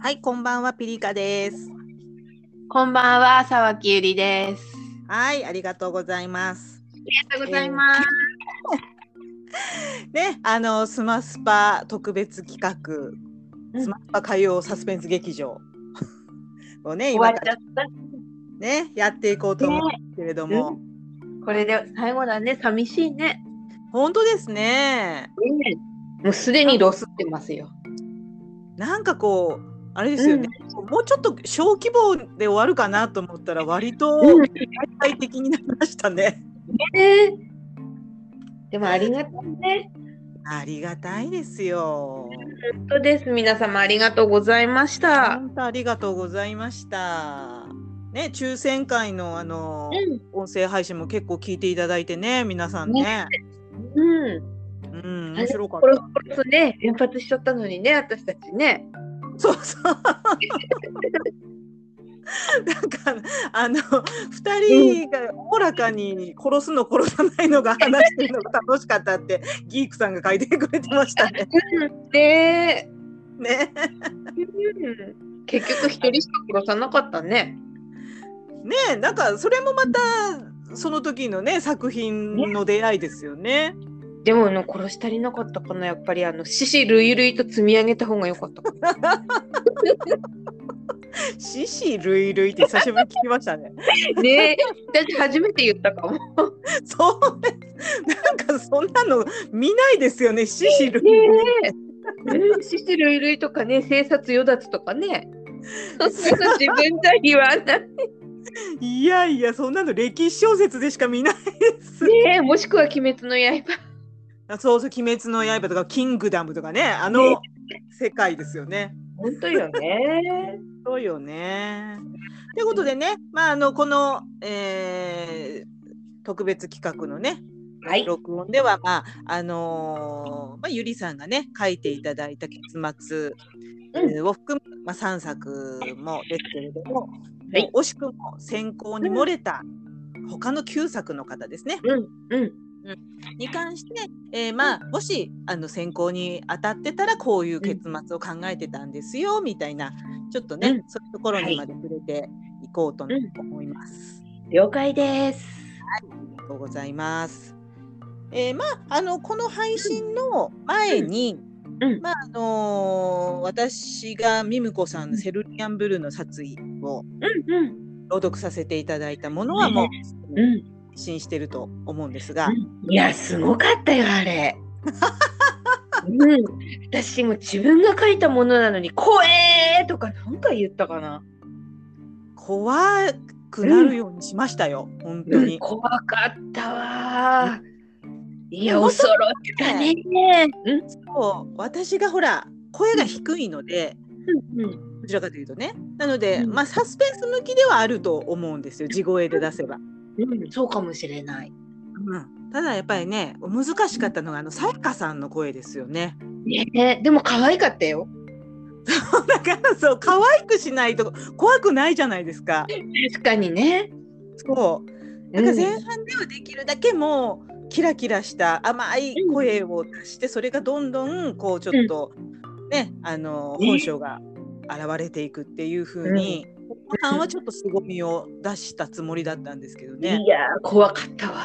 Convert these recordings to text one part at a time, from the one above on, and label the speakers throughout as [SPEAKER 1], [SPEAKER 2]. [SPEAKER 1] はい、こんばんは、ピリカです。
[SPEAKER 2] こんばんは、沢木ゆりです。
[SPEAKER 1] はい、ありがとうございます。
[SPEAKER 2] ありがと。
[SPEAKER 1] うございますね、あの、スマスパ特別企画、
[SPEAKER 2] うん
[SPEAKER 1] スマスパ火曜サスペンス劇場 をね、
[SPEAKER 2] 終
[SPEAKER 1] 今
[SPEAKER 2] わっ
[SPEAKER 1] か
[SPEAKER 2] ち
[SPEAKER 1] ら
[SPEAKER 2] ゃった
[SPEAKER 1] ね、やっていこうと思うんですけれども、
[SPEAKER 2] これで最後だね、寂しいね。
[SPEAKER 1] 本当ですね。
[SPEAKER 2] もうすでにロスってますよ。
[SPEAKER 1] なんかこう、あれですよね、もうちょっと小規模で終わるかなと思ったら、割と
[SPEAKER 2] うん
[SPEAKER 1] 大体的になりましたね。
[SPEAKER 2] ねでもありがとうね。
[SPEAKER 1] ありがたいですよ。
[SPEAKER 2] 本当です。皆様ありがとうございました。
[SPEAKER 1] 本当ありがとうございました。ね、抽選会のあの、音声配信も結構聞いていただいてね、皆さんね。
[SPEAKER 2] うん。うん。
[SPEAKER 1] うん、面白かっ
[SPEAKER 2] コロコ
[SPEAKER 1] た。
[SPEAKER 2] ロとね、連発しちゃったのにね、私たちね。
[SPEAKER 1] そうそう。なんかあの二人がおおらかに殺すの殺さないのが話してるのが楽しかったってギークさんが書いてくれてました ね。
[SPEAKER 2] うん。で、
[SPEAKER 1] ね
[SPEAKER 2] うん結局一人しか殺さなかったね。
[SPEAKER 1] ねなんかそれもまたその時のね作品の出会いですよね。
[SPEAKER 2] でもあの殺し足りなかったかなやっぱりあの獅子類類と積み上げた方が良か ったかな
[SPEAKER 1] 獅子類類って久しぶりに聞きましたね。
[SPEAKER 2] ねえ私初めて言ったかも
[SPEAKER 1] そうなんかそんなの見ないですよね獅子類
[SPEAKER 2] ね
[SPEAKER 1] 類。
[SPEAKER 2] えうん獅子類類とかね生殺与奪とかねそんなの自分じゃ言わないね
[SPEAKER 1] いやいやそんなの歴史小説でしか見ないです。
[SPEAKER 2] えもしくは「鬼滅の刃
[SPEAKER 1] あそうそう「鬼滅の刃」とか「キングダム」とかねあ
[SPEAKER 2] ね
[SPEAKER 1] の世界ですよね。」
[SPEAKER 2] 本当よね
[SPEAKER 1] そうよね。ということでね、まあ、あのこの、えー特別企画のね
[SPEAKER 2] はい
[SPEAKER 1] 録音では、まああのーまあ、ゆりさんがね書いていただいた結末
[SPEAKER 2] うん
[SPEAKER 1] えーを含む、まあ、3作もですけれども、
[SPEAKER 2] はい
[SPEAKER 1] もう惜しくも選考に漏れた他の9作の方ですね
[SPEAKER 2] うんうん
[SPEAKER 1] に関して、えーまあ、もしあの選考に当たってたらこういう結末を考えてたんですよみたいなちょっとね、
[SPEAKER 2] うん
[SPEAKER 1] そういうところ
[SPEAKER 2] は
[SPEAKER 1] に
[SPEAKER 2] い
[SPEAKER 1] まで触れていこうと
[SPEAKER 2] ん
[SPEAKER 1] 思います。
[SPEAKER 2] 了解です
[SPEAKER 1] ありがとうございます。えーまあ、あのこの配信の前に、
[SPEAKER 2] うん
[SPEAKER 1] まああのー私がミムコさんの「セルリアンブルーの殺意」を
[SPEAKER 2] うんうん
[SPEAKER 1] 朗読させていただいたものはもう
[SPEAKER 2] うん
[SPEAKER 1] 配信してると思うんですが、
[SPEAKER 2] いやすごかったよあ れうん、私も自分が書いたものなのに「怖え!」とかなんか言ったかな
[SPEAKER 1] 怖くなるようにしましたよ、本当に。
[SPEAKER 2] 怖かったわー。いや、
[SPEAKER 1] 本当
[SPEAKER 2] 恐ろしかね。うん
[SPEAKER 1] そう私がほら声が低いので、
[SPEAKER 2] うん
[SPEAKER 1] どちらかというとねなので、
[SPEAKER 2] うん
[SPEAKER 1] まあサスペンス向きではあると思うんですよ地声で出せば。
[SPEAKER 2] うん、そうかもしれない。
[SPEAKER 1] うん、ただやっぱりね難しかったのがあのさやかさんの声ですよね。
[SPEAKER 2] ね、でも可愛かったよ。
[SPEAKER 1] だからそう可愛くしないと怖くないじゃないですか。
[SPEAKER 2] 確かにね。
[SPEAKER 1] そうだから前半ではできるだけもうキラキラした甘い声を出してそれがどんどんこうちょっとねあの
[SPEAKER 2] ね
[SPEAKER 1] 本性が現れていくっていう風に後半はちょっと凄みを出したつもりだったんですけどね
[SPEAKER 2] い。やー、怖かった わ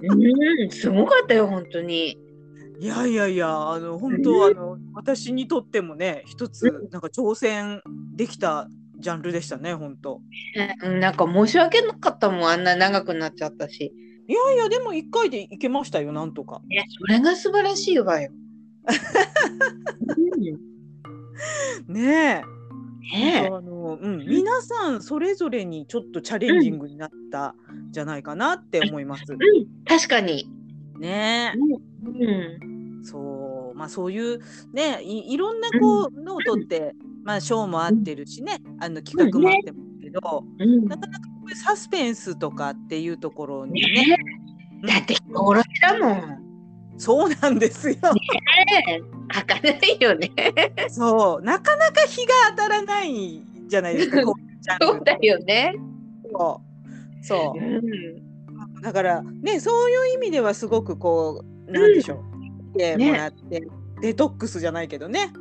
[SPEAKER 2] ー。うん、すごかったよ、本当に。
[SPEAKER 1] いやいやいやあの本
[SPEAKER 2] ね
[SPEAKER 1] 当あの私にとってもね一つなんか挑戦できたジャンルでしたね本当
[SPEAKER 2] うんなんか申し訳なかったもん、あんな長くなっちゃったし。
[SPEAKER 1] いやいやでも一回でいけましたよなんとか
[SPEAKER 2] ね、それが素晴らしい わよ。うん
[SPEAKER 1] ねえ、
[SPEAKER 2] ね
[SPEAKER 1] あのうん、皆さんそれぞれにちょっとチャレンジングになったんじゃないかなって思います
[SPEAKER 2] え、うん、確かに。
[SPEAKER 1] ねえ
[SPEAKER 2] うん
[SPEAKER 1] そうまあそういうねいいろんなこうノートってまあ賞も合ってるしねあの企画も合ってますけど
[SPEAKER 2] うん
[SPEAKER 1] なかなかこういうサスペンスとかっていうところにね
[SPEAKER 2] ねだって人殺しだもん。
[SPEAKER 1] そうなんですよ。
[SPEAKER 2] ねえ開かないよね。
[SPEAKER 1] そう、なかなか日が当たらないじゃないですか。 こういうジャ
[SPEAKER 2] そ
[SPEAKER 1] ン
[SPEAKER 2] う
[SPEAKER 1] ル
[SPEAKER 2] だよね。。
[SPEAKER 1] そうそううんだから、ね、そういう意味ではすごくこう、なんでしょう。見てもらって、デトックスじゃないけどね。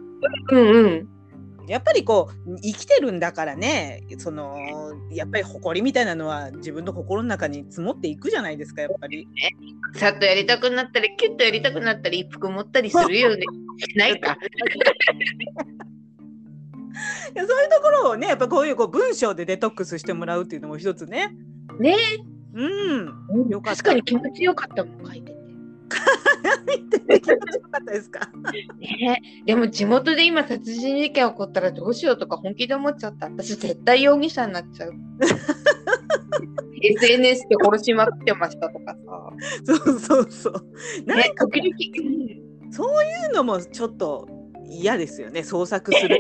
[SPEAKER 2] うんうん。
[SPEAKER 1] やっぱりこう生きてるんだからねそのやっぱり誇りみたいなのは自分の心の中に積もっていくじゃないですかやっぱり
[SPEAKER 2] さっとやりたくなったりキュッとやりたくなったり一服持ったりするよねないか
[SPEAKER 1] いやそういうところをねやっぱこういうこう文章でデトックスしてもらうっていうのも一つね
[SPEAKER 2] ね
[SPEAKER 1] うんよかった
[SPEAKER 2] 確かに気持ちよかったもん書いてて
[SPEAKER 1] 気持ちよかったですか
[SPEAKER 2] ねでも地元で今殺人事件起こったらどうしようとか本気で思っちゃった私絶対容疑者になっち ゃう SNS で殺しまくってましたとかさ、
[SPEAKER 1] そうそうそうなん
[SPEAKER 2] ね
[SPEAKER 1] か、
[SPEAKER 2] 時々
[SPEAKER 1] そういうのもちょっと嫌ですよね創作する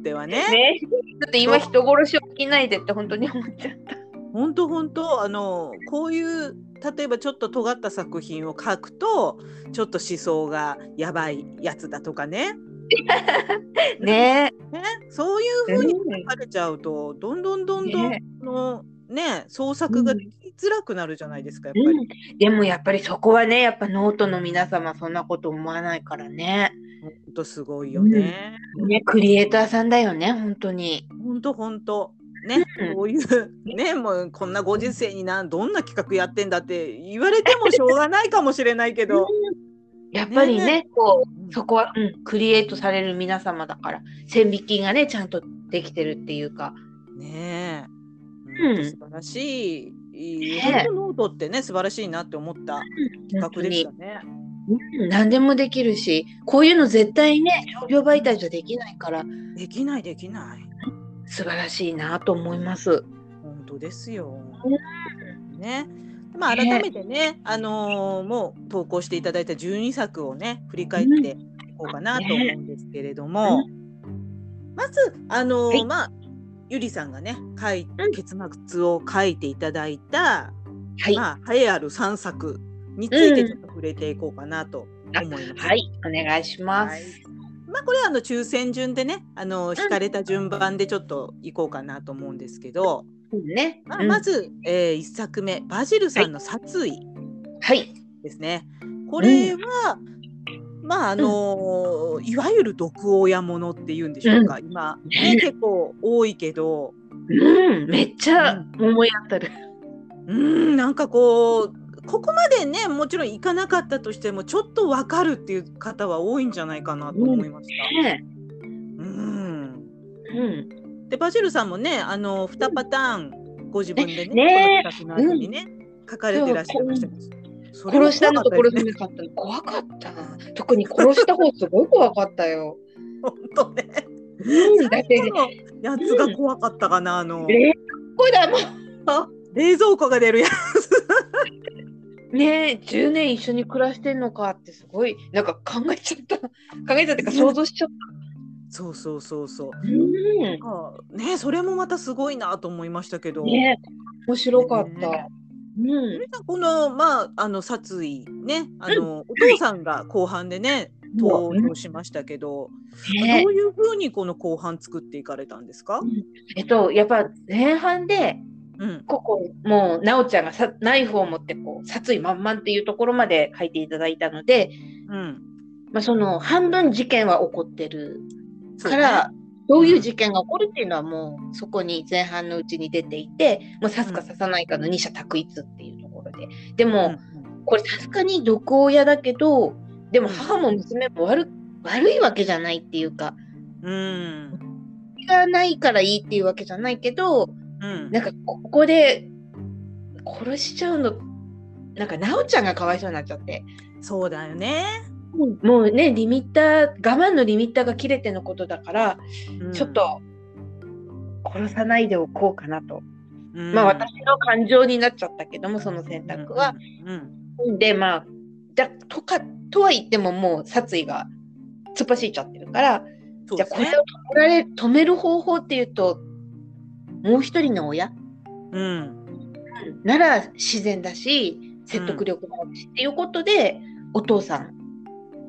[SPEAKER 1] ってはね
[SPEAKER 2] ね、だって今人殺し起きないでって本当に思っちゃう。
[SPEAKER 1] 本当本当あのこういう例えばちょっと尖った作品を書くとちょっと思想がやばいやつだとかね
[SPEAKER 2] ね
[SPEAKER 1] ねそういう風に書かれちゃうとどんどんどんどん、
[SPEAKER 2] ね
[SPEAKER 1] あのね創作が
[SPEAKER 2] うん
[SPEAKER 1] できづらくなるじゃないですかやっぱり、
[SPEAKER 2] でもやっぱりそこはねやっぱノートの皆様そんなこと思わないからね
[SPEAKER 1] 本当すごいよね、
[SPEAKER 2] ねクリエイターさんだよね本当に
[SPEAKER 1] 本当本当ね
[SPEAKER 2] うん
[SPEAKER 1] こういうねもうこんなご時世になどんな企画やってんだって言われてもしょうがないかもしれないけど
[SPEAKER 2] やっぱりね
[SPEAKER 1] ね
[SPEAKER 2] こうそこは、うん、クリエイトされる皆様だから線引きがねちゃんとできてるっていうか
[SPEAKER 1] ねえ、
[SPEAKER 2] うん
[SPEAKER 1] ほんと素晴らしい。いい本
[SPEAKER 2] ねえ
[SPEAKER 1] 当ノートってね素晴らしいなって思った
[SPEAKER 2] 本
[SPEAKER 1] 企
[SPEAKER 2] 当
[SPEAKER 1] 画でし
[SPEAKER 2] に
[SPEAKER 1] たね。
[SPEAKER 2] うん何でもできるしこういうの絶対ね商業媒体じゃできないから
[SPEAKER 1] できないできない。
[SPEAKER 2] 素晴らしいなと思います。
[SPEAKER 1] 本当ですよ
[SPEAKER 2] う。
[SPEAKER 1] ね。まあ
[SPEAKER 2] ねえ
[SPEAKER 1] 改めてね、あのーもう投稿していただいた12作をね振り返っていこうかなと思うんですけれども、まずあのー
[SPEAKER 2] はい
[SPEAKER 1] まあゆりさんがね書い
[SPEAKER 2] うん
[SPEAKER 1] 結末を書いていただいた、
[SPEAKER 2] はい、
[SPEAKER 1] まあ栄えある3作についてちょっと触れていこうかなと思います。
[SPEAKER 2] はい、お願いします。
[SPEAKER 1] はいまあこれはあの抽選順でねあの引かれた順番でちょっと行こうかなと思うんですけど、
[SPEAKER 2] そうね。
[SPEAKER 1] まあ、
[SPEAKER 2] うん
[SPEAKER 1] まず、え1作目バジルさんの殺意
[SPEAKER 2] はい。
[SPEAKER 1] ですね。これは、まああのーいわゆる毒親ものっていうんでしょうか、今、ね、結構多いけど
[SPEAKER 2] うん、めっちゃ思い当たる。
[SPEAKER 1] うーんなんかこうここまでねもちろんいかなかったとしてもちょっとわかるっていう方は多いんじゃないかなと思いました。
[SPEAKER 2] ね。
[SPEAKER 1] うん
[SPEAKER 2] うん。
[SPEAKER 1] でバジルさんもねあの2パターンご自分でね
[SPEAKER 2] ね
[SPEAKER 1] この企画の後にね、書かれてらっしゃいましたけどそれも
[SPEAKER 2] 殺したのと
[SPEAKER 1] 怖かった
[SPEAKER 2] 殺さ
[SPEAKER 1] ですね
[SPEAKER 2] なかったの怖かったな。特に殺した方すごい怖かったよ。
[SPEAKER 1] 本当ね
[SPEAKER 2] うん、だって、
[SPEAKER 1] 最後のやつが怖かったかなあの
[SPEAKER 2] 冷蔵庫だも
[SPEAKER 1] 冷蔵庫が出るや
[SPEAKER 2] ん。ねえ、10年一緒に暮らしてんのかってすごい、なんか考えちゃった。 考えちゃったっていうか想像しちゃっ
[SPEAKER 1] つそうそうそうそう
[SPEAKER 2] た。う
[SPEAKER 1] あねそれもまたすごいなと思いましたけど、
[SPEAKER 2] ん。ねえ、面白かった。
[SPEAKER 1] ね
[SPEAKER 2] うん。
[SPEAKER 1] このまああの殺意ねあの、お父さんが後半でね登場しましたけど、
[SPEAKER 2] ねえ
[SPEAKER 1] どういうふうにこの後半作っていかれたんですか、
[SPEAKER 2] えっと、やっぱ前半で、
[SPEAKER 1] うん
[SPEAKER 2] ここもう奈緒ちゃんがさナイフを持ってこう殺意満々っていうところまで書いていただいたので、
[SPEAKER 1] うん、
[SPEAKER 2] まあ、その半分事件は起こってる
[SPEAKER 1] そう
[SPEAKER 2] か
[SPEAKER 1] ね
[SPEAKER 2] ら、どういう事件が起こるっていうのはもうそこに前半のうちに出ていてもう刺すか刺さないかの二者択一っていうところでで
[SPEAKER 1] うん
[SPEAKER 2] もこれさすがに毒親だけどでも
[SPEAKER 1] うん
[SPEAKER 2] 母も娘も悪悪いわけじゃないっていうか
[SPEAKER 1] うん
[SPEAKER 2] 気がないからいいっていうわけじゃないけど
[SPEAKER 1] うん
[SPEAKER 2] なんかここで殺しちゃうのなんか奈緒ちゃんがかわいそうになっちゃって
[SPEAKER 1] そうだよね。
[SPEAKER 2] もうねリミッター我慢のリミッターが切れてのことだから、ちょっ、と殺さないでおこうかなと、
[SPEAKER 1] うん
[SPEAKER 2] まあ私の感情になっちゃったけどもその選択は、。
[SPEAKER 1] うん
[SPEAKER 2] でまあだとかとは言ってももう殺意が突っ走っちゃってるから、
[SPEAKER 1] そう
[SPEAKER 2] じ
[SPEAKER 1] で
[SPEAKER 2] ゃあ
[SPEAKER 1] す
[SPEAKER 2] これ
[SPEAKER 1] ね。
[SPEAKER 2] を止められ止める方法っていうともう一人の親
[SPEAKER 1] うん
[SPEAKER 2] なら自然だし説得力もあるし、っていうことでお父さん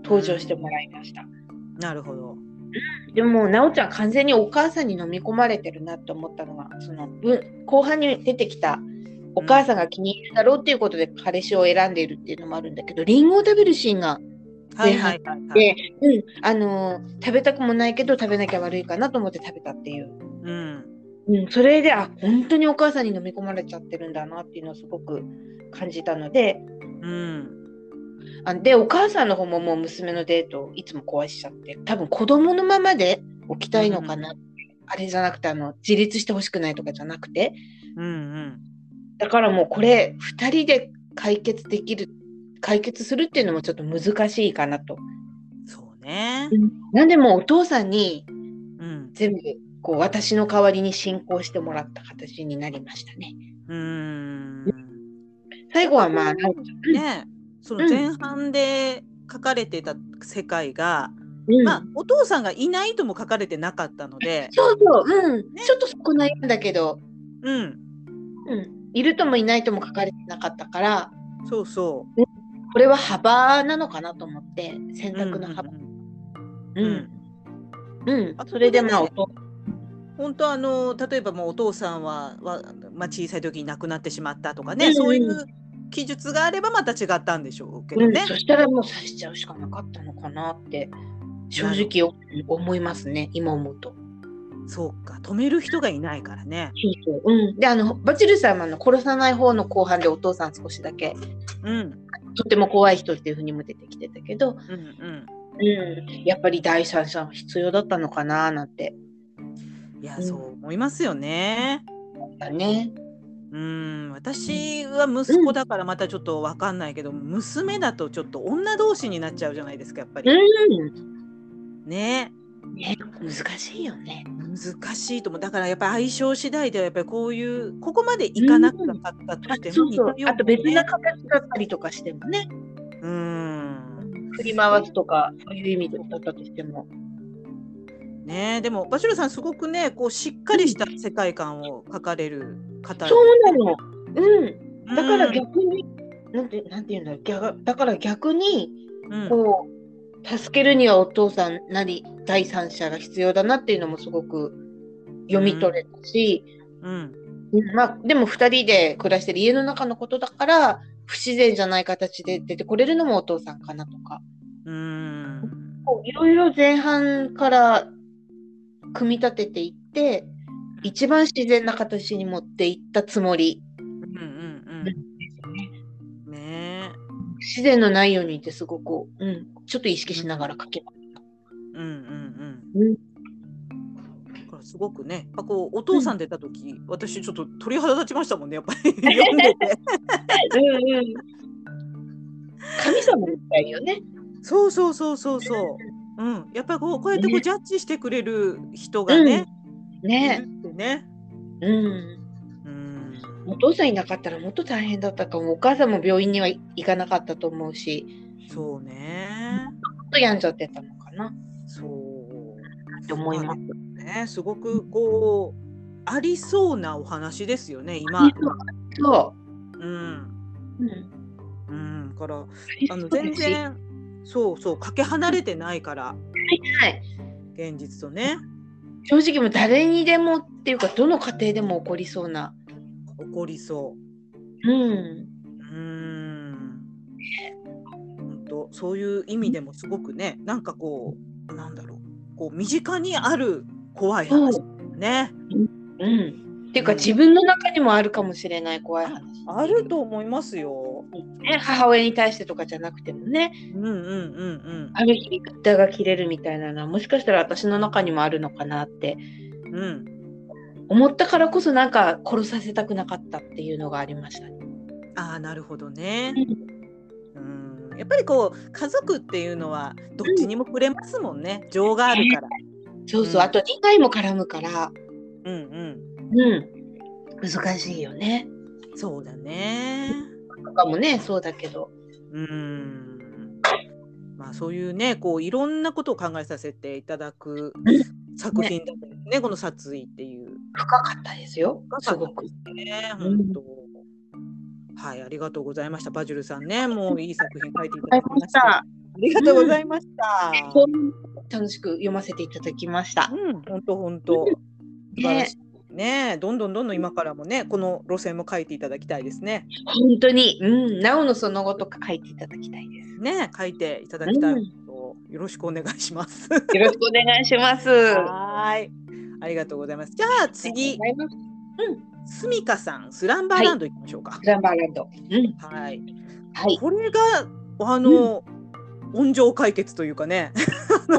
[SPEAKER 2] 登場してもらいました、
[SPEAKER 1] なるほど。
[SPEAKER 2] でもなおちゃん完全にお母さんに飲み込まれてるなと思ったのがその文後半に出てきたお母さんが気に入るだろうっていうことで彼氏を選んでいるっていうのもあるんだけどりんごを食べるシーンが
[SPEAKER 1] はいはいはいはい。
[SPEAKER 2] で、うん、あのー食べたくもないけど食べなきゃ悪いかなと思って食べたっていう、
[SPEAKER 1] うん。
[SPEAKER 2] うん、それであ本当にお母さんに飲み込まれちゃってるんだなっていうのをすごく感じたので
[SPEAKER 1] うん。
[SPEAKER 2] あでお母さんの方ももう娘のデートをいつも壊しちゃって多分子供のままで起きたいのかな、あれじゃなくてあの自立してほしくないとかじゃなくて
[SPEAKER 1] うんうん。
[SPEAKER 2] だからもうこれ2人で解決できる解決するっていうのもちょっと難しいかなと。
[SPEAKER 1] そうね。
[SPEAKER 2] なんでもうお父さんに
[SPEAKER 1] うん。
[SPEAKER 2] 全部こう私の代わりに進行してもらった形になりましたね。
[SPEAKER 1] うん。
[SPEAKER 2] 最後はまあ、
[SPEAKER 1] ねその前半で書かれてた世界が、
[SPEAKER 2] うん
[SPEAKER 1] まあお父さんがいないとも書かれてなかったので、
[SPEAKER 2] そうそう、うん、ちょっとそこ悩んだけど、
[SPEAKER 1] うん、
[SPEAKER 2] うん、いるともいないとも書かれてなかったから、
[SPEAKER 1] そうそ
[SPEAKER 2] これは幅なのかなと思って選
[SPEAKER 1] う。
[SPEAKER 2] 択
[SPEAKER 1] う
[SPEAKER 2] の
[SPEAKER 1] んう
[SPEAKER 2] 幅
[SPEAKER 1] んうん
[SPEAKER 2] うんん、うん
[SPEAKER 1] あ
[SPEAKER 2] それでまあ
[SPEAKER 1] そ
[SPEAKER 2] お
[SPEAKER 1] う
[SPEAKER 2] 父
[SPEAKER 1] 本当あの例えばもうお父さんはは、まあ、小さい時に亡くなってしまったとかね、
[SPEAKER 2] うんうん
[SPEAKER 1] そういう記述があればまた違ったんでしょうけ
[SPEAKER 2] う
[SPEAKER 1] ど
[SPEAKER 2] ん
[SPEAKER 1] ね。
[SPEAKER 2] そしたらもう刺しちゃうしかなかったのかなって正直思いますね今思うと。
[SPEAKER 1] そうか止める人がいないからね。
[SPEAKER 2] そうそううん、であのバチル様の殺さない方の後半でお父さん少しだけ
[SPEAKER 1] うん
[SPEAKER 2] とても怖い人っていうふうにも出てきてたけど、
[SPEAKER 1] うん
[SPEAKER 2] うん、やっぱり第三者は必要だったのかななんて。
[SPEAKER 1] うん。いや、
[SPEAKER 2] うん
[SPEAKER 1] そう思いますよね。
[SPEAKER 2] だね。
[SPEAKER 1] うん私は息子だからまたちょっとわかんないけど、娘だとちょっと女同士になっちゃうじゃないですかやっぱり。
[SPEAKER 2] う
[SPEAKER 1] ね
[SPEAKER 2] ん、ね難しいよね。
[SPEAKER 1] 難しいと思うだからやっぱり相性次第ではやっぱりこういうここまでいかなかったと
[SPEAKER 2] あ
[SPEAKER 1] して
[SPEAKER 2] そ
[SPEAKER 1] も
[SPEAKER 2] うそう
[SPEAKER 1] 似たようなね
[SPEAKER 2] あと別な形だったりとかしてもね。
[SPEAKER 1] うん
[SPEAKER 2] 振り回すとかそういう意味だったとしても。
[SPEAKER 1] ねでもバシロさんすごくねこうしっかりした世界観を描かれる方
[SPEAKER 2] そうなの。うん。
[SPEAKER 1] うん
[SPEAKER 2] だから逆に、なんてなんていうんだろう逆。だから逆に
[SPEAKER 1] うん
[SPEAKER 2] こう助けるにはお父さんなり第三者が必要だなっていうのもすごく読み取れたし、
[SPEAKER 1] うん
[SPEAKER 2] まあでも2人で暮らしてる家の中のことだから不自然じゃない形で出てこれるのもお父さんかなとか。
[SPEAKER 1] うん
[SPEAKER 2] こういろいろ前半から組み立てていって一番自然な形に持っていったつもり
[SPEAKER 1] うんうんうんね
[SPEAKER 2] 不自然のないようにってすごく、うん、ちょっと意識しながら書けば
[SPEAKER 1] うんうん
[SPEAKER 2] う
[SPEAKER 1] うんんだからすごくね、やっぱこうお父さん出た時、私ちょっと鳥肌立ちましたもんね、やっぱ り読んでて。
[SPEAKER 2] うんうん、神様みたいよね。
[SPEAKER 1] そうそうそうそうそう。うん、やっぱりこうこうやってこうジャッジしてくれる人がね、いる
[SPEAKER 2] ね、
[SPEAKER 1] ってね。
[SPEAKER 2] うん、
[SPEAKER 1] うん、
[SPEAKER 2] お父さんいなかったらもっと大変だったかもお母さんも病院には行かなかったと思うし
[SPEAKER 1] そうね。
[SPEAKER 2] もっと病んじゃってたのかな
[SPEAKER 1] そう
[SPEAKER 2] って思います。
[SPEAKER 1] ね、すごくこうありそうなお話ですよね、今。
[SPEAKER 2] そ
[SPEAKER 1] うん、
[SPEAKER 2] う、うん、
[SPEAKER 1] うん、だからあの
[SPEAKER 2] そうだし
[SPEAKER 1] 全然そうそうかけ離れてないから
[SPEAKER 2] はい
[SPEAKER 1] 現実とね
[SPEAKER 2] 正直もう誰にでもっていうかどの家庭でも起こりそうな、
[SPEAKER 1] 起こりそう。
[SPEAKER 2] う
[SPEAKER 1] う
[SPEAKER 2] ん、
[SPEAKER 1] ーん。本当そういう意味でもすごくね、なんかこうなんだろう、こう身近にある怖い話ね。
[SPEAKER 2] うん、っていうか
[SPEAKER 1] うん
[SPEAKER 2] 自分の中にもあるかもしれない怖い話、
[SPEAKER 1] あると思いますよ。
[SPEAKER 2] ね、母親に対してとかじゃなくてもね
[SPEAKER 1] うんうんうん
[SPEAKER 2] ある日歌が切れるみたいなのはもしかしたら私の中にもあるのかなって
[SPEAKER 1] うんうん。
[SPEAKER 2] 思ったからこそなんか殺させたくなかったっていうのがありましたね。
[SPEAKER 1] ああなるほどね。うん。やっぱりこう家族っていうのはどっちにも触れますもんね。情があるから。
[SPEAKER 2] そうそう、
[SPEAKER 1] うん
[SPEAKER 2] あと理解も絡むから、
[SPEAKER 1] うん
[SPEAKER 2] うん、難しいよね。
[SPEAKER 1] うん。そうだね。
[SPEAKER 2] とかもねそうだけど。
[SPEAKER 1] うーんまあそういうねこういろんなことを考えさせていただく作品だったんですねこの殺意っていう
[SPEAKER 2] 深かったですよ
[SPEAKER 1] 深
[SPEAKER 2] す
[SPEAKER 1] か
[SPEAKER 2] ご
[SPEAKER 1] った
[SPEAKER 2] く
[SPEAKER 1] で。すね
[SPEAKER 2] う
[SPEAKER 1] 本
[SPEAKER 2] ん
[SPEAKER 1] 当、はいありがとうございましたバジルさんねもういい作品書いていただきました ありがとうございました、
[SPEAKER 2] 楽しく読ませていただきました。
[SPEAKER 1] うん本当本当素晴らしい、ねえどんどんどんどん今からもねこの路線も書いていただきたいですね。
[SPEAKER 2] 本当に、うん、なおのその後とか書いていただきたいです。
[SPEAKER 1] ねえ書いていただきたいと、よろしくお願いします。
[SPEAKER 2] よろしくお願いします。
[SPEAKER 1] はーいありがとうございます。じゃあ次
[SPEAKER 2] ありがとうございます
[SPEAKER 1] スミカさんスランバーランド行きましょうか
[SPEAKER 2] グ。ランバーランド。うん、
[SPEAKER 1] はい、
[SPEAKER 2] はい。
[SPEAKER 1] これがあの、温情解決というかね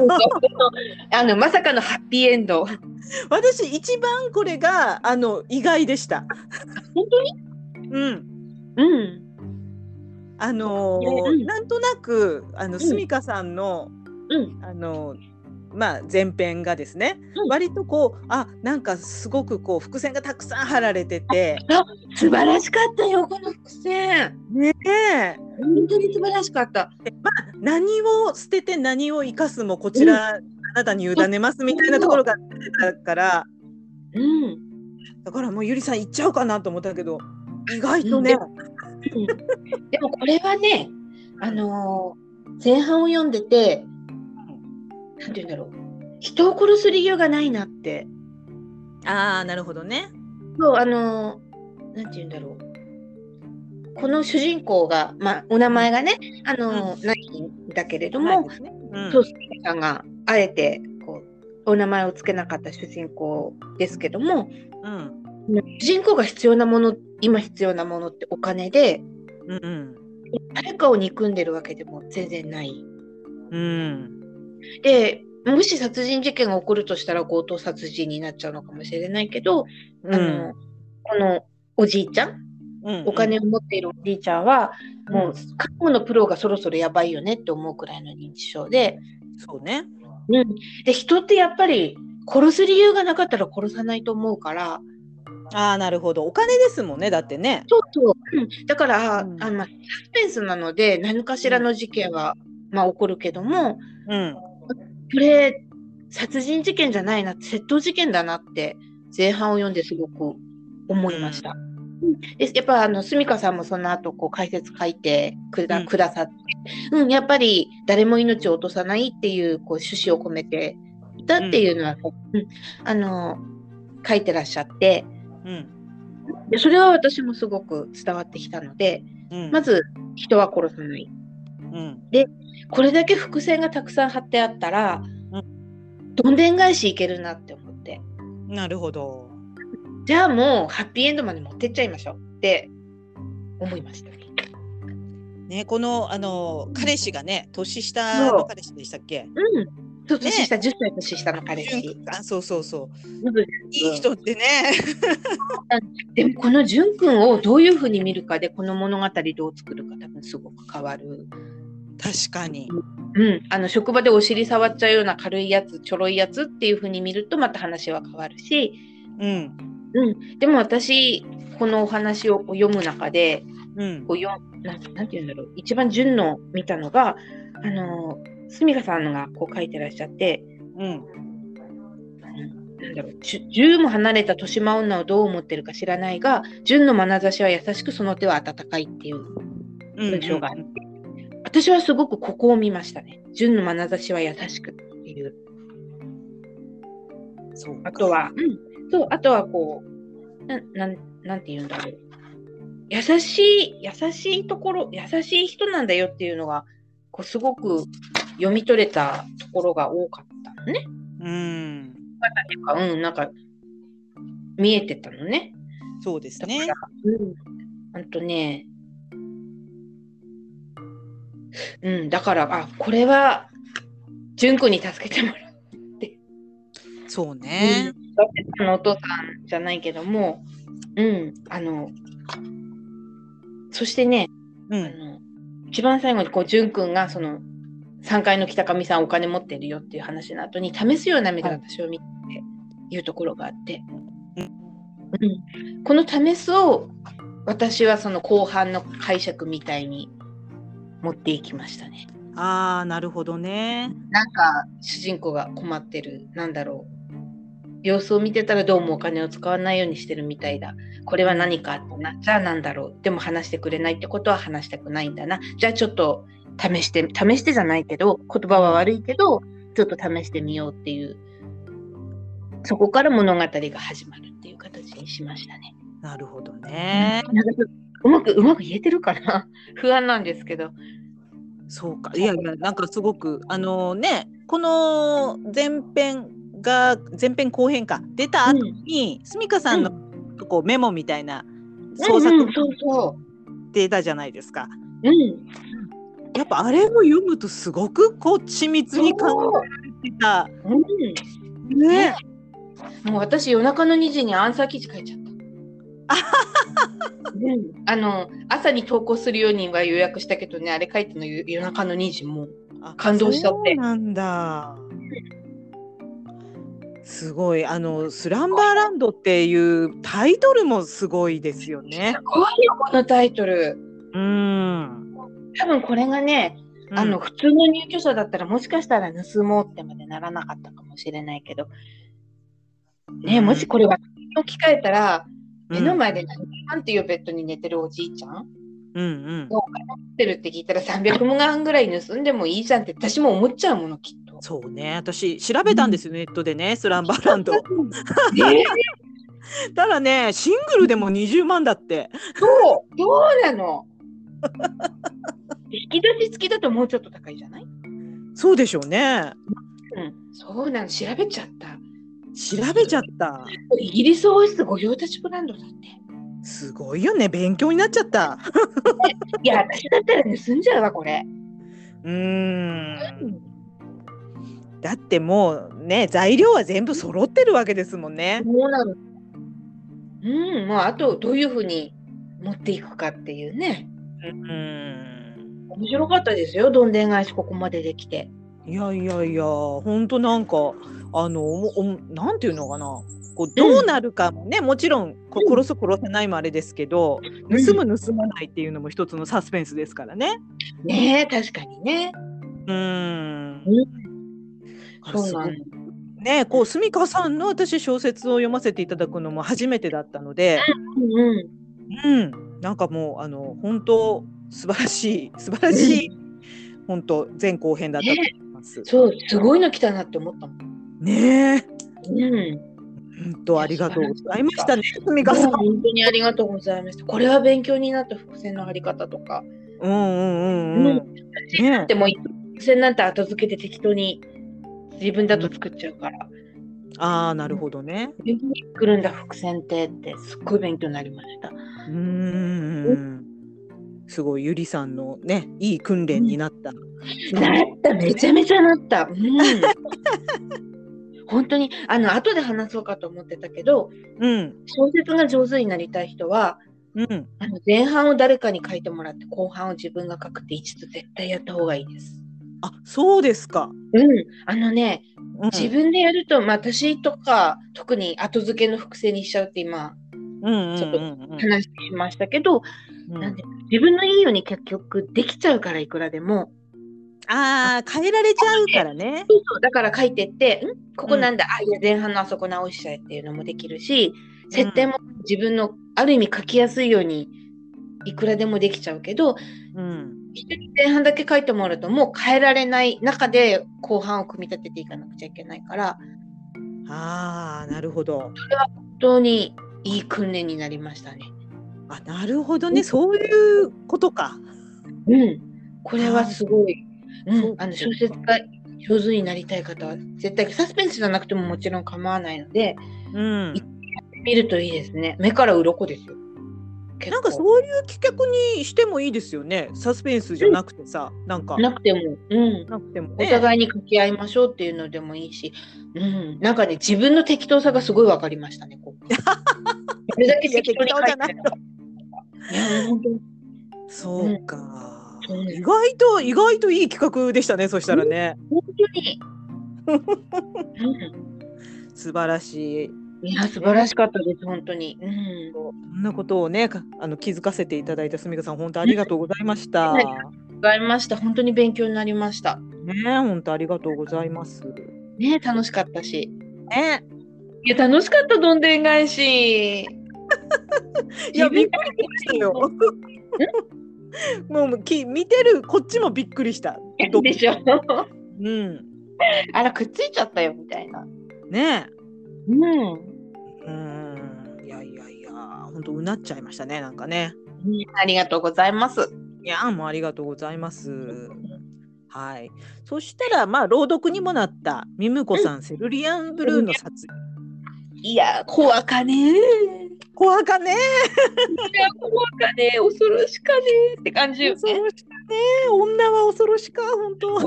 [SPEAKER 2] あのまさかのハッピーエンド。
[SPEAKER 1] 私一番これがあの意外でした。
[SPEAKER 2] 本当に？
[SPEAKER 1] うん
[SPEAKER 2] うん。
[SPEAKER 1] あのー
[SPEAKER 2] ねうん
[SPEAKER 1] なんとなくあの
[SPEAKER 2] ん
[SPEAKER 1] スミカさんの、
[SPEAKER 2] うん。
[SPEAKER 1] あのーまあ、前編がですね、
[SPEAKER 2] うん
[SPEAKER 1] 割とこうあなんかすごくこう伏線がたくさん張られてて
[SPEAKER 2] 素晴らしかったよこの伏線。
[SPEAKER 1] ねえ
[SPEAKER 2] 本当に素晴らしかった。
[SPEAKER 1] 何を捨てて何を生かすもこちら、あなたに委ねますみたいなところが出てたから
[SPEAKER 2] うん。
[SPEAKER 1] だからもうゆりさん行っちゃうかなと思ったけど意外とね、
[SPEAKER 2] でもこれはね、あのー前半を読んでて、なんて言うんだろう。人を殺す理由がないなって。
[SPEAKER 1] ああなるほどね。
[SPEAKER 2] そう、あのーなんて言うんだろう。この主人公が、まあ、お名前がね、あのーないんだけれど
[SPEAKER 1] ない
[SPEAKER 2] も、
[SPEAKER 1] ですねうん
[SPEAKER 2] そうすけさんがあえてこうお名前をつけなかった主人公ですけども
[SPEAKER 1] うん
[SPEAKER 2] 主人公が必要なもの今必要なものってお金で
[SPEAKER 1] うん
[SPEAKER 2] 誰かを憎んでるわけでも全然ない。
[SPEAKER 1] うん
[SPEAKER 2] でもし殺人事件が起こるとしたら強盗殺人になっちゃうのかもしれないけど、
[SPEAKER 1] うん
[SPEAKER 2] あのこのおじいちゃん
[SPEAKER 1] うん
[SPEAKER 2] お金を持っているおじいちゃんは、もう看護のプロがそろそろやばいよねって思うくらいの認知症で,、
[SPEAKER 1] そうね。
[SPEAKER 2] うん、で人ってやっぱり殺す理由がなかったら殺さないと思うから
[SPEAKER 1] ああなるほどお金ですもんねだってね。
[SPEAKER 2] そうそう、うん、だから、
[SPEAKER 1] うん
[SPEAKER 2] あまあ、サスペンスなので何かしらの事件は、まあ、起こるけども
[SPEAKER 1] うん
[SPEAKER 2] これ殺人事件じゃないな窃盗事件だなって前半を読んですごく思いました。うんでやっぱあのスミカさんもその後こう解説書いてくだ,、
[SPEAKER 1] うん
[SPEAKER 2] くださって、うん、やっぱり誰も命を落とさないっていうこう趣旨を込めていたっていうのは、うんあの書いてらっしゃって
[SPEAKER 1] うん
[SPEAKER 2] でそれは私もすごく伝わってきたので
[SPEAKER 1] うん
[SPEAKER 2] まず人は殺さない
[SPEAKER 1] うん
[SPEAKER 2] これだけ伏線がたくさん張ってあったら、
[SPEAKER 1] う
[SPEAKER 2] どんでん返しいけるなって思って
[SPEAKER 1] なるほど。
[SPEAKER 2] じゃあもうハッピーエンドまで持ってっちゃいましょうって思いました。
[SPEAKER 1] ねこのあの彼氏がね年下の彼氏でしたっけ？
[SPEAKER 2] うんそう年下、10歳年下の彼
[SPEAKER 1] 純
[SPEAKER 2] 氏
[SPEAKER 1] くんあそうそうそうい
[SPEAKER 2] うん
[SPEAKER 1] い人ってね。
[SPEAKER 2] でもこのじゅんくんをどういうふうに見るかでこの物語どう作るか多分すごく変わる、
[SPEAKER 1] 確かに。
[SPEAKER 2] うん、あの職場でお尻触っちゃうような軽いやつちょろいやつっていうふうに見るとまた話は変わるし、
[SPEAKER 1] うん
[SPEAKER 2] うん、でも私このお話をこう読む中で
[SPEAKER 1] うん
[SPEAKER 2] こうよなんなんて言うんだろう一番順の見たのがあのスミカさんがこう書いてらっしゃって
[SPEAKER 1] うん
[SPEAKER 2] なんだろう10も離れた豊島女をどう思ってるか知らないが純の眼差しは優しくその手は温かいっていう
[SPEAKER 1] うん
[SPEAKER 2] 文章があって、私はすごくここを見ましたね純の眼差しは優しくっていう
[SPEAKER 1] そうか
[SPEAKER 2] あとは、うん、そうあとはこうなんなんなんて言うんだろう優しい優しいところ優しい人なんだよっていうのがこうすごく読み取れたところが多かったのね。
[SPEAKER 1] うん
[SPEAKER 2] っていうかうん、なんか見えてたのね。
[SPEAKER 1] そうです
[SPEAKER 2] だから
[SPEAKER 1] ね。
[SPEAKER 2] うん、あとね、うん、だから、あ、これは、純子に助けてもらう。
[SPEAKER 1] そうね。
[SPEAKER 2] だってあのお父さんじゃないけども、うん、あの、そしてね、
[SPEAKER 1] う
[SPEAKER 2] あ
[SPEAKER 1] ん
[SPEAKER 2] の一番最後にこう、純くんが、その、3階の北上さんお金持ってるよっていう話の後に、試すような目で私を見ていうところがあって、
[SPEAKER 1] うん
[SPEAKER 2] うん、この試すを私はその後半の解釈みたいに持っていきましたね。
[SPEAKER 1] ああなるほどね。
[SPEAKER 2] なんか主人公が困ってる、なんだろう。様子を見てたらどうもお金を使わないようにしてるみたいだ。これは何かあったな。じゃあなんだろう。でも話してくれないってことは話したくないんだな。じゃあちょっと試して、試してじゃないけど、言葉は悪いけど、ちょっと試してみようっていう。そこから物語が始まるっていう。っていう形にしましたね。
[SPEAKER 1] なるほどね。
[SPEAKER 2] なんかうまくうまく言えてるかな不安なんですけど。
[SPEAKER 1] そうか。いやいや、なんかすごく、あのね、この前編が、前編後編か、出た後に、すみかさんのこうメモみたいな創
[SPEAKER 2] うんう
[SPEAKER 1] 作
[SPEAKER 2] んそうそ
[SPEAKER 1] データじゃないですか。
[SPEAKER 2] う。うん。
[SPEAKER 1] やっぱあれを読むとすごくこう緻密に考えてた。
[SPEAKER 2] う
[SPEAKER 1] ね。
[SPEAKER 2] ん、もう私夜中の2時にアンサー記事書 いちゃった。うん、あの朝に投稿するようには予約したけどねあれ書いてんの夜夜中の2時もう
[SPEAKER 1] あ
[SPEAKER 2] 感動しちゃって
[SPEAKER 1] そうなんだ。すごい。あの、スランバーランドっていうタイトルもすごいですよね
[SPEAKER 2] す。ごいよこのタイトル
[SPEAKER 1] うん。
[SPEAKER 2] 多分これがね、あの
[SPEAKER 1] うん、
[SPEAKER 2] 普通の入居者だったらもしかしたら盗もうってまでならなかったかもしれないけどねもしこれ私に置き換えたら目の前で何万っていうベッドに寝てるおじいちゃん
[SPEAKER 1] うんうん。
[SPEAKER 2] どうかなってるって聞いたら300万ぐらい盗んでもいいじゃんって私も思っちゃうものきっと。
[SPEAKER 1] そうね私調べたんですよ、ネットでねスランバーランド
[SPEAKER 2] ね
[SPEAKER 1] ただねシングルでも20万だって
[SPEAKER 2] どうどうなの 引き出し付きだともうちょっと高いじゃない、
[SPEAKER 1] そうでしょうね
[SPEAKER 2] うん、そうなの調べちゃった
[SPEAKER 1] 調べちゃった
[SPEAKER 2] イギリス王室御用達ブランドだって
[SPEAKER 1] すごいよね勉強になっちゃった
[SPEAKER 2] いや私だったら盗んじゃうわこれ、
[SPEAKER 1] うーんだってもうね材料は全部揃ってるわけですもんね
[SPEAKER 2] そうなのうんまああとどういうふうに持っていくかっていうね
[SPEAKER 1] うん
[SPEAKER 2] 面白かったですよどんでん返しここまでできて
[SPEAKER 1] いやいやいやほんとなんかあのおもおもなんていうのかなこうどうなるかもね、もちろんこ殺す殺せないもあれですけど、盗む盗まないっていうのも一つのサスペンスですからね。
[SPEAKER 2] ねえ確かにね
[SPEAKER 1] うーん。
[SPEAKER 2] そうなの
[SPEAKER 1] すごいねこうすみかさんの私小説を読ませていただくのも初めてだったので、
[SPEAKER 2] うんうん
[SPEAKER 1] うん、なんかもうあの本当素晴らしい素晴らしい本当前後編だったと思います。
[SPEAKER 2] そうすごいの来たなって思ったもん
[SPEAKER 1] ねえ、
[SPEAKER 2] うん
[SPEAKER 1] 本当ありがとうございましたね、すみかさん。
[SPEAKER 2] もう本当にありがとうございました。これは勉強になった伏線のあり方とか。
[SPEAKER 1] うんうんうんうん。ね
[SPEAKER 2] でも伏線なんて後付けで適当に自分だと作っちゃうから。
[SPEAKER 1] ああなるほどね。
[SPEAKER 2] 勉強にくるんだ伏線ってってすっごい勉強になりました。
[SPEAKER 1] うーん。すごいゆりさんのねいい訓練になった。
[SPEAKER 2] なっためちゃめちゃなった。うん 本当にあの後で話そうかと思ってたけど
[SPEAKER 1] うん
[SPEAKER 2] 小説が上手になりたい人は
[SPEAKER 1] うん。
[SPEAKER 2] あの前半を誰かに書いてもらって後半を自分が書くって一度絶対やった方がいいです。
[SPEAKER 1] あそうですか。
[SPEAKER 2] うん、あのね
[SPEAKER 1] うん
[SPEAKER 2] 自分でやると、まあ、私とか特に後付けの複製にしちゃうって今
[SPEAKER 1] うん
[SPEAKER 2] ちょっと
[SPEAKER 1] うん
[SPEAKER 2] 話しましたけど、
[SPEAKER 1] うんう
[SPEAKER 2] なん
[SPEAKER 1] ん
[SPEAKER 2] で自分のいいように結局できちゃうからいくらでも
[SPEAKER 1] ああ変えられちゃうからね。
[SPEAKER 2] そうそうだから書いてってんここなんだ、あいや前半のあそこ直しちゃえっていうのもできるし設定も自分のある意味書きやすいようにいくらでもできちゃうけど
[SPEAKER 1] うん
[SPEAKER 2] 人に前半だけ書いてもらうともう変えられない中で後半を組み立てていかなくちゃいけないから
[SPEAKER 1] ああなるほど。
[SPEAKER 2] 本当にいい訓練になりましたね。
[SPEAKER 1] あなるほどねそういうことか。
[SPEAKER 2] うん、これはすごい。う、
[SPEAKER 1] そうん
[SPEAKER 2] あの小説が上手になりたい方は絶対サスペンスじゃなくてももちろん構わないので
[SPEAKER 1] うん。
[SPEAKER 2] 見るといいですね目から鱗ですよ結構
[SPEAKER 1] なんかそういう企画にしてもいいですよね。サスペンスじゃなくてさ、なんか
[SPEAKER 2] なくても、うん、
[SPEAKER 1] なくても
[SPEAKER 2] お
[SPEAKER 1] ね。
[SPEAKER 2] 互いに掛け合いましょうっていうのでもいいし、うん、なんかね自分の適当さがすごい分かりました ねこここれだけ適当に書いてたの
[SPEAKER 1] いや適
[SPEAKER 2] いや本当に
[SPEAKER 1] そうか。
[SPEAKER 2] うん
[SPEAKER 1] 意外と意外といい企画でしたね。そしたらね、
[SPEAKER 2] 本 当に、
[SPEAKER 1] 素晴らしい。
[SPEAKER 2] うん、いや素晴らしかったです本当に、うん
[SPEAKER 1] そんなことをね、かあの気づかせていただいたすみかさん、本当ありがとうございました。
[SPEAKER 2] は
[SPEAKER 1] ね
[SPEAKER 2] い、わかりました。本当に勉強になりました。
[SPEAKER 1] 本当ありがとうございます。
[SPEAKER 2] ね、楽しかったし。
[SPEAKER 1] ね、
[SPEAKER 2] いや、楽しかった、どんでん返 し。
[SPEAKER 1] いやびっくりしたよ。 もうき見てるこっちもびっくり した。
[SPEAKER 2] でしょ。
[SPEAKER 1] うん。
[SPEAKER 2] あら、くっついちゃったよみたいな。
[SPEAKER 1] ね。
[SPEAKER 2] うん。
[SPEAKER 1] うーん。んとうなっちゃいましたねなんかね
[SPEAKER 2] ありがとうございます。
[SPEAKER 1] いやーもうありがとうございますはいそしたらまあ朗読にもなったミムコさん、セルリアンブルーの撮影
[SPEAKER 2] いや、怖かねー。い
[SPEAKER 1] 怖かね
[SPEAKER 2] や、怖かねー。恐ろしかねーって感じよ
[SPEAKER 1] 恐
[SPEAKER 2] ね。
[SPEAKER 1] ろしかね女は恐ろしか本当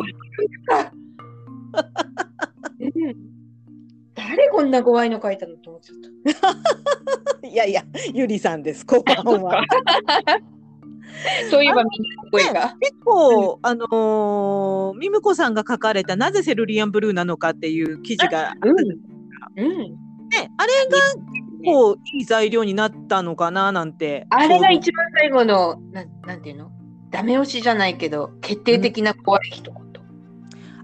[SPEAKER 2] 誰こんな怖いの書いたのと思っちゃった。
[SPEAKER 1] いやいや、ゆりさんです。こんばんは。
[SPEAKER 2] そういえばみんなの声が。
[SPEAKER 1] 結構、あのー、みむこさんが書かれた、なぜセルリアンブルーなのかっていう記事があったじゃないです
[SPEAKER 2] うん。
[SPEAKER 1] かね。あれが
[SPEAKER 2] こ
[SPEAKER 1] こ
[SPEAKER 2] う
[SPEAKER 1] う、いい材料になったのかななんて。
[SPEAKER 2] あれが
[SPEAKER 1] ちょ
[SPEAKER 2] 一番最後の、なんなんていうのダメ押しじゃないけど、決定的な怖い一言。
[SPEAKER 1] うど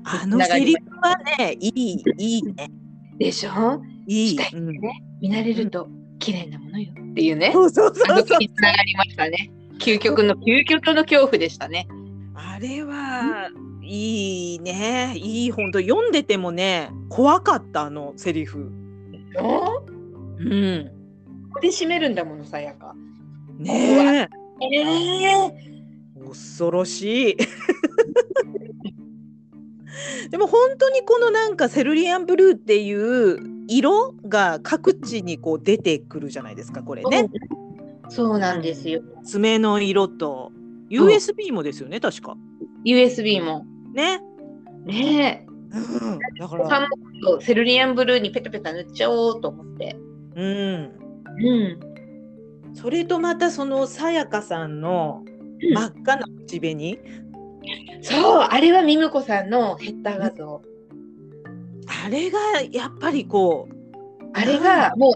[SPEAKER 1] あのセリフはね、いい、いいね。
[SPEAKER 2] でしょ
[SPEAKER 1] いい
[SPEAKER 2] した。い
[SPEAKER 1] うん
[SPEAKER 2] 見慣れると綺麗なものよっていうね。
[SPEAKER 1] そうそう
[SPEAKER 2] あ
[SPEAKER 1] そ
[SPEAKER 2] の
[SPEAKER 1] うそう
[SPEAKER 2] 時。に繋がりましたね。究極の、究極の恐怖でしたね。
[SPEAKER 1] あれは、いいね。いい、本当読んでてもね、怖かった、あのセリフ。
[SPEAKER 2] こ
[SPEAKER 1] うん。
[SPEAKER 2] こで締めるんだもの、さやか。
[SPEAKER 1] ねえ。
[SPEAKER 2] ええ
[SPEAKER 1] 恐ろしい でも本当にこのなんかセルリアンブルーっていう色が各地にこう出てくるじゃないですかこれね。
[SPEAKER 2] そうなんですよ。
[SPEAKER 1] 爪の色と
[SPEAKER 2] うん
[SPEAKER 1] USB もですよね、確か
[SPEAKER 2] USB も。
[SPEAKER 1] ね、
[SPEAKER 2] ねえ。
[SPEAKER 1] うん、だか
[SPEAKER 2] お
[SPEAKER 1] ら
[SPEAKER 2] さんもセルリアンブルーにペタペタ塗っちゃおうと思って。
[SPEAKER 1] うん
[SPEAKER 2] うん。
[SPEAKER 1] それとまたそのさやかさんの
[SPEAKER 2] うん
[SPEAKER 1] 真っ赤な口紅、
[SPEAKER 2] そう、あれはミムコさんのヘッダー画像。
[SPEAKER 1] あれがやっぱりこう、
[SPEAKER 2] あれが、もう、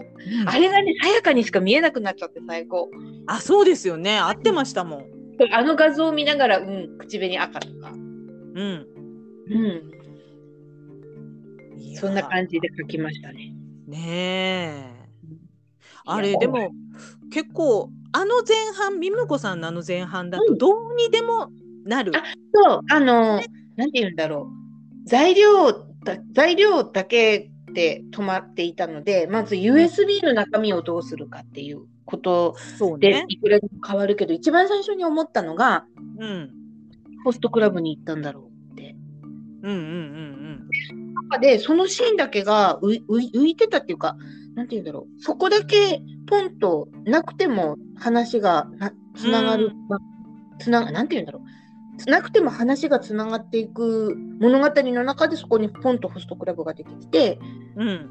[SPEAKER 1] あ
[SPEAKER 2] あれがね、さやかにしか見えなくなっちゃって最高。
[SPEAKER 1] あそうですよね合ってましたもん
[SPEAKER 2] あの画像を見ながら、うん、口紅赤とか。
[SPEAKER 1] うん
[SPEAKER 2] うん、そんな
[SPEAKER 1] じ
[SPEAKER 2] 感じで描きましたね。
[SPEAKER 1] ねえあ
[SPEAKER 2] い
[SPEAKER 1] れ
[SPEAKER 2] や
[SPEAKER 1] でも結構あの前半みむこさんのあの前半だ
[SPEAKER 2] う
[SPEAKER 1] と
[SPEAKER 2] ん
[SPEAKER 1] どうにでもなる、
[SPEAKER 2] そう、あの、なんて言うんだろう。材料だ、材料だけで止まっていたので、まず USB の中身をどうするかっていうこと
[SPEAKER 1] そう
[SPEAKER 2] で
[SPEAKER 1] ね、
[SPEAKER 2] いくらでも変わるけど、一番最初に思ったのが、
[SPEAKER 1] うん、
[SPEAKER 2] ホストクラブに行ったんだろうって。
[SPEAKER 1] うんうんうん
[SPEAKER 2] で、そのシーンだけが浮い浮い浮いてたっていうか、なんて言うんだろう。そこだけポンとなくても話がなつながる、
[SPEAKER 1] う
[SPEAKER 2] まつなが、なんて言うんだろう。つなくても話がつながっていく物語の中でそこにポンとホストクラブが出てきて、
[SPEAKER 1] うんうん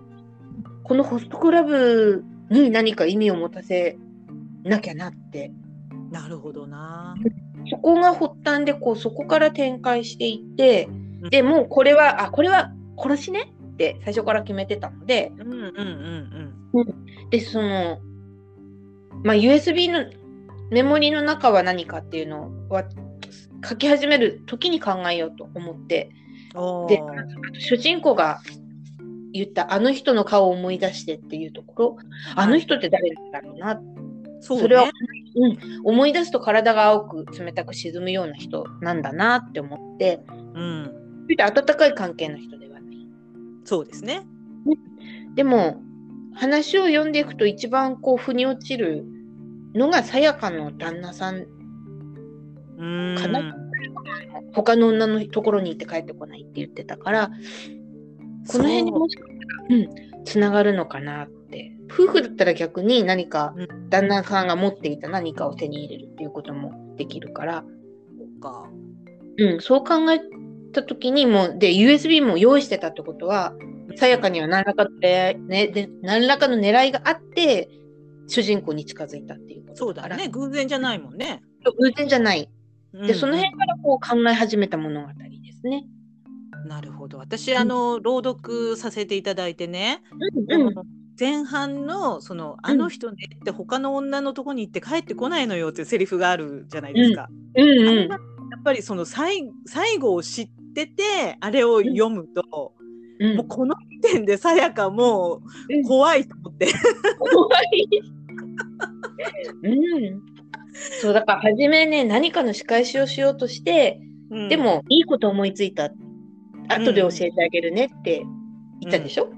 [SPEAKER 2] このホストクラブに何か意味を持たせなきゃなって。
[SPEAKER 1] なるほどな
[SPEAKER 2] そこが発端でこうそこから展開していってでもうこれはあこれは殺しねって最初から決めてたので
[SPEAKER 1] うんうんうんうん
[SPEAKER 2] でその、まあ、USB のメモリの中は何かっていうのは書き始める時に考えようと思って
[SPEAKER 1] お
[SPEAKER 2] で
[SPEAKER 1] ー
[SPEAKER 2] 主人公が言ったあの人の顔を思い出してっていうところあの人って誰なんだろうなって
[SPEAKER 1] そうね
[SPEAKER 2] それは、うん、思い出すと体が青く冷たく沈むような人なんだなって思って
[SPEAKER 1] うん、
[SPEAKER 2] そして温かい関係の人ではない。
[SPEAKER 1] そうですね
[SPEAKER 2] でも話を読んでいくと一番こう腑に落ちるのがさやかの旦那さん
[SPEAKER 1] うーん
[SPEAKER 2] かな他の女のところに行って帰ってこないって言ってたからこの辺にもしかしたらうんつながるのかなって夫婦だったら逆に何か
[SPEAKER 1] う
[SPEAKER 2] 旦那さんが持っていた何かを手に入れるっていうこともできるから
[SPEAKER 1] そうか
[SPEAKER 2] うん、そう考えた時にもうで USB も用意してたってことはさやかには何らかの狙い、ね、で何らかの狙いがあって主人公に近づいたっていうこと
[SPEAKER 1] そう
[SPEAKER 2] か
[SPEAKER 1] だ
[SPEAKER 2] ら
[SPEAKER 1] ね偶然じゃないもんね、
[SPEAKER 2] 偶然じゃない
[SPEAKER 1] うん
[SPEAKER 2] でその辺からこう考え始めた物語ですね。
[SPEAKER 1] なるほど私あの朗読させていただいてね、
[SPEAKER 2] う
[SPEAKER 1] あ
[SPEAKER 2] んう
[SPEAKER 1] の
[SPEAKER 2] ん
[SPEAKER 1] 前半のその「
[SPEAKER 2] ん
[SPEAKER 1] あの人ね」って他の女のとこに行って帰ってこないのよっていうセリフがあるじゃないですか。
[SPEAKER 2] うん
[SPEAKER 1] あ
[SPEAKER 2] う
[SPEAKER 1] れ
[SPEAKER 2] ん
[SPEAKER 1] がやっぱりその最最後を知っててあれを読むと、
[SPEAKER 2] うん
[SPEAKER 1] もうこの時点でさやかも
[SPEAKER 2] うん
[SPEAKER 1] う怖いと思って、
[SPEAKER 2] 怖い。うん、そうだから初めね何かの仕返しをしようとして、
[SPEAKER 1] うん
[SPEAKER 2] で、もいいこと思いついた後で教えてあげるねって言ったでしょ、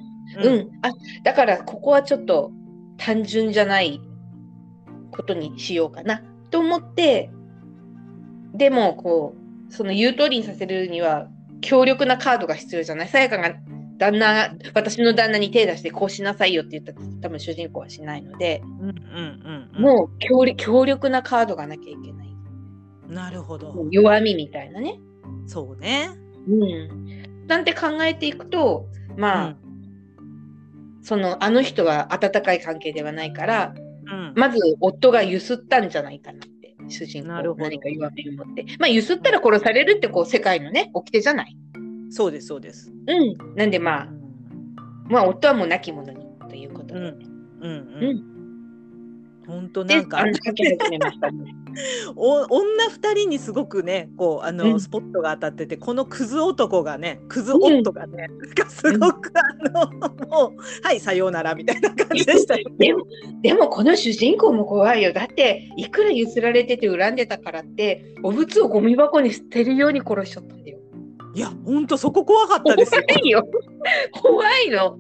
[SPEAKER 1] う
[SPEAKER 2] うんん、あだからここはちょっと単純じゃないことにしようかなと思ってでもこうその言う通りにさせるには強力なカードが必要じゃないさやかが旦那私の旦那に手出してこうしなさいよって言ったら多分主人公はしないので
[SPEAKER 1] うんうんうん
[SPEAKER 2] もう強力強力なカードがなきゃいけない
[SPEAKER 1] うんなるほど
[SPEAKER 2] もう弱みみたいなね。
[SPEAKER 1] そうね
[SPEAKER 2] うん、なんて考えていくとまあ、
[SPEAKER 1] うん
[SPEAKER 2] そのあの人は温かい関係ではないから
[SPEAKER 1] うん
[SPEAKER 2] まず夫がゆすったんじゃないかなって主人公
[SPEAKER 1] なるほど
[SPEAKER 2] 何か弱みを持ってまあゆすったら殺されるってこう世界のね掟じゃない。
[SPEAKER 1] そうですそうです
[SPEAKER 2] うん、なんで
[SPEAKER 1] う
[SPEAKER 2] まあ
[SPEAKER 1] ん
[SPEAKER 2] まあ夫はもう亡き者にということで。
[SPEAKER 1] ううん
[SPEAKER 2] う
[SPEAKER 1] うん本当
[SPEAKER 2] で
[SPEAKER 1] なんか
[SPEAKER 2] あの書き始めましたね。
[SPEAKER 1] お女二人にすごくねこうあ
[SPEAKER 2] う
[SPEAKER 1] の
[SPEAKER 2] ん
[SPEAKER 1] スポットが当たってて、このクズ男がねクズ夫がね、が すごくあのもうはいさようならみたいな感じでしたよ。
[SPEAKER 2] でもでもこの主人公も怖いよだっていくらゆすられてて恨んでたからってお仏をゴミ箱に捨てるように殺しちゃったんだよ。
[SPEAKER 1] いや本当そこ怖かったですよ。
[SPEAKER 2] 怖いよ。怖いの。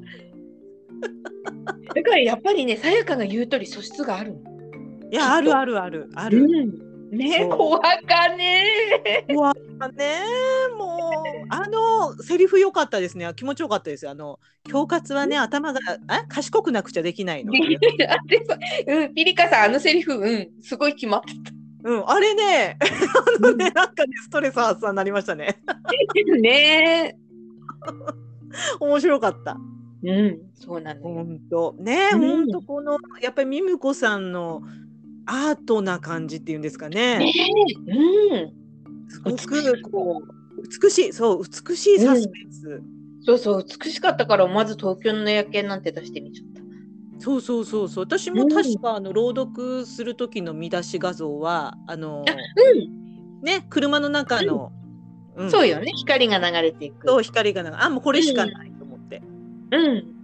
[SPEAKER 2] だからやっぱりね、さやかの言う通り素質があるの。
[SPEAKER 1] いやあるあるあるあ
[SPEAKER 2] あ
[SPEAKER 1] る。
[SPEAKER 2] うん、ね
[SPEAKER 1] そう
[SPEAKER 2] 怖かね
[SPEAKER 1] 怖かったねもうあのセリフ良かったですね気持ちよかったですよあの恐喝はね頭があ賢くなくちゃできない の。
[SPEAKER 2] あでもうん、ピリカさん、あのセリフ、うん、すごい決まって
[SPEAKER 1] うんあれね あのねなんかねストレス発散になりましたね。
[SPEAKER 2] た。ね
[SPEAKER 1] 面白かった。
[SPEAKER 2] うん、そうなのよ。
[SPEAKER 1] 本当ね、
[SPEAKER 2] うん
[SPEAKER 1] 本当このやっぱりミムコさんのアートな感じっていうんですかね。
[SPEAKER 2] ねうん。
[SPEAKER 1] すごくこう美しい、そう美しいサスペンス。
[SPEAKER 2] そうそう、美しかったから、まず東京の夜景なんて出してみちゃった。
[SPEAKER 1] そうそうそうそう。私
[SPEAKER 2] う
[SPEAKER 1] も
[SPEAKER 2] ん
[SPEAKER 1] 確かあの朗読する時の見出し画像はあの
[SPEAKER 2] う
[SPEAKER 1] ね車の中の、うん
[SPEAKER 2] ん、そうよね。光が流れていく。
[SPEAKER 1] そう光がなあもうこれしかないと思って。
[SPEAKER 2] うん。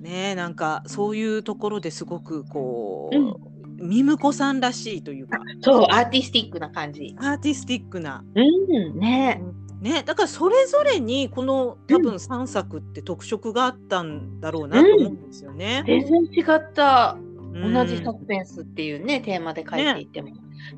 [SPEAKER 1] ねなんかそういうところですごくこう、
[SPEAKER 2] うん
[SPEAKER 1] ミムコさんらしいと いうか
[SPEAKER 2] そう、アーティスティックな感じ。
[SPEAKER 1] アーティスティックな。
[SPEAKER 2] うん、ね
[SPEAKER 1] ね、だからそれぞれにこの多分3作って特色があったんだろうなと思うんですよね。
[SPEAKER 2] 全然違った。
[SPEAKER 1] うん
[SPEAKER 2] 同じサスペンスっていうね、テーマで書いていても。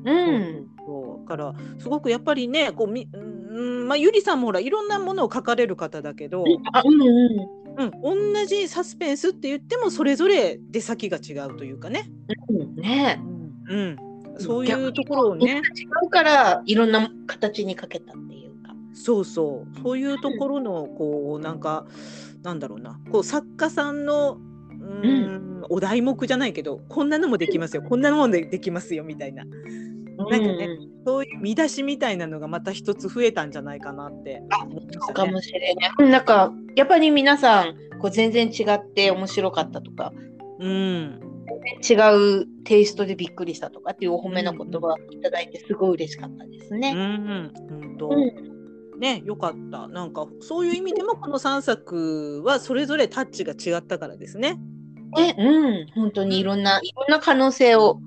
[SPEAKER 1] そうだからすごくやっぱりねこうみ、うんまあ、ゆりさんもほらいろんなものを書かれる方だけど、
[SPEAKER 2] うん。あ、うんう
[SPEAKER 1] うん、同じサスペンスって言ってもそれぞれ出先が違うというかね、
[SPEAKER 2] ん。うん、ね
[SPEAKER 1] うん、そういうところをね
[SPEAKER 2] え。違うから、いろんな形に書けたっていうか。
[SPEAKER 1] そうそうそういうところのこうなんかなんだろうなこう作家さんのうーんお題目じゃないけどこんなのもできますよこんなのもでできますよみたいな
[SPEAKER 2] なん
[SPEAKER 1] かねそういう見出しみたいなのがまた一つ増えたんじゃないかなって思いました
[SPEAKER 2] か
[SPEAKER 1] ね
[SPEAKER 2] もしれない。うんなんか、やっぱり皆さん、こう全然違って面白かったとか、
[SPEAKER 1] うん
[SPEAKER 2] 違うテイストでびっくりしたとかっていうお褒めの言葉いただいて、すごい嬉しかったです
[SPEAKER 1] うん
[SPEAKER 2] ね。
[SPEAKER 1] 本当、
[SPEAKER 2] うん
[SPEAKER 1] ねよかったなんかそういう意味でもこの3作はそれぞれタッチが違ったからですね。
[SPEAKER 2] え、うん、本当にいろんな、いろんな可能性を、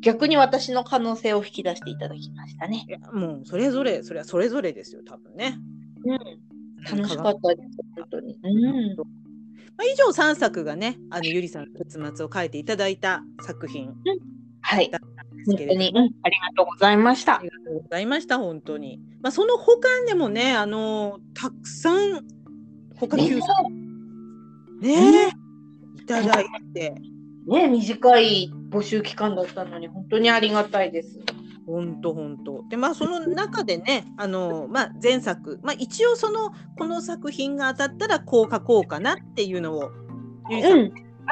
[SPEAKER 2] 逆に私の可能性を引き出していただきましたね。
[SPEAKER 1] いやもうそれぞれそれはそれぞれですよ多分ね。
[SPEAKER 2] うん楽しかったです、本当に。うん。
[SPEAKER 1] まあ、以上3作がねあのゆりさんの結末を書いていただいた作品
[SPEAKER 2] はい。
[SPEAKER 1] です
[SPEAKER 2] 本
[SPEAKER 1] けれ
[SPEAKER 2] 当
[SPEAKER 1] ども
[SPEAKER 2] に、うん、ありがとうございまし
[SPEAKER 1] あ
[SPEAKER 2] た。
[SPEAKER 1] りがとうございました本当に、まあ、その他でもねあのたくさん他
[SPEAKER 2] ね
[SPEAKER 1] 9作ね
[SPEAKER 2] ね
[SPEAKER 1] いただいて
[SPEAKER 2] ね、短い募集期間だったのに、本当にありがたいです。
[SPEAKER 1] 本当本当でまあその中でねあの、まあ、前作、まあ、一応そのこの作品が当たったらこう書こうかなっていうのをゆりさん、
[SPEAKER 2] うん。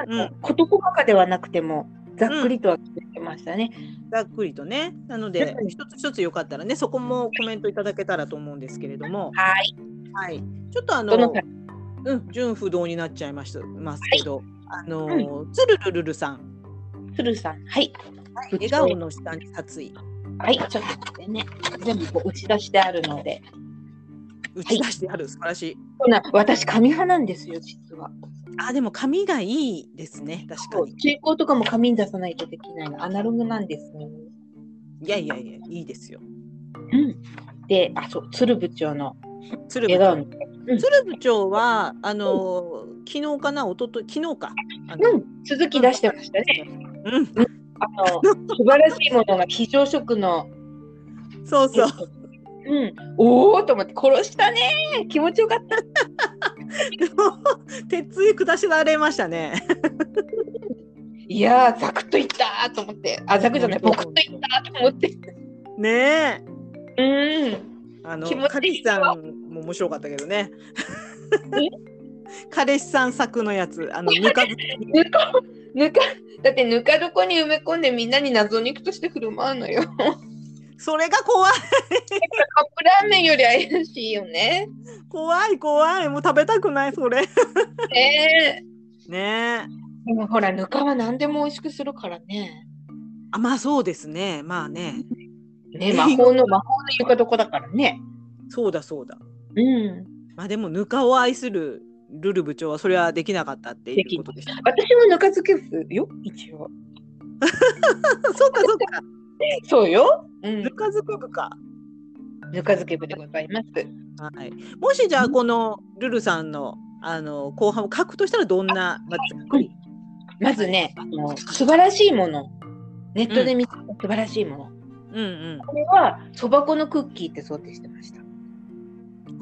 [SPEAKER 1] うん
[SPEAKER 2] 事細かではなくても、ざっくりとは聞いてましたね。
[SPEAKER 1] ざっくりとねなので
[SPEAKER 2] うん
[SPEAKER 1] 一つ一つよかったらねそこもコメントいただけたらと思うんですけれども
[SPEAKER 2] はい。
[SPEAKER 1] はい、ちょっとあ
[SPEAKER 2] どの
[SPEAKER 1] の、うん、純不動になっちゃいましたますけど、あのー、つるるるるさん、
[SPEAKER 2] つるさん、はい。
[SPEAKER 1] 笑顔の下に殺意、
[SPEAKER 2] はい、ちょっと待ってね。全部こう打ち出してあるので。
[SPEAKER 1] 打ち出してある、素晴らしい。
[SPEAKER 2] そうな私、紙派なんですよ、実は。
[SPEAKER 1] あ、でも髪がいいですね、確かに。
[SPEAKER 2] 中高とかも紙に出さないとできないの。アナログなんですね。
[SPEAKER 1] いやいやいや、いいですよ。
[SPEAKER 2] うん。で、あ、そう、鶴部長の
[SPEAKER 1] つる部
[SPEAKER 2] 笑顔
[SPEAKER 1] 長
[SPEAKER 2] の。
[SPEAKER 1] つる部長は、あのー昨日かな、一昨日昨日か。あの
[SPEAKER 2] うん、続き出してましたね。
[SPEAKER 1] うん、
[SPEAKER 2] あの素晴らしいものが非常食の
[SPEAKER 1] そうそう。
[SPEAKER 2] うん、おおと思って殺したねー気持ちよかった
[SPEAKER 1] 鉄槌下しられましたね。
[SPEAKER 2] いやーザクッといったーと思ってあザクじゃないボクッといったーと思って
[SPEAKER 1] ねえ。
[SPEAKER 2] うん
[SPEAKER 1] あの
[SPEAKER 2] 気持ちいいわ
[SPEAKER 1] 彼氏さんも面白かったけどね。 彼氏さん作のやつ、あのぬか漬け
[SPEAKER 2] ぬかぬかだってぬか床に埋め込んでみんなに謎肉として振る舞うのよカッ
[SPEAKER 1] それが怖い、
[SPEAKER 2] プラーメンより怪しいよね
[SPEAKER 1] 怖い、怖い、もう食べたくない、それ。
[SPEAKER 2] ねえ
[SPEAKER 1] ねえ。
[SPEAKER 2] でもほらぬかは何でも美味しくするからね
[SPEAKER 1] あ、まあ、そうですね。まあね。
[SPEAKER 2] ね魔法の魔法の床床だからね
[SPEAKER 1] そうだ、そうだ。
[SPEAKER 2] うん
[SPEAKER 1] まあ、でもぬかを愛する。ルル部長はそれはできなかったっていうことでした。
[SPEAKER 2] 私もぬか漬けすよ一応
[SPEAKER 1] そうかそうか。
[SPEAKER 2] そうよ、うん
[SPEAKER 1] ぬ、か漬けか。
[SPEAKER 2] ぬか漬け部でございます
[SPEAKER 1] はい。もしじゃあこのルルさんのあの後半を書くとしたらどんなまあざっくり
[SPEAKER 2] まずねあの素晴らしいものネットで見つけた素晴らしいもの、
[SPEAKER 1] うん
[SPEAKER 2] これはそば粉のクッキーって想定してました
[SPEAKER 1] うん。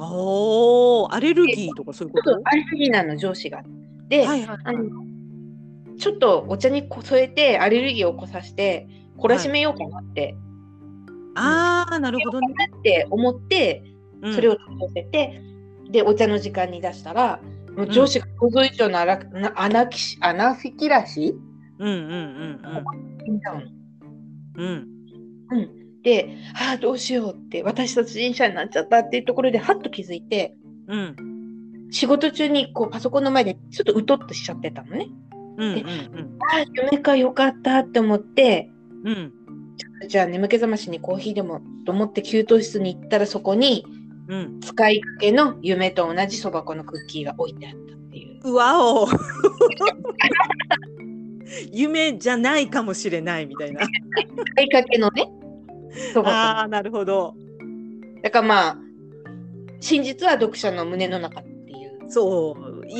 [SPEAKER 1] おお、アレルギーとかそういうこ
[SPEAKER 2] ちょっ
[SPEAKER 1] と
[SPEAKER 2] と？アレルギーなの上司が。で、
[SPEAKER 1] はいはい。
[SPEAKER 2] あのちょっとお茶にこ添えてアレルギーを起こさせて懲らしめようかなって,、
[SPEAKER 1] ああ、なるほどね。
[SPEAKER 2] って思って
[SPEAKER 1] うん
[SPEAKER 2] それを食べさせて、でお茶の時間に出したらもう上司が想像以上のアラなアナキシアナフィキラシ
[SPEAKER 1] うんうんうんうんうん。
[SPEAKER 2] で、ああどうしようって私殺人者になっちゃったっていうところでハッと気づいて
[SPEAKER 1] うん
[SPEAKER 2] 仕事中にこうパソコンの前でちょっとうとっとしちゃってたのね。
[SPEAKER 1] うんうん
[SPEAKER 2] ああ夢かよかったって思って
[SPEAKER 1] うんうん
[SPEAKER 2] じゃあ眠気覚ましにコーヒーでもと思って給湯室に行ったらそこに
[SPEAKER 1] うん。
[SPEAKER 2] 使いかけの夢と同じそば粉のクッキーが置いてあったっていう。
[SPEAKER 1] うわお。 夢じゃないかもしれないみたいな。
[SPEAKER 2] 使いかけのね、そば
[SPEAKER 1] ああ、なるほど。
[SPEAKER 2] 粉。だからまあ、真実は読者の胸の中っていう。
[SPEAKER 1] そう、いい、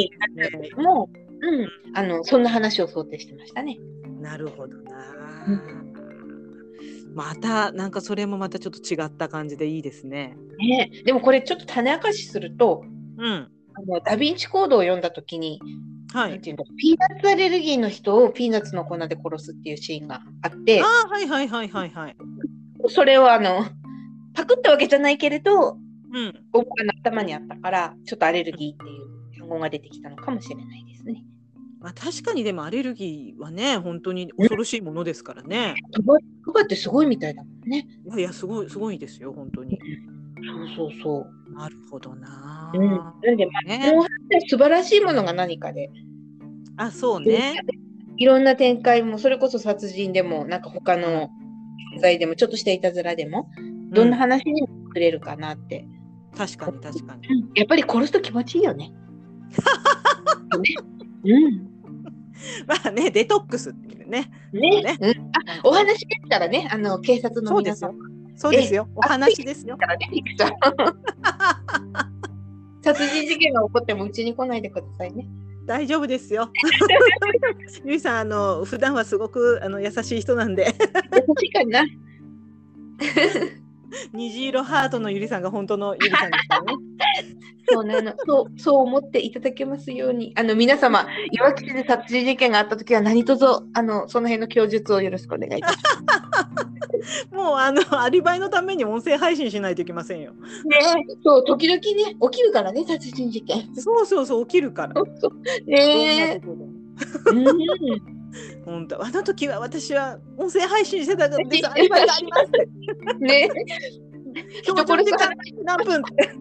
[SPEAKER 1] いいですね。
[SPEAKER 2] もう、うん、あの、そんな話を想定してましたね。
[SPEAKER 1] なるほどな
[SPEAKER 2] う。
[SPEAKER 1] またなんかそれもまたちょっと違った感じでいいですね。
[SPEAKER 2] ねでもこれちょっと種明かしすると、
[SPEAKER 1] うん。
[SPEAKER 2] あのダヴィンチコードを読んだ時に、
[SPEAKER 1] は
[SPEAKER 2] なん
[SPEAKER 1] い。
[SPEAKER 2] ていうのピーナッツアレルギーの人をピーナッツの粉で殺すっていうシーンがあって、
[SPEAKER 1] あーはいはいはいはいはい。
[SPEAKER 2] それをあのパクったわけじゃないけれど
[SPEAKER 1] うん。
[SPEAKER 2] 僕の頭にあったからちょっとアレルギーっていう単語が出てきたのかもしれないですね。
[SPEAKER 1] まあ確かにでもアレルギーはね本当に恐ろしいものですからね。
[SPEAKER 2] トバトバってすごいみたいだもんね。
[SPEAKER 1] いやいやすごいすごいですよ本当に。
[SPEAKER 2] そうそうそう。
[SPEAKER 1] なるほどな。
[SPEAKER 2] うん、なんで、まあ、
[SPEAKER 1] ね。
[SPEAKER 2] もう素晴らしいものが何かで、
[SPEAKER 1] あそうね。
[SPEAKER 2] いろんな展開もそれこそ殺人でもなんか他の犯罪でもちょっとしたいたずらでもどんな
[SPEAKER 1] う
[SPEAKER 2] 話にもくれるかなって、
[SPEAKER 1] ん確かに確かに。
[SPEAKER 2] やっぱり殺すと気持ちいいよね。ねうん
[SPEAKER 1] まあねデトックスっていうね。
[SPEAKER 2] ね
[SPEAKER 1] ね
[SPEAKER 2] うん、あお話できたらね、あの警察の
[SPEAKER 1] そうで
[SPEAKER 2] 皆
[SPEAKER 1] す
[SPEAKER 2] さ
[SPEAKER 1] よ。
[SPEAKER 2] ん
[SPEAKER 1] そうですよ。お話ですよ。
[SPEAKER 2] からね、ピクちゃん。 殺人事件が起こってもうちに来ないでくださいね。
[SPEAKER 1] 大丈夫です よ。ゆいさんあの普段はすごくあの優しい人なんで。
[SPEAKER 2] 確かにな。
[SPEAKER 1] 虹色ハートのゆりさんが本当のゆりさんですから ね。
[SPEAKER 2] そうなの。そう、そう思っていただけますように。あの、皆様、いわき市で殺人事件があったときは、何卒、あの、その辺の供述をよろしくお願いいたしま
[SPEAKER 1] もうあのアリバイのために音声配信しないといけませんよ。
[SPEAKER 2] す。ね、そう、時々ね、起きるからね、殺人事件。
[SPEAKER 1] そうそうそう起きるから。
[SPEAKER 2] ねえ。
[SPEAKER 1] どんなとこ
[SPEAKER 2] うん
[SPEAKER 1] でも本当あの時は私は音声配信してたのですアリバイがあり ます。
[SPEAKER 2] ね
[SPEAKER 1] 今日これ時間何分って。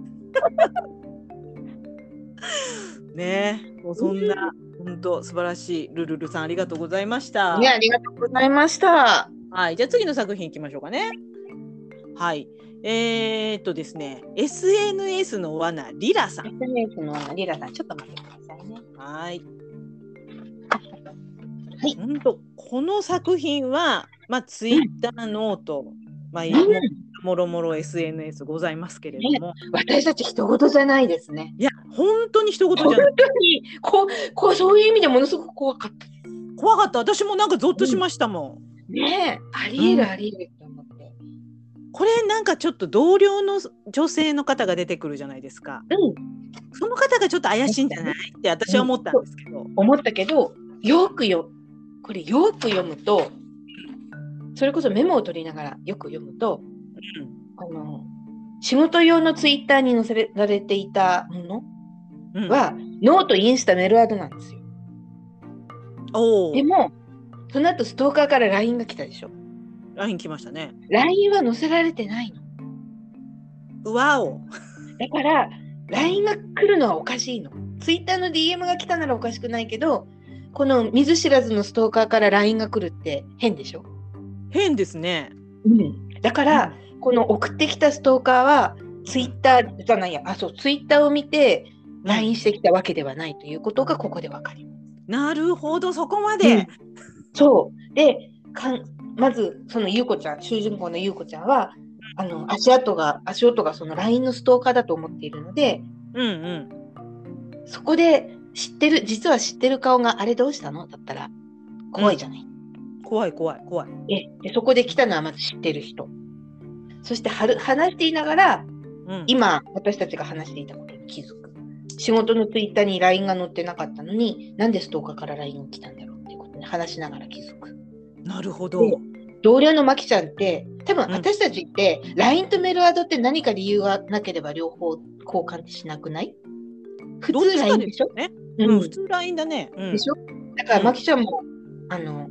[SPEAKER 1] ねえもうそんな本当素晴らしいルルルさんありがとうございました。
[SPEAKER 2] ね、ありがとうございました。
[SPEAKER 1] はい、じゃあ次の作品いきましょうかね。はい。えー、っとですね、SNS の罠、リラさん。
[SPEAKER 2] SNS のリラさん、ちょっと待ってくださいね。
[SPEAKER 1] はい。
[SPEAKER 2] はい
[SPEAKER 1] うんと、この作品は、まあ、ツイッター、ノート、まあ、
[SPEAKER 2] ん
[SPEAKER 1] ももろもろ SNS ございますけれども、
[SPEAKER 2] 私たち人事じゃないですね。
[SPEAKER 1] いや、本当に一言じゃ
[SPEAKER 2] 本
[SPEAKER 1] ない。
[SPEAKER 2] 当にこうこうそういう意味でものすごく怖かった。
[SPEAKER 1] 怖かった私もなんかゾッとしましたもん、
[SPEAKER 2] ねえありえるありえると思って。
[SPEAKER 1] これなんかちょっと同僚の女性の方が出てくるじゃないですか
[SPEAKER 2] うん、
[SPEAKER 1] その方がちょっと怪しいんじゃないって私は思ったんですけど、
[SPEAKER 2] 思ったけどよくよこれよく読むとそれこそメモを取りながらよく読むと、あの仕事用のツイッターに載せられていたも
[SPEAKER 1] うん
[SPEAKER 2] のは、ノートインスタメールアドなんですよ。
[SPEAKER 1] おお
[SPEAKER 2] でもその後ストーカーから LINE が来たでしょ。
[SPEAKER 1] LINE 来ましたね
[SPEAKER 2] LINE は載せられてないの。
[SPEAKER 1] うわお
[SPEAKER 2] だから LINE が来るのはおかしいの。ツイッターの DM が来たならおかしくないけどこの見ず知らずのストーカーから LINE が来るって変でしょ。
[SPEAKER 1] 変ですね
[SPEAKER 2] だから、この送ってきたストーカーは、ツイッターじゃないや、あ、そう、ツイッターを見て、LINE してきたわけではないということが、ここでわかりま
[SPEAKER 1] なるほどそこまで、
[SPEAKER 2] す。そう。で、かんまず、そのゆうこちゃん、主人公のゆうこちゃんは、あの足跡が、足音がその LINE のストーカーだと思っているので、
[SPEAKER 1] うん、うん
[SPEAKER 2] そこで知ってる、実は知ってる顔があれどうしたのだったら、怖いじゃない。
[SPEAKER 1] 怖い怖い怖い
[SPEAKER 2] えでそこで来たのはまず知ってる人。そしてはる、話していながら、
[SPEAKER 1] うん
[SPEAKER 2] 今私たちが話していたことに気づく仕事のツイッターに LINE が載ってなかったのになんでストーカーから LINE が来たんだろうっていうことに話しながら気づく
[SPEAKER 1] なるほど、
[SPEAKER 2] で同僚のまきちゃんって多分
[SPEAKER 1] うん
[SPEAKER 2] 私たちって LINE とメールアドって何か理由がなければ両方交換しなくない普
[SPEAKER 1] どっ
[SPEAKER 2] 通
[SPEAKER 1] ちか
[SPEAKER 2] LINE
[SPEAKER 1] で
[SPEAKER 2] ですしょ
[SPEAKER 1] よね、
[SPEAKER 2] う
[SPEAKER 1] うん
[SPEAKER 2] ん
[SPEAKER 1] 普通 LINE だね、うん
[SPEAKER 2] でしょだから
[SPEAKER 1] うん
[SPEAKER 2] まきちゃんもあの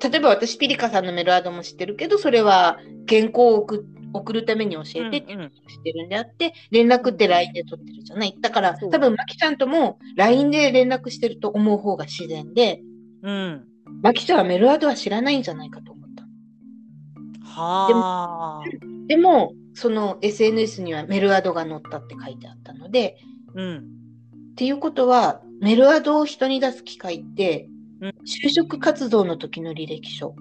[SPEAKER 2] 例えば私ピリカさんのメールアドも知ってるけどそれは原稿を送送るために教えてって
[SPEAKER 1] うんうん
[SPEAKER 2] してるんであって、連絡って LINE で取ってるじゃない。だから、
[SPEAKER 1] そう
[SPEAKER 2] 多分、まきちゃんとも LINE で連絡してると思う方が自然で、
[SPEAKER 1] うん
[SPEAKER 2] まきちゃんはメールアドは知らないんじゃないかと思った。
[SPEAKER 1] はあ
[SPEAKER 2] でも、その SNS にはメールアドが載ったって書いてあったので、
[SPEAKER 1] うん
[SPEAKER 2] っていうことは、メールアドを人に出す機会って
[SPEAKER 1] うん、
[SPEAKER 2] 就職活動の時の履歴書。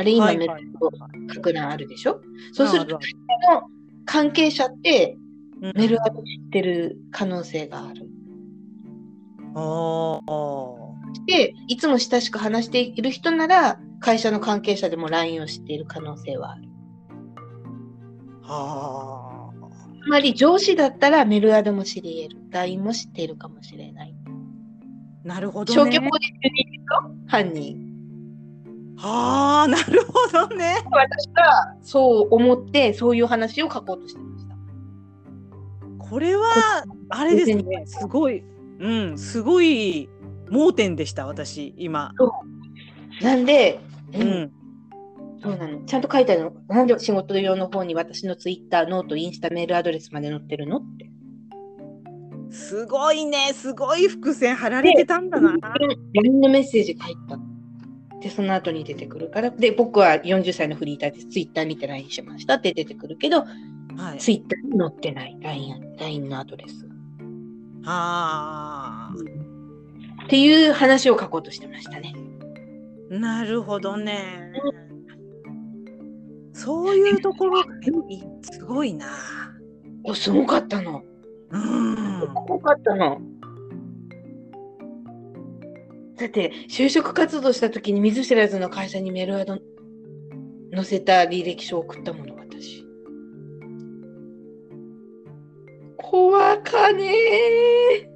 [SPEAKER 2] あれ今、
[SPEAKER 1] はい
[SPEAKER 2] メー
[SPEAKER 1] はい
[SPEAKER 2] ルアド書く欄あるでしょそうすると、
[SPEAKER 1] ある
[SPEAKER 2] 会社の関係者って
[SPEAKER 1] うん
[SPEAKER 2] メールアド知ってる可能性がある。
[SPEAKER 1] ああ
[SPEAKER 2] で、いつも親しく話している人なら、会社の関係者でも LINE を知っている可能性はある。
[SPEAKER 1] はあ
[SPEAKER 2] つまり上司だったらメルアドも知り得る。LINE も知っているかもしれない。
[SPEAKER 1] なるほど
[SPEAKER 2] 消
[SPEAKER 1] ね
[SPEAKER 2] 去法で言っていいですか犯人。
[SPEAKER 1] はあなるほどね
[SPEAKER 2] 私がそう思って、そういう話を書こうとしてました。
[SPEAKER 1] これはあれですねすごいうんすごい盲点でした私今
[SPEAKER 2] なんで、
[SPEAKER 1] う、ん
[SPEAKER 2] そうなの。ちゃんと書いてあるの。なんで仕事用の方に私の Twitter、ノート、インスタ、メールアドレスまで載ってるのって。
[SPEAKER 1] すごいねすごい伏線張られてたんだな
[SPEAKER 2] LINE のメッセージ書いた。で、その後に出てくるから、で、僕は40歳のフリーターです。ツイッター見て LINE しましたって出てくるけど、
[SPEAKER 1] はい
[SPEAKER 2] ツイッターに載ってない。LINE, LINE のアドレス。
[SPEAKER 1] はあ
[SPEAKER 2] っていう話を書こうとしてましたね。
[SPEAKER 1] なるほどねそういうところいすごいな
[SPEAKER 2] お、すごかったの。
[SPEAKER 1] うん
[SPEAKER 2] すごかったの。だって、就職活動した時に見ず知らずの会社にメールアド載せた履歴書を送ったもの、私。怖かねー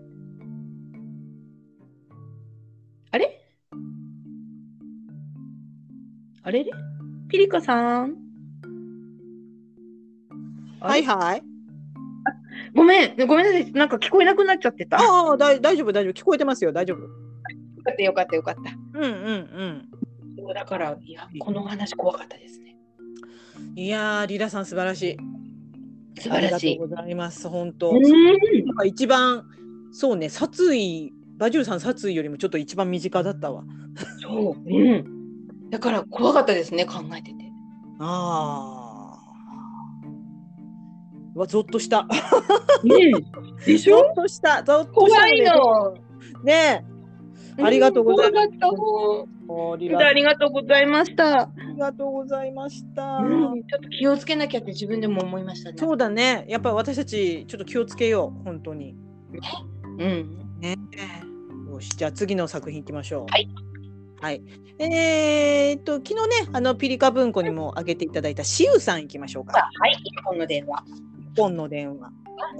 [SPEAKER 2] あれあれれピリカさんあ
[SPEAKER 1] は
[SPEAKER 2] れ
[SPEAKER 1] いはい
[SPEAKER 2] ごめん、ごめんなさい。なんか聞こえなくなっちゃってた。よ
[SPEAKER 1] ああだい大丈夫大丈夫聞こえてますよ大丈夫
[SPEAKER 2] かったよかったよかった。
[SPEAKER 1] うんうん
[SPEAKER 2] そうだから、いや、このお話怖かったですね。
[SPEAKER 1] うんいやーリラさん素晴らしい
[SPEAKER 2] 素
[SPEAKER 1] あ
[SPEAKER 2] 晴
[SPEAKER 1] り
[SPEAKER 2] ら
[SPEAKER 1] が
[SPEAKER 2] し
[SPEAKER 1] とう
[SPEAKER 2] い。
[SPEAKER 1] ございます。本当。
[SPEAKER 2] うん
[SPEAKER 1] なんか一番そうね殺意バジルさん殺意よりもちょっと一番身近だったわ。
[SPEAKER 2] そう。うん。だから怖かったですね、考えてて。
[SPEAKER 1] ああ。わゾッとした。
[SPEAKER 2] うん。でし
[SPEAKER 1] ゾ
[SPEAKER 2] ょ
[SPEAKER 1] ッとした。ゾッとした
[SPEAKER 2] 怖
[SPEAKER 1] ね
[SPEAKER 2] い。の。
[SPEAKER 1] ねありがとうございます
[SPEAKER 2] うん怖か
[SPEAKER 1] え。もうリ
[SPEAKER 2] っ
[SPEAKER 1] ラ
[SPEAKER 2] た。
[SPEAKER 1] あ
[SPEAKER 2] あ
[SPEAKER 1] り
[SPEAKER 2] りがとうございました。
[SPEAKER 1] がとうございました。
[SPEAKER 2] うん、ちょっと気をつけなきゃって自分でも思いましたね。
[SPEAKER 1] そうだね。やっぱ私たちちょっと気をつけよう本当に。
[SPEAKER 2] うん。
[SPEAKER 1] ね。よしじゃあ次の作品行きましょう。
[SPEAKER 2] はい
[SPEAKER 1] はい。えーっと、昨日ね、あのピリカ文庫にも挙げていただいたしうさん行きましょうか。
[SPEAKER 2] はい、一本の電話。
[SPEAKER 1] 日本の電話。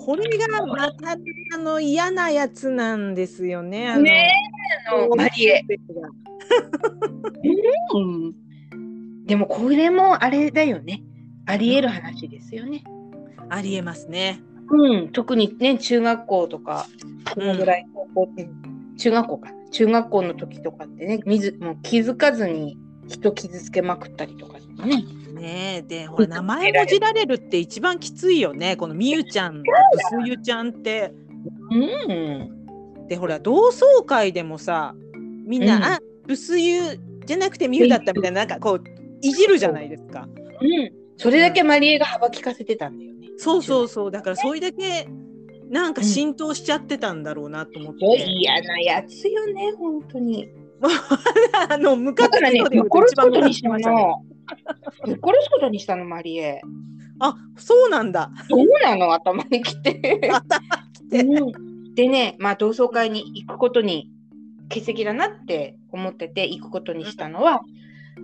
[SPEAKER 1] これがまた、あの嫌なやつなんですよね。あの
[SPEAKER 2] ねあのバリエ。。でもこれもあれだよね。あり得る話ですよね。
[SPEAKER 1] ありえますね。
[SPEAKER 2] うん、特にね、中学校とか、このぐらい高校、中学校か。中学校の時とかってね、見ずもう気づかずに人傷つけまくったりとかってね。
[SPEAKER 1] ねえでほら名前もじられるって一番きついよねこのみゆちゃんとすゆちゃんって
[SPEAKER 2] うん。
[SPEAKER 1] でほら同窓会でもさみんな、
[SPEAKER 2] うん
[SPEAKER 1] あうすゆじゃなくてみゆだったみたいななんかこういじるじゃないですか
[SPEAKER 2] うん。それだけマリエが幅利かせてたんだよね。
[SPEAKER 1] そうそうそうだからそれだけなんか浸透しちゃってたんだろうなと思って、
[SPEAKER 2] 嫌なやつよね、本当に。
[SPEAKER 1] あのムカ
[SPEAKER 2] だ
[SPEAKER 1] つ
[SPEAKER 2] か
[SPEAKER 1] く
[SPEAKER 2] らね、
[SPEAKER 1] ので言うと
[SPEAKER 2] 殺
[SPEAKER 1] 一番ム
[SPEAKER 2] すこと
[SPEAKER 1] カ
[SPEAKER 2] に
[SPEAKER 1] つ
[SPEAKER 2] し
[SPEAKER 1] き
[SPEAKER 2] た
[SPEAKER 1] ましたね
[SPEAKER 2] の。ぶっ殺すことにしたの、マリエ。
[SPEAKER 1] あそうなんだ
[SPEAKER 2] どうなの、頭にきて。
[SPEAKER 1] て
[SPEAKER 2] うんでね、まあ、同窓会に行くことに欠席だなって思ってて、行くことにしたのは、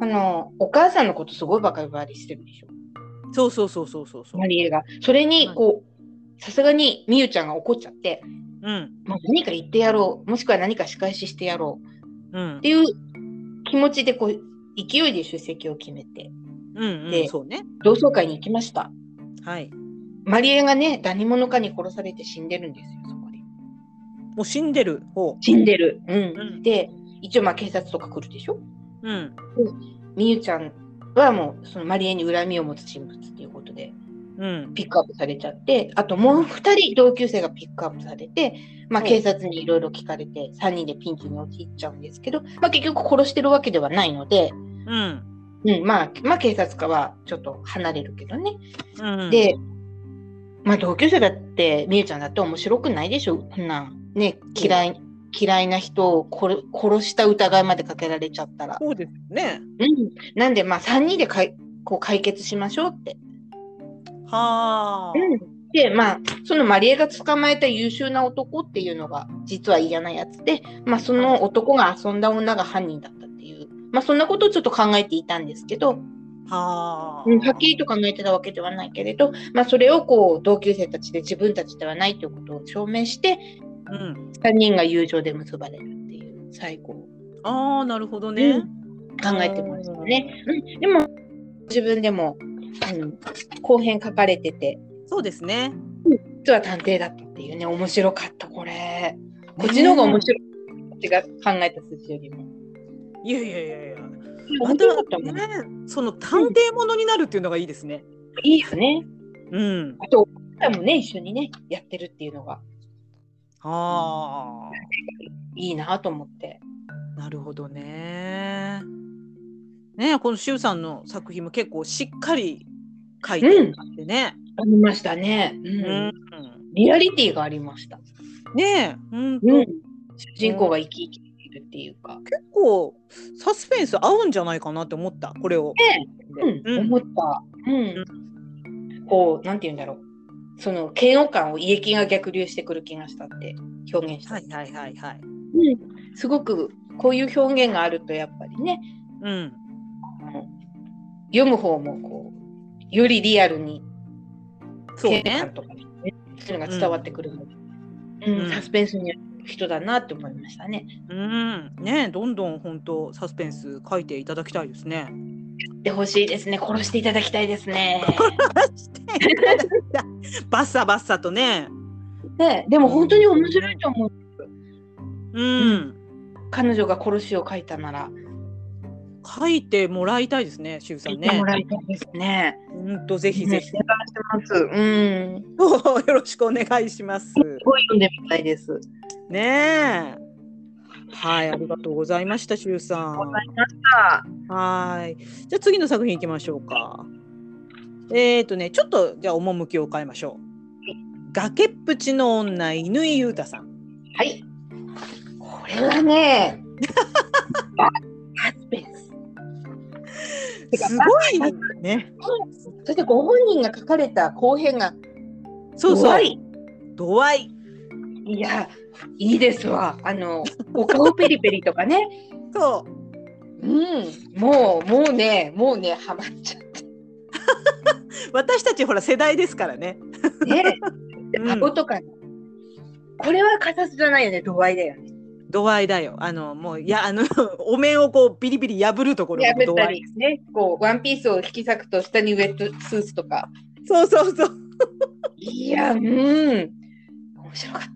[SPEAKER 2] あの、お母さんのことすごいバカバカしてるでしょ、
[SPEAKER 1] そうそうそうそうそうそう
[SPEAKER 2] マリエが。それに、こう、さすがにみゆちゃんが怒っちゃって、
[SPEAKER 1] うん
[SPEAKER 2] まあ、何か言ってやろう、もしくは何か仕返ししてやろう
[SPEAKER 1] うん
[SPEAKER 2] っていう気持ちで、こう、勢いで出席を決めて、
[SPEAKER 1] うんう
[SPEAKER 2] で
[SPEAKER 1] んそうね
[SPEAKER 2] 同窓会に行きました。
[SPEAKER 1] はい
[SPEAKER 2] マリエがね、何者かに殺されて死んでるんですよ、そこで。
[SPEAKER 1] もう死んでる方
[SPEAKER 2] 死んでる。うん。
[SPEAKER 1] うん
[SPEAKER 2] で、一応、まあ、警察とか来るでしょ。
[SPEAKER 1] うん
[SPEAKER 2] みゆちゃんはもう、そのマリエに恨みを持つ人物っていうことで、
[SPEAKER 1] うん
[SPEAKER 2] ピックアップされちゃって、あともう二人同級生がピックアップされて、まあ、
[SPEAKER 1] うん
[SPEAKER 2] 警察にいろいろ聞かれて、三人でピンチに陥っちゃうんですけど、まあ、結局殺してるわけではないので、
[SPEAKER 1] うん
[SPEAKER 2] うん、まあ、まあ、警察課はちょっと離れるけどね。
[SPEAKER 1] うん、
[SPEAKER 2] で、まあ、同級生だって、みゆちゃんだって面白くないでしょ、こんなん。ね、嫌い、嫌いな人を殺殺した疑いまでかけられちゃったら。
[SPEAKER 1] そうですよね。
[SPEAKER 2] うん。なんで、まあ、3人でかいこう解決しましょうって。
[SPEAKER 1] はあ。
[SPEAKER 2] うん。で、まあ、そのマリエが捕まえた優秀な男っていうのが、実は嫌なやつで、まあ、その男が遊んだ女が犯人だったっていう。まあ、そんなことをちょっと考えていたんですけど、
[SPEAKER 1] はあ。
[SPEAKER 2] うんはっきりと考えてたわけではないけれど、まあ、それをこう同級生たちで自分たちではないということを証明して
[SPEAKER 1] うん。
[SPEAKER 2] 3人が友情で結ばれるっていう最高を
[SPEAKER 1] ああ、なるほど
[SPEAKER 2] う
[SPEAKER 1] ね。
[SPEAKER 2] 考えてましたね。うん、でも自分でも、うん、後編書かれてて
[SPEAKER 1] そうですね。
[SPEAKER 2] 実は探偵だったっていうね面白かったこれ。こっちの方が面白い。こっちが考えた筋よりも。
[SPEAKER 1] いやいやいやいや。ま
[SPEAKER 2] 面白かったたもんね。
[SPEAKER 1] ね、その探偵ものになるっていうのがいいですね。
[SPEAKER 2] いいよね。
[SPEAKER 1] うん。
[SPEAKER 2] あと、お母さんもね、一緒にね、やってるっていうのが
[SPEAKER 1] はあ。
[SPEAKER 2] いいなと思って。
[SPEAKER 1] なるほどね。ねえこのしゅうさんの作品も結構しっかり書いてあってね。
[SPEAKER 2] ありましたね。うん
[SPEAKER 1] うん。
[SPEAKER 2] リアリティがありました。
[SPEAKER 1] ねえ、本当、
[SPEAKER 2] うん
[SPEAKER 1] 結、
[SPEAKER 2] 主人公が生き生きているっていうか。
[SPEAKER 1] 構サスペンス合うんじゃないかなって思った、これを。
[SPEAKER 2] うん、思った。うん。こう、なんて言うんだろう。その嫌悪感を胃液が逆流してくる気がしたって表現した。
[SPEAKER 1] はいはいはいはい。
[SPEAKER 2] うん、すごくこういう表現があるとやっぱりね、
[SPEAKER 1] うん。
[SPEAKER 2] あの読む方もこうよりリアルに
[SPEAKER 1] そう
[SPEAKER 2] 嫌悪
[SPEAKER 1] ね
[SPEAKER 2] 感。とかね、そういうのが伝わってくるので、うん
[SPEAKER 1] うん
[SPEAKER 2] サスペンスにある人だなって思いましたね。
[SPEAKER 1] うん、ねえどんどん本当サスペンス書いていただきたいですね。
[SPEAKER 2] で欲しいですね。殺していただきたいですね。
[SPEAKER 1] バッサバッサとね。
[SPEAKER 2] ね、でも本当に面白いと思う。
[SPEAKER 1] うん、
[SPEAKER 2] 彼女が殺しを書いたなら、
[SPEAKER 1] 書いてもらいたいですね、しゅうさ
[SPEAKER 2] 書
[SPEAKER 1] ん
[SPEAKER 2] いて
[SPEAKER 1] ね
[SPEAKER 2] も。らいたいですね。
[SPEAKER 1] うんとぜひぜひ、
[SPEAKER 2] ねお願いします。うん。す
[SPEAKER 1] よろしくお願いします。
[SPEAKER 2] ごい読んでみたいです。
[SPEAKER 1] ねえ。はい、ありがとうございました、しゅうさん。
[SPEAKER 2] さあ、
[SPEAKER 1] はい。じゃあ次の作品行きましょうか。えっ、ー、とね、ちょっとじゃあ趣を変えましょう。崖っぷちの女、犬井優太さん。
[SPEAKER 2] はい。これはね、サスペンス。
[SPEAKER 1] すごいね。
[SPEAKER 2] そしてご本人が書かれた後編が
[SPEAKER 1] そう
[SPEAKER 2] 怖
[SPEAKER 1] そう。
[SPEAKER 2] い。
[SPEAKER 1] 度合い。
[SPEAKER 2] いや、いいですわ。あの、お顔ペリペリとかね、
[SPEAKER 1] そう。
[SPEAKER 2] うん、もう、もうね、もうね、ハマっち ゃ
[SPEAKER 1] 私たちほら世代ですからね。
[SPEAKER 2] う。ね、
[SPEAKER 1] うん
[SPEAKER 2] 顎とか、これは形じゃないよね、度合いだよね。
[SPEAKER 1] 度合いだよ。あのもういやあの お面をこうビリビリ破るところ
[SPEAKER 2] やめ
[SPEAKER 1] の度
[SPEAKER 2] た
[SPEAKER 1] 合い。
[SPEAKER 2] り、ね、こう、ワンピースを引き裂くと下にウェットスーツとか。
[SPEAKER 1] そうそうそう。
[SPEAKER 2] いや、うん。面白かった。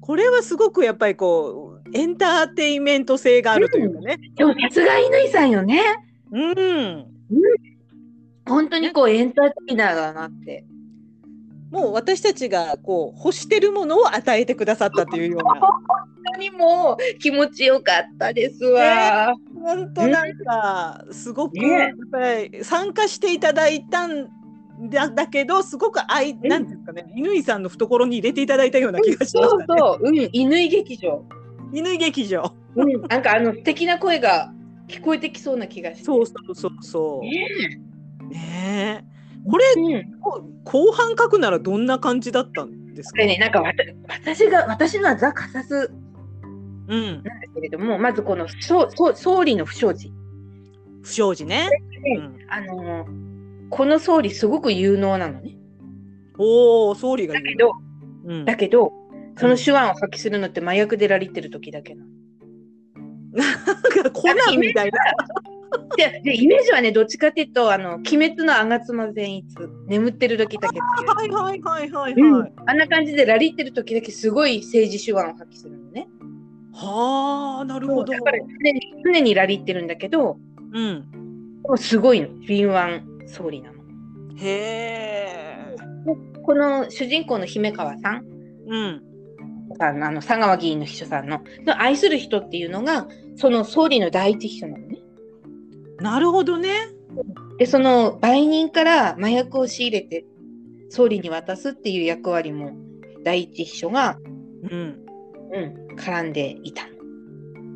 [SPEAKER 1] これはすごくやっぱりこうエンターテインメント性があるというかね。
[SPEAKER 2] でもさすが乾さんよね。
[SPEAKER 1] うん。
[SPEAKER 2] 本当にこうエンターテイナーだなって。
[SPEAKER 1] もう私たちがこう欲してるものを与えてくださったというような。
[SPEAKER 2] 本当にもう気持ちよかったですわ。
[SPEAKER 1] 本当なんかすごく
[SPEAKER 2] ね
[SPEAKER 1] やっぱり参加していただいたんだだけどすごく愛
[SPEAKER 2] うん
[SPEAKER 1] なんていうんですかね乾さんの懐に入れていただいたような気がしま
[SPEAKER 2] そう
[SPEAKER 1] したね。
[SPEAKER 2] そう、うん、乾劇場。
[SPEAKER 1] 乾劇場。
[SPEAKER 2] うん、なんかあの素敵な声が聞こえてきそうな気がして。
[SPEAKER 1] そうそうそうそう。
[SPEAKER 2] ね
[SPEAKER 1] ねえ。これ
[SPEAKER 2] うん、
[SPEAKER 1] こ後半書くならどんな感じだったんです
[SPEAKER 2] こ
[SPEAKER 1] か。
[SPEAKER 2] れね、なんかわた私が私のはザ・カサス
[SPEAKER 1] うん。
[SPEAKER 2] なんだけれども、まずこのそうそう総理の不祥事。
[SPEAKER 1] 不祥事ね。うん、
[SPEAKER 2] あのこの総理すごく有能なのね。
[SPEAKER 1] おお、総理が
[SPEAKER 2] だけ
[SPEAKER 1] 言う。
[SPEAKER 2] ど、
[SPEAKER 1] うん
[SPEAKER 2] だけど、その手腕を発揮するのって麻薬でラリってる時だけなの。
[SPEAKER 1] なんかコナンみたいな。
[SPEAKER 2] ででイメージはねどっちかっていうと「あの鬼滅の吾妻善逸」眠ってる時だけっていう
[SPEAKER 1] はいはいはいはいはい。
[SPEAKER 2] うん
[SPEAKER 1] は
[SPEAKER 2] あんな感じでラリってる時だけすごい政治手腕を発揮するのね。
[SPEAKER 1] あ、なるほど
[SPEAKER 2] だ。から常に常にラリってるんだけど
[SPEAKER 1] うん。
[SPEAKER 2] でもすごいの敏腕総理なの。
[SPEAKER 1] へえ。
[SPEAKER 2] この主人公の姫川さん
[SPEAKER 1] うん。
[SPEAKER 2] あのあの佐川議員の秘書さんのの愛する人っていうのがその総理の第一秘書なのね。
[SPEAKER 1] なるほどね。
[SPEAKER 2] でその売人から麻薬を仕入れて総理に渡すっていう役割も第一秘書が
[SPEAKER 1] うん。
[SPEAKER 2] うん、絡んでいた。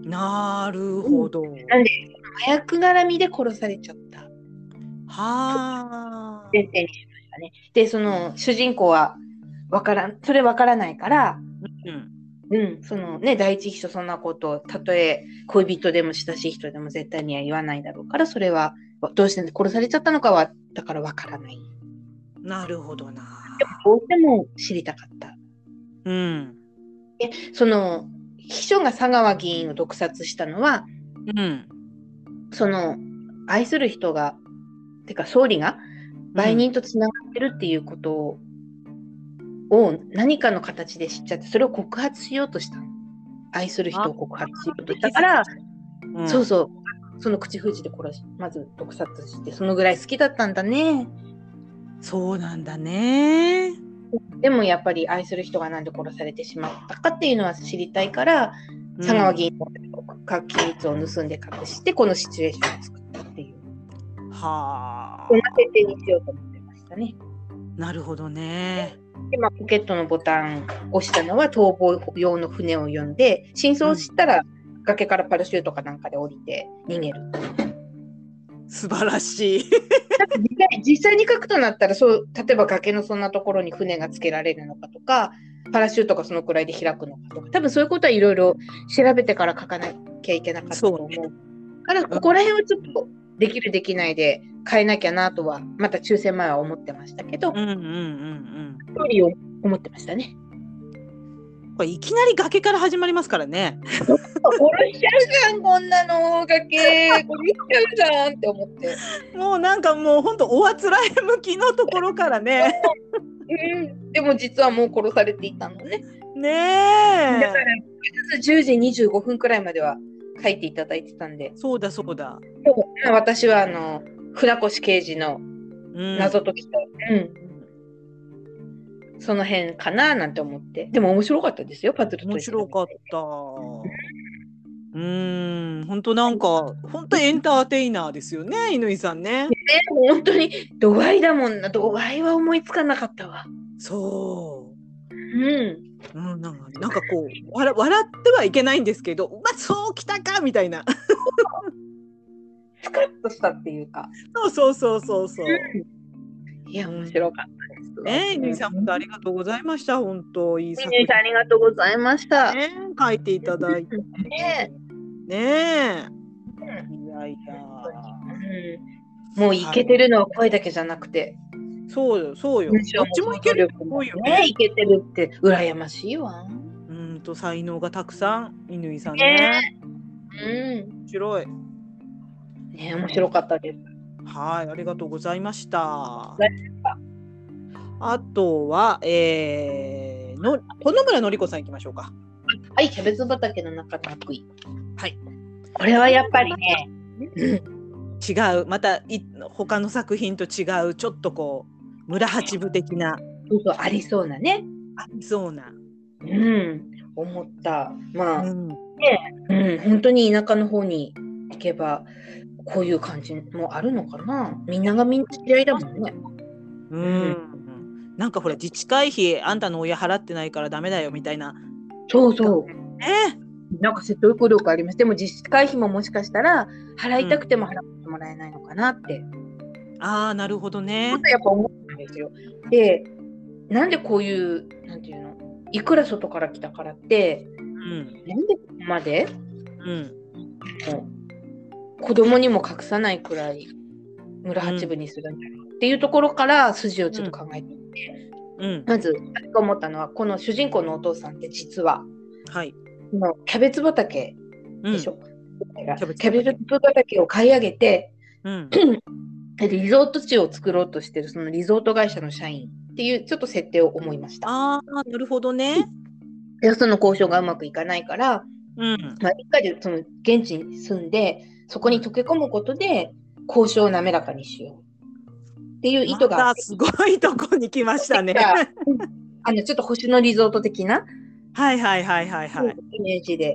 [SPEAKER 1] なるほど。
[SPEAKER 2] 麻薬絡みで殺されちゃった。
[SPEAKER 1] はあ。
[SPEAKER 2] 先生にしましたね。で、その主人公はわからん、それわからないから、
[SPEAKER 1] うん。
[SPEAKER 2] うん、そのね、第一秘書そんなことを、たとえ恋人でも親しい人でも絶対には言わないだろうから、それはどうして殺されちゃったのかは、だからわからない。
[SPEAKER 1] なるほどな。
[SPEAKER 2] どうしても知りたかった。
[SPEAKER 1] うん。
[SPEAKER 2] その秘書が佐川議員を毒殺したのは、
[SPEAKER 1] うん。
[SPEAKER 2] その愛する人が、てか総理が売人とつながってるっていうことを,、何かの形で知っちゃって、それを告発しようとしたの。愛する人を告発しようとしたから、
[SPEAKER 1] うん。
[SPEAKER 2] そうそう、その口封じで殺し、まず毒殺して、そのぐらい好きだったんだね。
[SPEAKER 1] そうなんだね。
[SPEAKER 2] でもやっぱり愛する人がなんで殺されてしまったかっていうのは知りたいから、佐川議員の告発機密を盗んで隠して、このシチュエーションを作ったっていう。
[SPEAKER 1] うん。はあ
[SPEAKER 2] こん。な設定にしようと思ってましたね。
[SPEAKER 1] なるほどね。
[SPEAKER 2] で、まあ、ポケットのボタンを押したのは逃亡用の船を呼んで、真相を知ったら、崖からパルシュートかなんかで降りて逃げる。
[SPEAKER 1] 素晴らしい。
[SPEAKER 2] 実際実際に書くとなったらそう、例えば崖のそんなところに船がつけられるのかとか、パラシュートがそのくらいで開くのかとか、多分そういうことはいろいろ調べてから書かなきゃいけなかったと思う。
[SPEAKER 1] そうね
[SPEAKER 2] だから、ここら辺はちょっとできる、できないで変えなきゃなとは、また抽選前は思ってましたけど、
[SPEAKER 1] うんうんうん
[SPEAKER 2] ストーリーを思ってましたね。
[SPEAKER 1] うん。これいきなり崖から始まりますからね。
[SPEAKER 2] 殺しちゃうじゃんこんなの崖殺しちゃうじゃんって思って、
[SPEAKER 1] もうなんかもう本当おあつらえ向きのところから ね。
[SPEAKER 2] うん、でも実はもう殺されていたのね
[SPEAKER 1] ね
[SPEAKER 2] だから
[SPEAKER 1] え。
[SPEAKER 2] 10時25分くらいまでは書いていただいてたんで
[SPEAKER 1] そうだそうだ。
[SPEAKER 2] まあ私はあの船越刑事
[SPEAKER 1] う
[SPEAKER 2] の
[SPEAKER 1] ん、
[SPEAKER 2] 謎解きと、うんその辺かななんて思ってでも面白かったですよパズル
[SPEAKER 1] 面白かった。うーん、本当なんか本当エンターテイナーですよね、乾さんね。
[SPEAKER 2] た、ね、本当に度合いだもんな度合いは思いつかなかったわ
[SPEAKER 1] そう。
[SPEAKER 2] うん
[SPEAKER 1] うん、なんかなんかこう笑笑ってはいけないんですけどうわそうきたかみたいな
[SPEAKER 2] スカッとしたっていうか
[SPEAKER 1] そうそうそうそうそう
[SPEAKER 2] いや面白かったですわ
[SPEAKER 1] ねえ
[SPEAKER 2] う
[SPEAKER 1] ゆいさん本当ありがとうございました本当いい作
[SPEAKER 2] み
[SPEAKER 1] 品
[SPEAKER 2] ゆいさんありがとうございました。
[SPEAKER 1] ね書いていただいて
[SPEAKER 2] ね
[SPEAKER 1] ねえやいや。
[SPEAKER 2] うんもういけてるのは声だけじゃなくて、
[SPEAKER 1] そうよ、そうよ。どっちもいける。すごいよね。
[SPEAKER 2] ねいけてるって羨ましいわ。
[SPEAKER 1] うんと、才能がたくさん、乾さんね。
[SPEAKER 2] ねうん。
[SPEAKER 1] 面白い。
[SPEAKER 2] ね面白かったです。
[SPEAKER 1] はい、ありがとうございました
[SPEAKER 2] あり。
[SPEAKER 1] あとは、えー、の、この村のりこさん行きましょうか。
[SPEAKER 2] はい、キャベツ畑の中の悪意。
[SPEAKER 1] はい。
[SPEAKER 2] これはやっぱりね、うん
[SPEAKER 1] 違う、また、い、他の作品と違う、ちょっとこう。村八部的な、
[SPEAKER 2] そうそうありそうなね。
[SPEAKER 1] ありそうな。
[SPEAKER 2] うん。思った。まあ、
[SPEAKER 1] うん。
[SPEAKER 2] うん、本当に田舎の方に行けばこういう感じもあるのかなみんながみんな知り合いだもんね。
[SPEAKER 1] うん。なんかほら、自治会費、あんたの親払ってないから、ダメだよみたいな。
[SPEAKER 2] そうそう。
[SPEAKER 1] ね。
[SPEAKER 2] なんか説得力あります。でも実会費ももしかしたら払いたくても払ってもらえないのかなって、
[SPEAKER 1] ああ、なるほどね
[SPEAKER 2] ま。たやっぱ思うんですよ。で、なんでこういう、なんていうのいくら外から来たからって、
[SPEAKER 1] うん。
[SPEAKER 2] なんでここまで
[SPEAKER 1] うん。
[SPEAKER 2] もう子供にも隠さないくらい村八分にするんだろうっていうところから筋をちょっと考えて
[SPEAKER 1] うん。
[SPEAKER 2] まず私が思ったのはこの主人公のお父さんって実は
[SPEAKER 1] はい。
[SPEAKER 2] このキャベツ畑
[SPEAKER 1] うん
[SPEAKER 2] でしょ、が
[SPEAKER 1] キャベツ畑
[SPEAKER 2] キャベツ畑を買い上げて
[SPEAKER 1] うん。
[SPEAKER 2] リゾート地を作ろうとしてるそのリゾート会社の社員っていうちょっと設定を思いました。
[SPEAKER 1] ああ、なるほどね。
[SPEAKER 2] でその交渉がうまくいかないから、
[SPEAKER 1] うん。
[SPEAKER 2] まあ、一回でその現地に住んでそこに溶け込むことで交渉を滑らかにしようっていう意図があ
[SPEAKER 1] ま
[SPEAKER 2] った
[SPEAKER 1] すごいとこに来ましたね。
[SPEAKER 2] たあのちょっと星のリゾート的な
[SPEAKER 1] はいはいはいはいはい。
[SPEAKER 2] イメージで。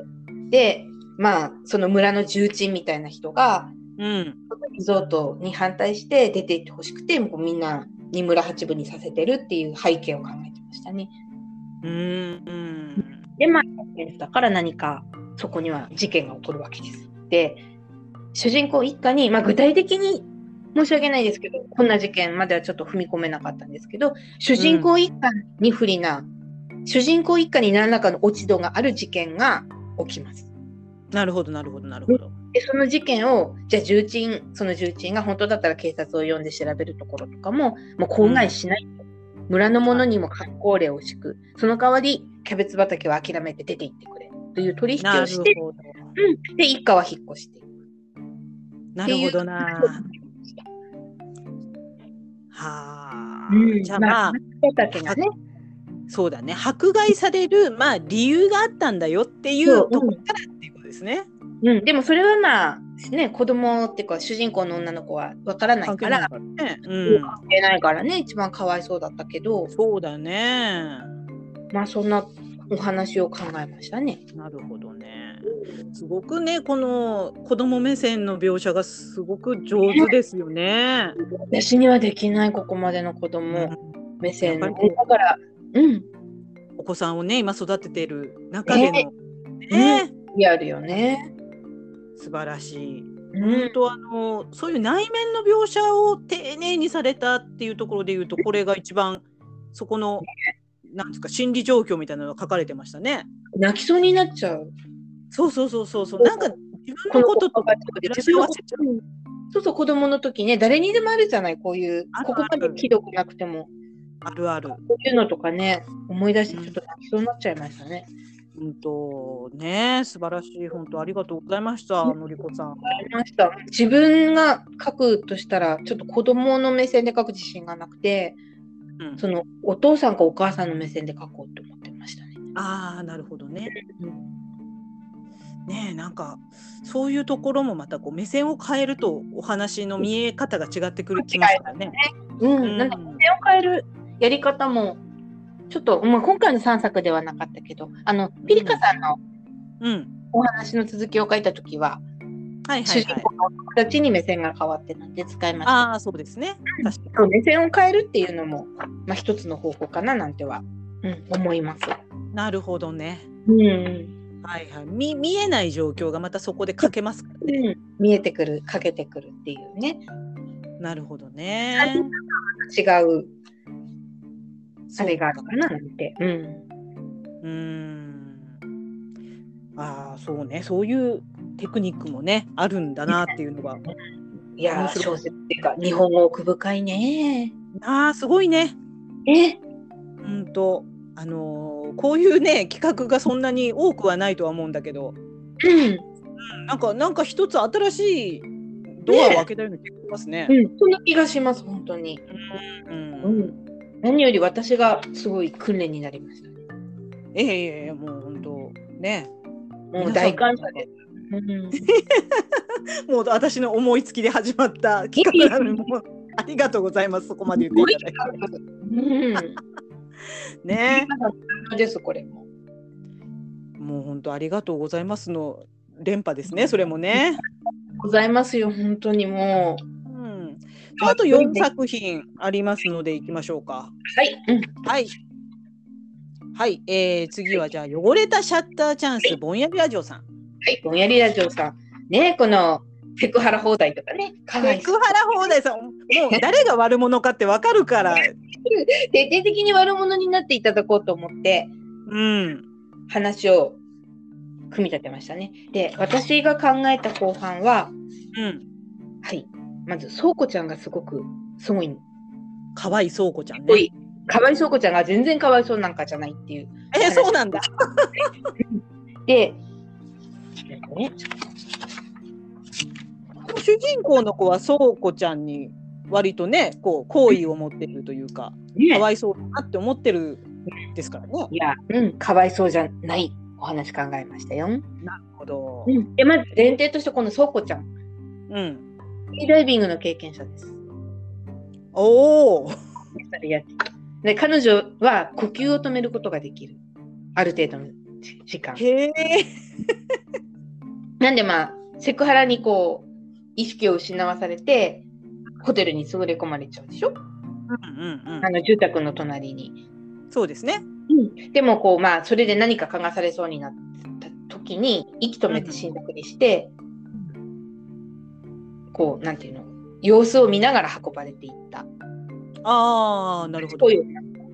[SPEAKER 2] で、まあ、その村の重鎮みたいな人が、
[SPEAKER 1] うん。
[SPEAKER 2] リゾートに反対して出て行ってほしくて、もうみんなに村八分にさせてるっていう背景を考えてましたね。
[SPEAKER 1] うーん。
[SPEAKER 2] で、まあ、だから何かそこには事件が起こるわけです。で、主人公一家に、まあ、具体的に申し訳ないですけど、こんな事件まではちょっと踏み込めなかったんですけど、主人公一家に不利な、主人公一家に何らかの落ち度がある事件が起きます。
[SPEAKER 1] なるほどなるほどなるほど。
[SPEAKER 2] でその事件をじゃあ重鎮その重鎮が本当だったら警察を呼んで調べるところとかももう口外しない、村の者にも格好例を敷くその代わりキャベツ畑を諦めて出て行ってくれという取引
[SPEAKER 1] な
[SPEAKER 2] を
[SPEAKER 1] る
[SPEAKER 2] して、
[SPEAKER 1] ほど。
[SPEAKER 2] うん、で一家は引っ越していく
[SPEAKER 1] な
[SPEAKER 2] って
[SPEAKER 1] る
[SPEAKER 2] い
[SPEAKER 1] ほ
[SPEAKER 2] う
[SPEAKER 1] どな。はあ
[SPEAKER 2] うん。
[SPEAKER 1] じゃあまあ
[SPEAKER 2] キャ。ベツ畑がね
[SPEAKER 1] そうだね迫害される、まあ、理由があったんだよってい
[SPEAKER 2] そうう
[SPEAKER 1] ところからっていうことですね。
[SPEAKER 2] うん、でもそれはまあね子供っていうか主人公の女の子はわからないから
[SPEAKER 1] 関係ないからね
[SPEAKER 2] 関係ないからね一番かわいそうだったけど
[SPEAKER 1] うん、そうだね。
[SPEAKER 2] まあそんなお話を考えましたね。
[SPEAKER 1] なるほどね。すごくねこの子供目線の描写がすごく上手ですよね。
[SPEAKER 2] 私にはできないここまでの子供
[SPEAKER 1] うん
[SPEAKER 2] 目
[SPEAKER 1] や
[SPEAKER 2] 線の
[SPEAKER 1] っぱり
[SPEAKER 2] だからうん
[SPEAKER 1] お子さんをね今育ててる中での、
[SPEAKER 2] ね
[SPEAKER 1] ね
[SPEAKER 2] リアルよね
[SPEAKER 1] 素晴らしい。
[SPEAKER 2] うん
[SPEAKER 1] 本当あのそういう内面の描写を丁寧にされたっていうところで言うとこれが一番そこのなんですか心理状況みたいなのが書かれてましたね。
[SPEAKER 2] 泣きそうになっちゃう
[SPEAKER 1] そうそうそうそうそう。なんか自分のことと
[SPEAKER 2] 子供が
[SPEAKER 1] 照らし合わせちゃ
[SPEAKER 2] うんそうそう子供の時ね誰にでもあるじゃないこういう
[SPEAKER 1] ある
[SPEAKER 2] ここまでひどくなくても
[SPEAKER 1] あるある。
[SPEAKER 2] こういうのとかね思い出してちょっと泣きそうになっちゃいましたね
[SPEAKER 1] うんとね素晴らしい本当ありがとうございましたのりこさん。
[SPEAKER 2] ありました自分が書くとしたらちょっと子供の目線で書く自信がなくて
[SPEAKER 1] うん
[SPEAKER 2] そのお父さんかお母さんの目線で書こうと思ってましたね
[SPEAKER 1] ああなるほどね。ねえなんかそういうところもまたこう目線を変えるとお話の見え方が違ってくるきましたね。
[SPEAKER 2] うん、
[SPEAKER 1] うん
[SPEAKER 2] なんか点を変えるやり方もちょっと、まあ、今回の3作ではなかったけどあのピリカさんの
[SPEAKER 1] うん。
[SPEAKER 2] お話の続きを書いた時は、
[SPEAKER 1] はいは
[SPEAKER 2] 主
[SPEAKER 1] い
[SPEAKER 2] 人
[SPEAKER 1] はい。
[SPEAKER 2] 公のお友達に目線が変わってなんで使いました
[SPEAKER 1] ああそうですね。確か
[SPEAKER 2] そう目線を変えるっていうのも、まあ、一つの方法かななんては、うん、思います。
[SPEAKER 1] になるほどね。
[SPEAKER 2] うんうん
[SPEAKER 1] はいはい。見見えない状況がまたそこで書けますからね。
[SPEAKER 2] 見えてくるかけてくるっていうね
[SPEAKER 1] なるほど
[SPEAKER 2] はい
[SPEAKER 1] ね。
[SPEAKER 2] 違うあれがある
[SPEAKER 1] そう
[SPEAKER 2] かななんて。うん
[SPEAKER 1] うーん。ああそうねそういうテクニックもねあるんだなっていうのが
[SPEAKER 2] いや
[SPEAKER 1] 面
[SPEAKER 2] ー、
[SPEAKER 1] 白い
[SPEAKER 2] 小説っていうか、日本語奥深いね。
[SPEAKER 1] あーすごいね
[SPEAKER 2] え、
[SPEAKER 1] うんとあのーこういうね企画がそんなに多くはないとは思うんだけど
[SPEAKER 2] うん、
[SPEAKER 1] なんかなんか一つ新しいドアを開けたような気がしますね。
[SPEAKER 2] そんな気がします、本当に。
[SPEAKER 1] うん
[SPEAKER 2] ん、何より私がすごい訓練になりました。
[SPEAKER 1] いやいやいやもう本当ね
[SPEAKER 2] もう大感謝です。うん、
[SPEAKER 1] もう私の思いつきで始まった企画なのにもうありがとうございますそこまで言っていただい
[SPEAKER 2] うん、
[SPEAKER 1] てね
[SPEAKER 2] です、これも。
[SPEAKER 1] もう本当ありがとうございますの連覇ですねそれもね。
[SPEAKER 2] ございますよ、本当にもう。
[SPEAKER 1] うん、あと4作品ありますのでいきましょうか。
[SPEAKER 2] はい、うん、
[SPEAKER 1] はい。はい、えー、次はじゃあ汚れたシャッターチャンスぼんやりラジオさん。
[SPEAKER 2] はい、ぼんやりラジオさん。ね、このセクハラ放題とかね。かわ
[SPEAKER 1] セ
[SPEAKER 2] い
[SPEAKER 1] ク
[SPEAKER 2] そう。
[SPEAKER 1] ハラ放題さん、もう誰が悪者かってわかる から。
[SPEAKER 2] 徹底的に悪者になっていただこうと思って。
[SPEAKER 1] うん。
[SPEAKER 2] 話を組み立てましたね。で、私が考えた後半は、
[SPEAKER 1] うん。
[SPEAKER 2] はい、まず、そうこちゃんがすごく、すごい、
[SPEAKER 1] かわいそうこちゃん
[SPEAKER 2] お
[SPEAKER 1] ね。
[SPEAKER 2] い、かわいそうこちゃんが全然かわいそうなんかじゃないっていう。
[SPEAKER 1] えー、そうなんだ。
[SPEAKER 2] で、なんかね、
[SPEAKER 1] 主人公の子はそうこちゃんに割とね、こう好意を持っているというか、
[SPEAKER 2] ね
[SPEAKER 1] かわいそうだなって思ってるですからね。ない
[SPEAKER 2] や、うん、かわいそうじゃないお話考えましたよ。
[SPEAKER 1] るほど。
[SPEAKER 2] うん、で、まず前提として、このそうこちゃん、
[SPEAKER 1] うん。
[SPEAKER 2] フリーダイビングの経験者です。
[SPEAKER 1] おお。
[SPEAKER 2] やってたで彼女は呼吸を止めることができる。ある程度の時間。
[SPEAKER 1] へえ。
[SPEAKER 2] なんでまあセクハラにこう意識を失わされてホテルに優れ込まれちゃうでしょ
[SPEAKER 1] うんうん
[SPEAKER 2] あの住宅の隣に。
[SPEAKER 1] うん。そうですね。
[SPEAKER 2] でもこうまあそれで何か嗅がされそうになった時に息止めて死んだふりして、こうなんていうの様子を見ながら運ばれていった
[SPEAKER 1] ああ、なるほど
[SPEAKER 2] そう。いう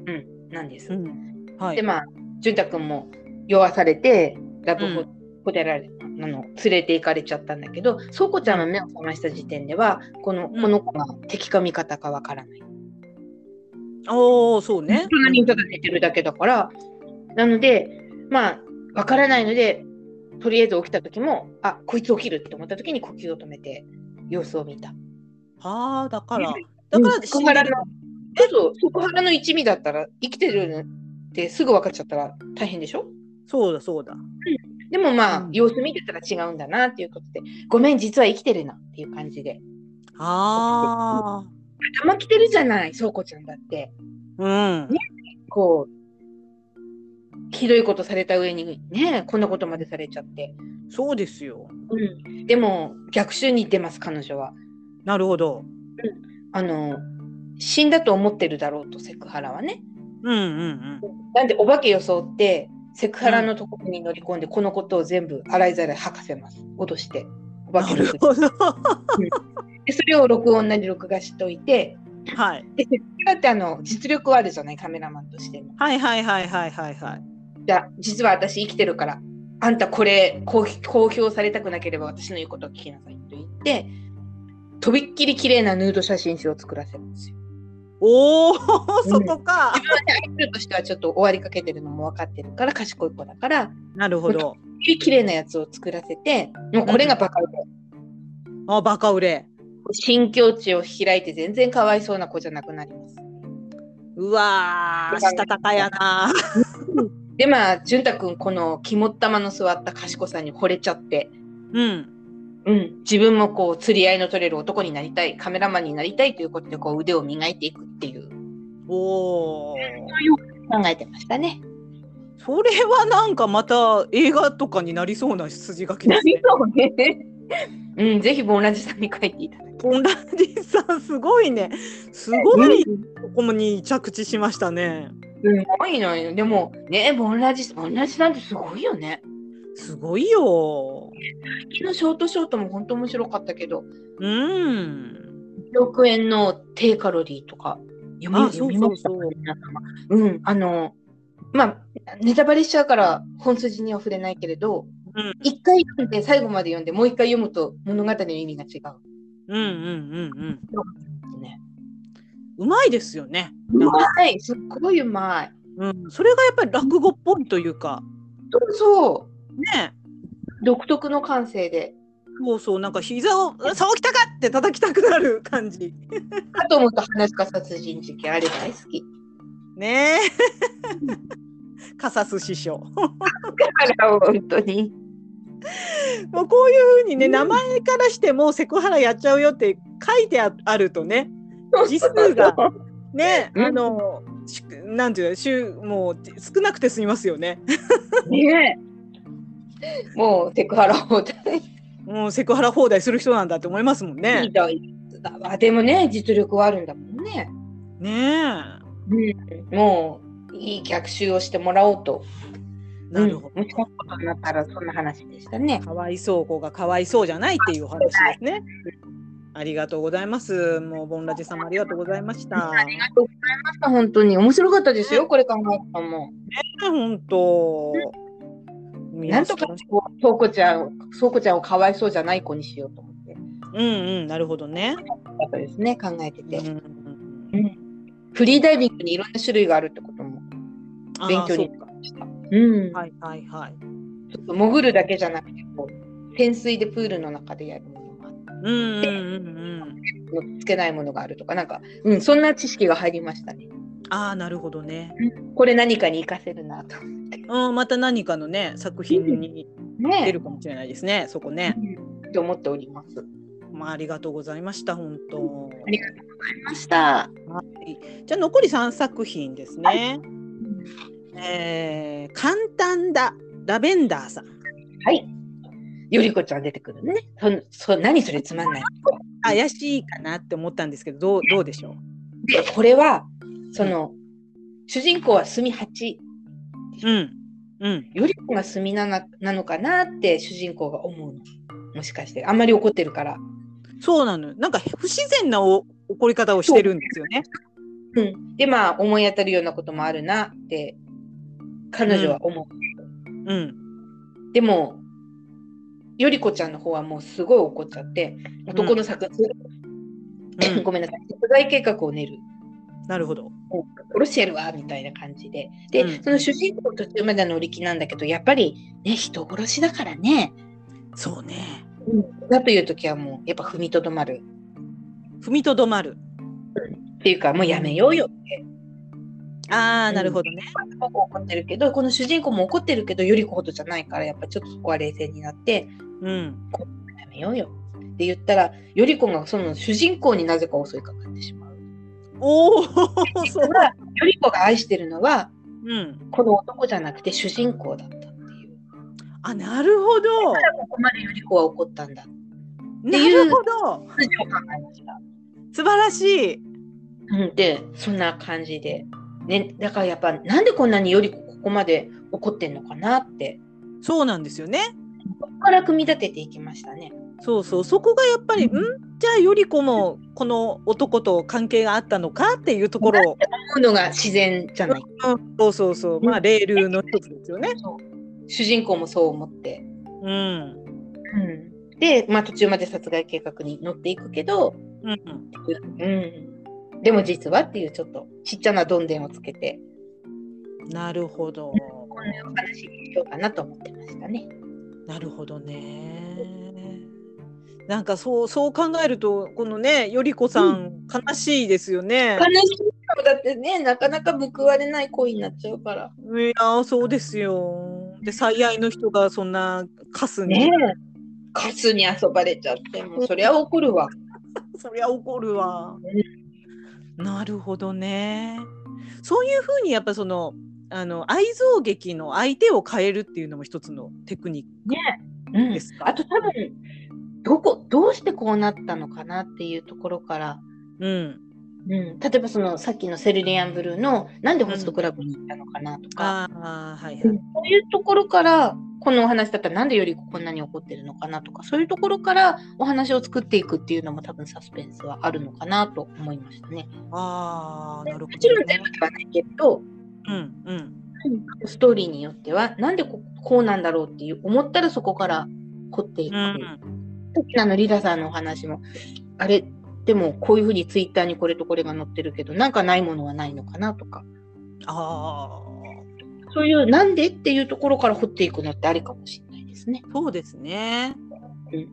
[SPEAKER 2] うんなんです。
[SPEAKER 1] うん。は
[SPEAKER 2] で
[SPEAKER 1] い。
[SPEAKER 2] まあ潤太くんも酔わされてラブホ,、ホテルあの連れて行かれちゃったんだけどそうこちゃんの目を覚ました時点ではこの,、
[SPEAKER 1] うん
[SPEAKER 2] この子が敵か味方かわからない。
[SPEAKER 1] おお、そうね。
[SPEAKER 2] 隣にただ寝てるだけだからなのでまあわからないのでとりあえず起きた時もあこいつ起きるって思った時に呼吸を止めて様子を見た。
[SPEAKER 1] はあ、だから
[SPEAKER 2] うん。
[SPEAKER 1] だから
[SPEAKER 2] うんセ
[SPEAKER 1] 死
[SPEAKER 2] ク
[SPEAKER 1] ん
[SPEAKER 2] ハ
[SPEAKER 1] で
[SPEAKER 2] ラの
[SPEAKER 1] る。
[SPEAKER 2] そうセクハラの一味だったら生きてるのってすぐ分かっちゃったら大変でしょ
[SPEAKER 1] そうだ、そうだ。
[SPEAKER 2] でもまあ、
[SPEAKER 1] うん
[SPEAKER 2] 様子見てたら違うんだなっていうことで、ごめん、実は生きてるなっていう感じで。
[SPEAKER 1] ああ。
[SPEAKER 2] 頭きてるじゃない、そうこちゃんだって。
[SPEAKER 1] うん。
[SPEAKER 2] こう、ひどいことされた上にね、こんなことまでされちゃって。
[SPEAKER 1] そうですよ。
[SPEAKER 2] うん、でも、逆襲に出ます、彼女は。
[SPEAKER 1] なるほど。
[SPEAKER 2] あの、死んだと思ってるだろうと、セクハラはね。
[SPEAKER 1] うんうん
[SPEAKER 2] なんで、お化け装って、セクハラのところに乗り込んで、このことを全部洗いざらい吐かせます。脅して。お
[SPEAKER 1] うん。
[SPEAKER 2] 化
[SPEAKER 1] な
[SPEAKER 2] け
[SPEAKER 1] る
[SPEAKER 2] 装って
[SPEAKER 1] ほど。
[SPEAKER 2] でそれを録音なり録画しといて、
[SPEAKER 1] はい。
[SPEAKER 2] だってあの実力はあるじゃないカメラマンとしての
[SPEAKER 1] はいはいはいはいはいはい。
[SPEAKER 2] じゃあ実は私生きてるからあんたこれ公公表されたくなければ私の言うことを聞きなさいと言ってとびっきり綺麗なヌード写真集を作らせるんですよ。
[SPEAKER 1] おお、そこか。
[SPEAKER 2] アイドルとしてはちょっと終わりかけてるのも分かってるから賢い子だから
[SPEAKER 1] なるほど。
[SPEAKER 2] 綺麗なやつを作らせてもうこれがバカで
[SPEAKER 1] あ、バカ売れ。
[SPEAKER 2] 新境地を開いて全然かわいそうな子じゃなくなります。
[SPEAKER 1] うわー、したたかやな。
[SPEAKER 2] でまあ潤太くんこの肝っ玉の座った賢さに惚れちゃって
[SPEAKER 1] うん。
[SPEAKER 2] うん、自分もこう釣り合いの取れる男になりたいカメラマンになりたいということでこう腕を磨いていくっていう
[SPEAKER 1] おお。
[SPEAKER 2] 考えてましたね。
[SPEAKER 1] それはなんかまた映画とかになりそうな筋書きです ね。
[SPEAKER 2] そうね。うん、ぜひボンラジさんに書いていただき
[SPEAKER 1] ボンラジさんすごいね。すごいここに着地しましたね。
[SPEAKER 2] すごいのよ。でもね、ボンラジボンラジさんってすごいよね。
[SPEAKER 1] すごいよ。
[SPEAKER 2] 最近のショートショートも本当面白かったけど、
[SPEAKER 1] うん。
[SPEAKER 2] 1億円の低カロリーとか読み
[SPEAKER 1] あ
[SPEAKER 2] 読みました
[SPEAKER 1] そうそうそう
[SPEAKER 2] 皆様うん、あのまあネタバレしちゃうから本筋には触れないけれど、
[SPEAKER 1] うん
[SPEAKER 2] 一回読んで最後まで読んでもう一回読むと物語の意味が違
[SPEAKER 1] うんうんうんうん
[SPEAKER 2] う、ね。
[SPEAKER 1] うまいですよね。
[SPEAKER 2] うまいすっごいうまい。
[SPEAKER 1] うん、それがやっぱり落語っぽいというか
[SPEAKER 2] そうそ
[SPEAKER 1] ね
[SPEAKER 2] う独特の感性で。
[SPEAKER 1] そうそうなんか膝を「そうきたか!」って叩きたくなる感じ
[SPEAKER 2] かと思うと話か殺人事件あれ大好き。
[SPEAKER 1] ね えカサス師匠
[SPEAKER 2] あら本当に。
[SPEAKER 1] もうこういうふうにね、
[SPEAKER 2] うん
[SPEAKER 1] 名前からしてもうセクハラやっちゃうよって書いてああるとね実数がね、
[SPEAKER 2] うん
[SPEAKER 1] あのしなんていうの週もう少なくて済みますよね
[SPEAKER 2] ねえもうセクハラ法だね。
[SPEAKER 1] もうセクハラ放題する人なんだって思いますもんね
[SPEAKER 2] ひどいだわでもね実力はあるんだもんね。
[SPEAKER 1] ね
[SPEAKER 2] もういい逆襲をしてもらおうと。
[SPEAKER 1] えなるほど、
[SPEAKER 2] うんそんなことになったらそんな話でしたね。
[SPEAKER 1] かわいそう子がかわいそうじゃないっていうお話ですね。ありがとうございます。もうボンラジ様ありがとうございました。
[SPEAKER 2] ありがとうございました。本当に面白かったですよ。これ考えたのも。
[SPEAKER 1] 本当。
[SPEAKER 2] なんとかこうそうこちゃんを、そうこちゃんをかわいそうじゃない子にしようと思って。よ
[SPEAKER 1] うんうん、なるほどね。
[SPEAKER 2] かったですね。考えて
[SPEAKER 1] う
[SPEAKER 2] て。
[SPEAKER 1] ん
[SPEAKER 2] フリーダイビングにいろんな種類があるってことも
[SPEAKER 1] あー
[SPEAKER 2] 勉強
[SPEAKER 1] そ
[SPEAKER 2] になりました。うん。
[SPEAKER 1] うはいはいはい。
[SPEAKER 2] ちょっと潜るだけじゃなくて、こう潜水でプールの中でやるものもあっ
[SPEAKER 1] うんうんうんうん。
[SPEAKER 2] て、つけないものがあるとか、なんか、うん、そんな知識が入りましたね。
[SPEAKER 1] ああ、なるほどね。
[SPEAKER 2] これ何かに活かせるなと。
[SPEAKER 1] うん、また何かのね、作品に出
[SPEAKER 2] ね
[SPEAKER 1] るかもしれないですね。そこね。
[SPEAKER 2] え。と思っております。
[SPEAKER 1] まあ、ありがとうございました。本当。
[SPEAKER 2] ありがとうございました。
[SPEAKER 1] はい。じゃあ、残り三作品ですね。えー簡単だラベンダーさん。
[SPEAKER 2] はい。ゆりこちゃん出てくるね。そんそ何それつまんない。
[SPEAKER 1] 怪しいかなって思ったんですけど、どうどうでしょ
[SPEAKER 2] で、これは、その、主人公は墨八、
[SPEAKER 1] う。うん。うん。
[SPEAKER 2] よりこが墨七なのかなって主人公が思うの。もしかして、あんまり怒ってるから。
[SPEAKER 1] そうなのよ。なんか不自然なお怒り方をしてるんですよね。
[SPEAKER 2] うん。で、まあ、思い当たるようなこともあるなって、彼女は思う。
[SPEAKER 1] うん。
[SPEAKER 2] でも、よりこちゃんの方はもうすごい怒っちゃって、男の作、
[SPEAKER 1] うん
[SPEAKER 2] ごめんなさい、殺害計画を練る。
[SPEAKER 1] なるほど。
[SPEAKER 2] 殺してやるわみたいな感じでで、
[SPEAKER 1] うん
[SPEAKER 2] その主人公途中までは乗り気なんだけどやっぱりね人殺しだからね
[SPEAKER 1] そうね。
[SPEAKER 2] だという時はもうやっぱ踏みとどまる
[SPEAKER 1] 踏みとどまる。
[SPEAKER 2] っていうかもうやめようよって
[SPEAKER 1] ああ、
[SPEAKER 2] うん
[SPEAKER 1] なるほどね。
[SPEAKER 2] 僕怒ってるけどこの主人公も怒ってるけどより子ほどじゃないからやっぱちょっとそこは冷静になって
[SPEAKER 1] うん。
[SPEAKER 2] やめようよって言ったらより子がその主人公になぜか襲いかかってしまう。
[SPEAKER 1] おお、そ
[SPEAKER 2] それ
[SPEAKER 1] う。
[SPEAKER 2] はより子が愛してるのは
[SPEAKER 1] うん。
[SPEAKER 2] この男じゃなくて主人公だったっていう。
[SPEAKER 1] あ、なるほど。
[SPEAKER 2] だからここまでより子は怒ったんだ。
[SPEAKER 1] なるほど。
[SPEAKER 2] 筋を考えました。
[SPEAKER 1] 素晴らしい。
[SPEAKER 2] うん、でそんな感じで、ね、だからやっぱなんでこんなによりここまで怒ってんのかなって
[SPEAKER 1] そうなんですよね。
[SPEAKER 2] ここから組み立てていきましたね。
[SPEAKER 1] そうそう。そこがやっぱり、
[SPEAKER 2] うん
[SPEAKER 1] んじゃあ、より子もこの男と関係があったのかっていうところを。
[SPEAKER 2] 思うのが自然じゃない。
[SPEAKER 1] うん、そうそうそう、まあ、レールの一つですよね。
[SPEAKER 2] 主人公もそう思って。
[SPEAKER 1] うん。
[SPEAKER 2] うん、で、まあ、途中まで殺害計画に乗っていくけど、
[SPEAKER 1] うん。
[SPEAKER 2] うん、でも実はっていうちょっとちっちゃなどんでんをつけて
[SPEAKER 1] なるほど。
[SPEAKER 2] こんなお話にしようかなと思ってましたね。
[SPEAKER 1] なるほどね。なんかそう、そう考えると、このね、よりこさん、悲しいですよね
[SPEAKER 2] 悲。しいのだってねなかなか報われない恋になっちゃうから。
[SPEAKER 1] いやー、そうですよ。で、最愛の人がそんなカスに、
[SPEAKER 2] ねえ。カスに遊ばれちゃって、もうそりゃ怒るわ。
[SPEAKER 1] そりゃ怒るわ。なるほどね。そういうふうに、やっぱその、あの愛憎劇の相手を変えるっていうのも一つのテクニック
[SPEAKER 2] う
[SPEAKER 1] で
[SPEAKER 2] ん、
[SPEAKER 1] す
[SPEAKER 2] あ
[SPEAKER 1] か。
[SPEAKER 2] と多分どこどうしてこうなったのかなっていうところから、
[SPEAKER 1] うん。
[SPEAKER 2] うん、例えばそのさっきのセルリアンブルーのなんでホストクラブに行ったのかなとか、
[SPEAKER 1] ああ、はいはい。
[SPEAKER 2] うんそういうところからこのお話だったらなんでよりこんなに怒ってるのかなとかそういうところからお話を作っていくっていうのも多分サスペンスはあるのかなと思いましたね。
[SPEAKER 1] ああ、なるほ
[SPEAKER 2] もちろ
[SPEAKER 1] ど
[SPEAKER 2] ん全
[SPEAKER 1] ね
[SPEAKER 2] 部。ではないけど
[SPEAKER 1] うんうん。
[SPEAKER 2] ストーリーによってはなんでここうなんだろうっていう思ったらそこから凝っていく。さっきのあのリラさんのお話もあれでもこういうふうにツイッターにこれとこれが載ってるけどなんかないものはないのかなとか
[SPEAKER 1] あ
[SPEAKER 2] そういうなんでっていうところから掘っていくのってありかもしれないですね。
[SPEAKER 1] ーそうですね
[SPEAKER 2] うん。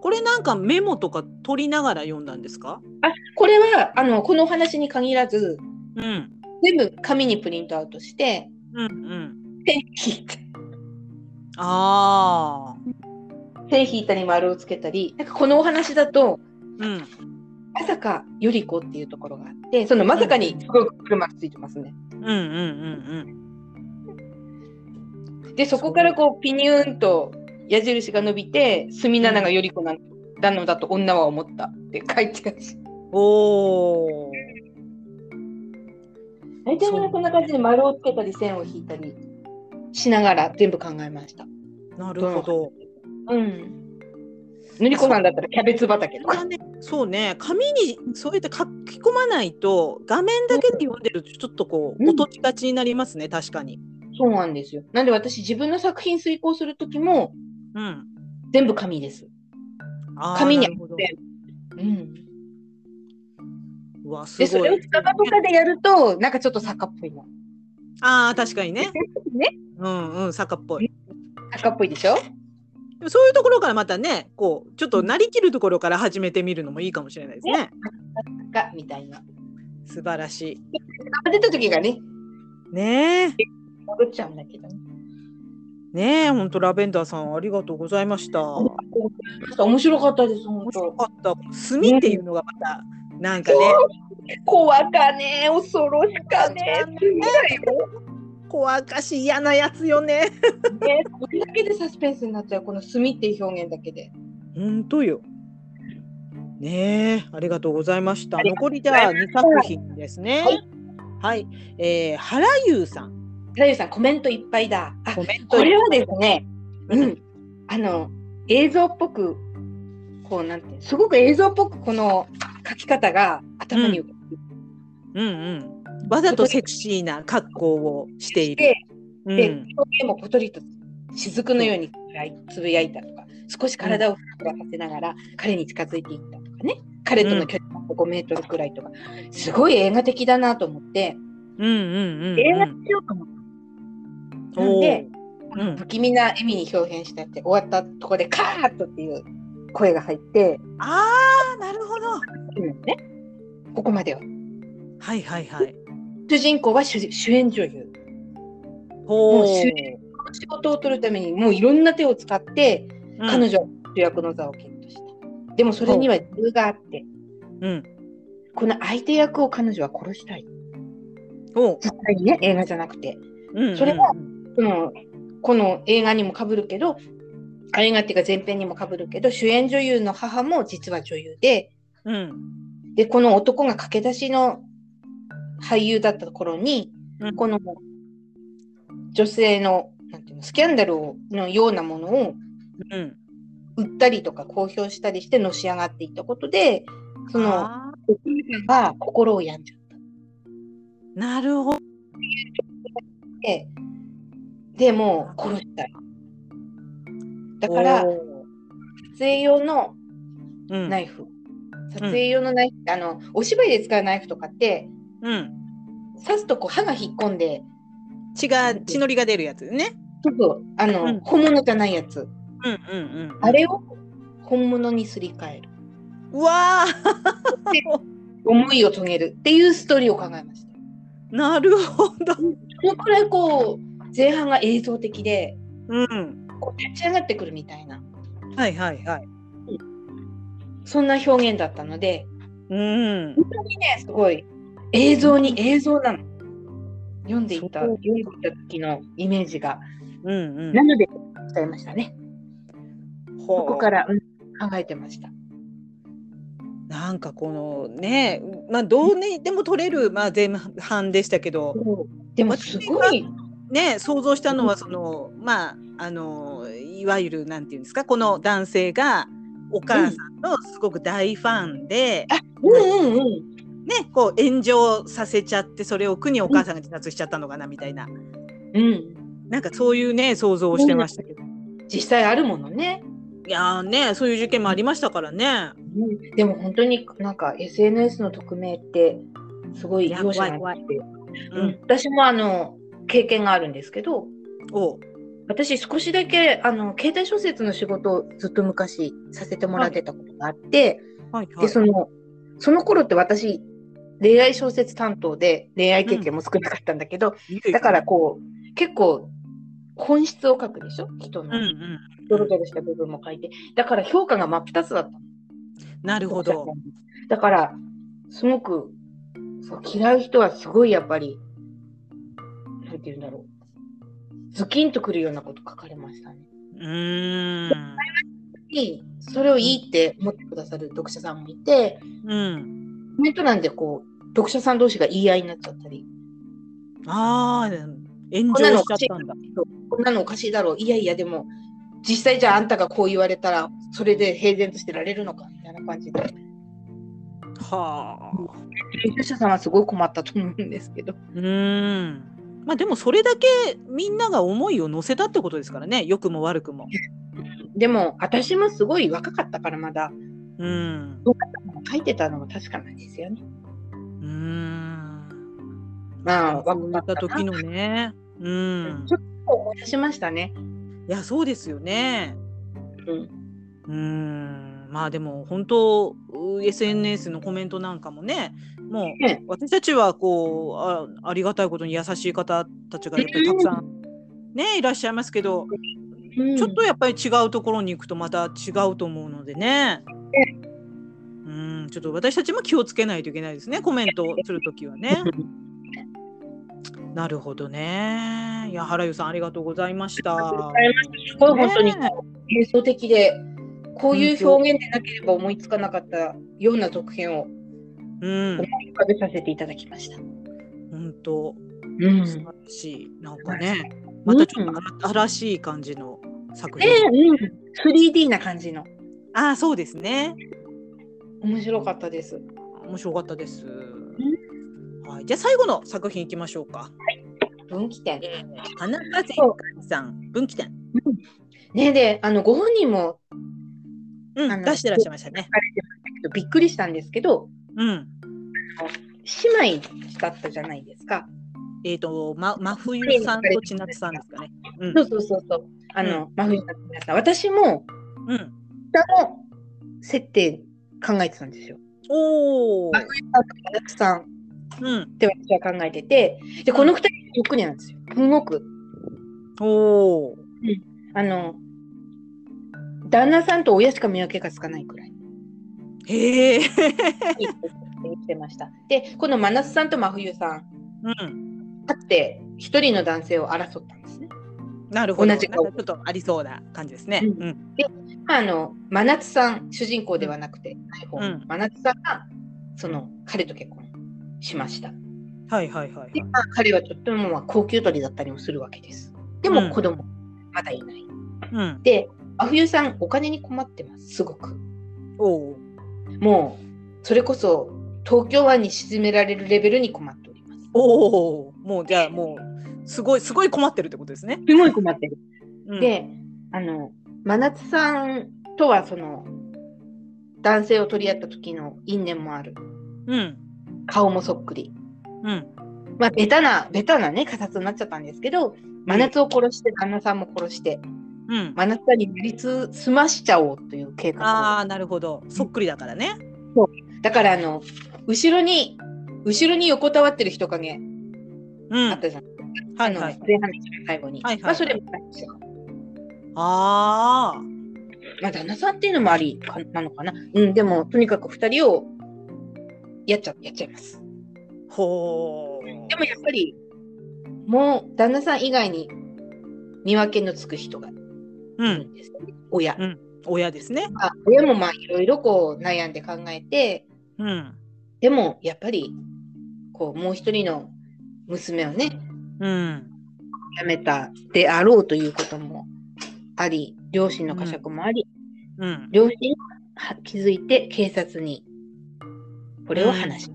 [SPEAKER 1] これなんかメモとか取りながら読んだんですか？
[SPEAKER 2] あこれはあのこのお話に限らず
[SPEAKER 1] うん
[SPEAKER 2] 全部紙にプリントアウトして
[SPEAKER 1] うんうん。
[SPEAKER 2] 線引いて
[SPEAKER 1] ああ
[SPEAKER 2] 線引いたり丸をつけたりなんかこのお話だと
[SPEAKER 1] うん。
[SPEAKER 2] まさかよりこっていうところがあってそのまさかにすごく車がついてますね。
[SPEAKER 1] うんうんうん
[SPEAKER 2] でそこからこうピニューンと矢印が伸びて隅七がよりこなんだのだと女は思ったって書いてあるし
[SPEAKER 1] うん。おお。
[SPEAKER 2] 大体みんなこんな感じで丸をつけたり線を引いたりしながら全部考えました。
[SPEAKER 1] なるほど。
[SPEAKER 2] うん。のりこさんだったらキャベツ畑と
[SPEAKER 1] これは
[SPEAKER 2] か。
[SPEAKER 1] ね、そうね、紙にそうやって書き込まないと、画面だけで読んでると、ちょっとこ
[SPEAKER 2] うん
[SPEAKER 1] う、落としがちになりますね、確かに。
[SPEAKER 2] そうなんですよ。なんで私自分の作品遂行する時も
[SPEAKER 1] うん。
[SPEAKER 2] 全部紙です。
[SPEAKER 1] あー
[SPEAKER 2] 紙に
[SPEAKER 1] なるほど
[SPEAKER 2] てうん。
[SPEAKER 1] うわ、す
[SPEAKER 2] でそ
[SPEAKER 1] ご
[SPEAKER 2] れを
[SPEAKER 1] い
[SPEAKER 2] ス。タバとかでやるとなんかちょっと坂っぽいな。
[SPEAKER 1] ああ、確かにね。
[SPEAKER 2] ね。
[SPEAKER 1] うんうん、坂っぽい。
[SPEAKER 2] 坂っぽいでしょ。
[SPEAKER 1] でもそういうところからまたね、こう、ちょっとなりきるところから始めてみるのもいいかもしれないですね。
[SPEAKER 2] 坂みたいな。ス
[SPEAKER 1] 素晴らし
[SPEAKER 2] タバ出た時がね、
[SPEAKER 1] い。ねえ。
[SPEAKER 2] 戻っちゃうんだけどね。
[SPEAKER 1] ねえ、ほんとラベンダーさん、ありがとうございました。面
[SPEAKER 2] 面白かったです本
[SPEAKER 1] 白
[SPEAKER 2] 当。
[SPEAKER 1] かった。墨っていうのがまた、なんかね、
[SPEAKER 2] 怖かね恐ろしかね。
[SPEAKER 1] 怖かし嫌なやつよね。
[SPEAKER 2] ねこれだけでサスペンスになっちゃうこの墨っていう表現だけで。
[SPEAKER 1] 本当よ。ねえ、ありがとうございました。
[SPEAKER 2] ありが
[SPEAKER 1] 残りじ
[SPEAKER 2] ざ
[SPEAKER 1] ゃあ2作品ですね。はい、えー、原優さん、
[SPEAKER 2] ラゆさんコメントいっぱいだ。あ
[SPEAKER 1] コメント。
[SPEAKER 2] これはですね、うん、あの映像っぽくこうなんてすごく映像っぽくこの書き方が頭に浮か
[SPEAKER 1] うんうん。わざとセクシーな格好をしている。
[SPEAKER 2] んで、
[SPEAKER 1] う
[SPEAKER 2] で
[SPEAKER 1] ん、
[SPEAKER 2] 表現もポトリと雫のようにつぶやいたとか少し体をふらふらさせながら彼に近づいていったとかね彼との距離も5メートルくらいとかすごい映画的だなと思って
[SPEAKER 1] うんうんうんうん。
[SPEAKER 2] 映画にしようと思った。なんで
[SPEAKER 1] おーうん
[SPEAKER 2] 不気味な笑みに表現したって終わったとこでカーッとっていう声が入って
[SPEAKER 1] ああ、なるほど。
[SPEAKER 2] ね、ここまでは
[SPEAKER 1] はいはいはい。
[SPEAKER 2] 主人公は主主演女優
[SPEAKER 1] ほ
[SPEAKER 2] もう主演仕事を取るためにもういろんな手を使って
[SPEAKER 1] うん
[SPEAKER 2] 彼女は主役の座をゲットした、でもそれには理由があって
[SPEAKER 1] うん。
[SPEAKER 2] この相手役を彼女は殺したい
[SPEAKER 1] おう
[SPEAKER 2] 実際にね映画じゃなくて
[SPEAKER 1] うんうん
[SPEAKER 2] それはそのこの映画にもかぶるけどあ映画っていうか前編にもかぶるけど主演女優の母も実は女優で
[SPEAKER 1] うん。
[SPEAKER 2] でこの男が駆け出しの俳優だった頃に、
[SPEAKER 1] うん
[SPEAKER 2] この女性のなんていうのスキャンダルをのようなものを
[SPEAKER 1] うん。
[SPEAKER 2] 売ったりとか公表したりしてのし上がっていったことでその
[SPEAKER 1] あ
[SPEAKER 2] お母さんが心を病んじゃっ
[SPEAKER 1] ーなるほど。
[SPEAKER 2] てでもう殺したいだから
[SPEAKER 1] お
[SPEAKER 2] 撮影用の
[SPEAKER 1] ーうん
[SPEAKER 2] ナイフ、撮影用のナイフってあのお芝居で使うナイフとかって
[SPEAKER 1] うん。
[SPEAKER 2] 刺すとこう歯が引っ込んで
[SPEAKER 1] 血が血のりが出るやつね。
[SPEAKER 2] ちょっとあの、
[SPEAKER 1] うん
[SPEAKER 2] 本物じゃないや
[SPEAKER 1] う
[SPEAKER 2] つ
[SPEAKER 1] んうんうん。
[SPEAKER 2] あれを本物にすり替える
[SPEAKER 1] うわあ。
[SPEAKER 2] 思いを遂げるっていうストーリーを考えました
[SPEAKER 1] なるほど。
[SPEAKER 2] このくらいこう前半が映像的で
[SPEAKER 1] うん。
[SPEAKER 2] こう立ち上がってくるみたいな
[SPEAKER 1] はいはいはい。
[SPEAKER 2] そんな表現だったので
[SPEAKER 1] うん。
[SPEAKER 2] 本当にねすごい映像に映像なの読んでいた
[SPEAKER 1] そう
[SPEAKER 2] 読んでいた時のイメージが
[SPEAKER 1] うんうん
[SPEAKER 2] な。ので伝えましたね
[SPEAKER 1] ほう
[SPEAKER 2] ここから、うん考えてました
[SPEAKER 1] なんかこのね、まあどうにでも取れるまあ前半でしたけど、
[SPEAKER 2] でもすごい
[SPEAKER 1] ね想像したのはそのまああのいわゆるなんていうんですかこの男性がお母さんのすごく大ファンで、
[SPEAKER 2] うんうんうん
[SPEAKER 1] ねこう炎上させちゃってそれを苦にお母さんが自殺しちゃったのかなみたいな
[SPEAKER 2] うん、
[SPEAKER 1] なんかそういうね想像をしてましたけど、
[SPEAKER 2] 実際あるものね。
[SPEAKER 1] いやーねそういう事件もありましたからね
[SPEAKER 2] でも本当になんか SNS の匿名ってすごい容赦な
[SPEAKER 1] や怖
[SPEAKER 2] くて、
[SPEAKER 1] う
[SPEAKER 2] うん、私もあの経験があるんですけど
[SPEAKER 1] おう
[SPEAKER 2] 私少しだけあの携帯小説の仕事をずっと昔させてもらってたことがあって、
[SPEAKER 1] はいは
[SPEAKER 2] で
[SPEAKER 1] い
[SPEAKER 2] そのその頃って私恋愛小説担当で恋愛経験も少なかったんだけど、
[SPEAKER 1] いいよいいよ
[SPEAKER 2] だからこう結構本質を書くでしょ人
[SPEAKER 1] うんう
[SPEAKER 2] の
[SPEAKER 1] ん
[SPEAKER 2] ドロドロした部分も書いてだから評価が真っ二つだったの
[SPEAKER 1] なるほど
[SPEAKER 2] だからすごくそう嫌う人はすごいやっぱりなんて言うんだろうズキンとくるようなこと書かれましたね。
[SPEAKER 1] うーん
[SPEAKER 2] にそれをいいって思ってくださる読者さんもいて
[SPEAKER 1] うん
[SPEAKER 2] コメント欄でこう読者さん同士が言い合いになっちゃったり
[SPEAKER 1] ああ炎
[SPEAKER 2] こんな
[SPEAKER 1] 上
[SPEAKER 2] の
[SPEAKER 1] しち
[SPEAKER 2] お
[SPEAKER 1] ゃ
[SPEAKER 2] か
[SPEAKER 1] っ
[SPEAKER 2] しい
[SPEAKER 1] たんだ
[SPEAKER 2] こんなのおかしいだろういやいやでも実際じゃああんたがこう言われたらそれで平然としてられるのかみたいな感じで
[SPEAKER 1] はあ
[SPEAKER 2] 読者さんはすごい困ったと思うんですけど。
[SPEAKER 1] うーんまあでもそれだけみんなが思いを乗せたってことですからね良くも悪くも
[SPEAKER 2] でも私もすごい若かったからまだ
[SPEAKER 1] うん
[SPEAKER 2] 書いてたのも確かなんですよね。
[SPEAKER 1] うーん
[SPEAKER 2] まあ、
[SPEAKER 1] そう
[SPEAKER 2] 分
[SPEAKER 1] い
[SPEAKER 2] か
[SPEAKER 1] っ
[SPEAKER 2] ったた
[SPEAKER 1] 時
[SPEAKER 2] 時
[SPEAKER 1] のねうん
[SPEAKER 2] ちょっと思い出しましたね。
[SPEAKER 1] いやそうですよねうー
[SPEAKER 2] うん、
[SPEAKER 1] んまあでも本当う SNS のコメントなんかもねもう
[SPEAKER 2] ね
[SPEAKER 1] 私たちはこうあありがたいことに優しい方たちがやっぱりたくさんねいらっしゃいますけどちょっとやっぱり違うところに行くとまた違うと思うのでね。うん、ちょっと私たちも気をつけないといけないですね、コメントするときはね。なるほどね。いや、原由さん、ありがとうございました。
[SPEAKER 2] ありがとうございますごい本当に
[SPEAKER 1] ね
[SPEAKER 2] 幻想的で、こういう表現でなければ思いつかなかったような続編を
[SPEAKER 1] うん、
[SPEAKER 2] 浮かべさせていただきました。
[SPEAKER 1] 本当、
[SPEAKER 2] う
[SPEAKER 1] 素晴らしい、なんかね、
[SPEAKER 2] う
[SPEAKER 1] ま
[SPEAKER 2] ん
[SPEAKER 1] たちょっと新新しい感じの作
[SPEAKER 2] ね
[SPEAKER 1] 品。
[SPEAKER 2] うん、3D な感じの
[SPEAKER 1] ああ、そうですね。
[SPEAKER 2] 面白かったです。
[SPEAKER 1] 面白かったです。はい、じゃあ最後の作品いきましょうか。
[SPEAKER 2] 分岐点。
[SPEAKER 1] 花風海さん、分岐点。
[SPEAKER 2] ねであのご本人も
[SPEAKER 1] う
[SPEAKER 2] あ
[SPEAKER 1] ん、
[SPEAKER 2] の
[SPEAKER 1] 出してらっしゃいましたね。
[SPEAKER 2] びっくりしたんですけど
[SPEAKER 1] うん。
[SPEAKER 2] 姉妹だったじゃないですか。
[SPEAKER 1] えっ、と、ま、真冬さんと千夏さんですかね。う。
[SPEAKER 2] そうんそうそうそう。あの、真冬の皆さん私も
[SPEAKER 1] うん、
[SPEAKER 2] 歌の設定考えてたんですよ。
[SPEAKER 1] おお。
[SPEAKER 2] たくさんっ
[SPEAKER 1] うん。
[SPEAKER 2] て私は考えてて、で、この2人そっくりなんですよ。すごく。
[SPEAKER 1] おお。
[SPEAKER 2] あの、旦那さんと親しか見分けがつかないくらい。
[SPEAKER 1] へえ。
[SPEAKER 2] 生きてました。で、この真夏さんと真冬さん、
[SPEAKER 1] うん。
[SPEAKER 2] かつて一人の男性を争ったんですね。
[SPEAKER 1] なるほど。
[SPEAKER 2] 同じ
[SPEAKER 1] なん
[SPEAKER 2] 顔
[SPEAKER 1] かちょっとありそうな感じですね。
[SPEAKER 2] う
[SPEAKER 1] うん。
[SPEAKER 2] まあ、あの、真夏さん、主人公ではなくて、
[SPEAKER 1] ん
[SPEAKER 2] 相棒真夏さんが、その、彼と結婚しました。
[SPEAKER 1] はいはいはい、はい
[SPEAKER 2] で、。まあ、彼はとってもまあ高級鳥だったりもするわけです。で
[SPEAKER 1] うん
[SPEAKER 2] も子供、まだいない。
[SPEAKER 1] うん。
[SPEAKER 2] で、真冬さん、お金に困ってます、すごく。
[SPEAKER 1] おお。
[SPEAKER 2] もう、それこそ東京湾に沈められるレベルに困っております。
[SPEAKER 1] おお。もう、じゃあ、もう。すごい、すごい困ってるってことですね。
[SPEAKER 2] すごい困ってる。
[SPEAKER 1] うん、
[SPEAKER 2] で、あの、真夏さんとは、その、男性を取り合った時の因縁もある。
[SPEAKER 1] うん。
[SPEAKER 2] 顔もそっくり。
[SPEAKER 1] うん。
[SPEAKER 2] まあ、ベタな、ベタなね、仮説になっちゃったんですけど、真夏を殺して、旦那さんも殺して、
[SPEAKER 1] うん。
[SPEAKER 2] 真夏さんになりす済ましちゃおうという計画を
[SPEAKER 1] ああ、なるほど。そっくりだからね。
[SPEAKER 2] だからあの後ろに後ろに横たわってる人影
[SPEAKER 1] うん。
[SPEAKER 2] あ
[SPEAKER 1] は
[SPEAKER 2] ったじゃん。あ
[SPEAKER 1] い
[SPEAKER 2] の
[SPEAKER 1] はい。
[SPEAKER 2] 前半の一番最後に。
[SPEAKER 1] はいはい
[SPEAKER 2] まあそれも大事だ
[SPEAKER 1] ああ。
[SPEAKER 2] まあ旦那さんっていうのもありかなのかな。うんでもとにかく二人をやっちゃやっちゃいます。
[SPEAKER 1] ほう。
[SPEAKER 2] でもやっぱりもう旦那さん以外に見分けのつく人がい
[SPEAKER 1] うん。
[SPEAKER 2] るんですよね。親。
[SPEAKER 1] うん親ですね。
[SPEAKER 2] まあ親もまあいろいろこう悩んで考えて
[SPEAKER 1] うん。
[SPEAKER 2] でもやっぱりこうもう一人の娘をね
[SPEAKER 1] うん。
[SPEAKER 2] やめたであろうということもあり、両親の呵責もあり、
[SPEAKER 1] うん。
[SPEAKER 2] 両親が気づいて警察にこれを話し、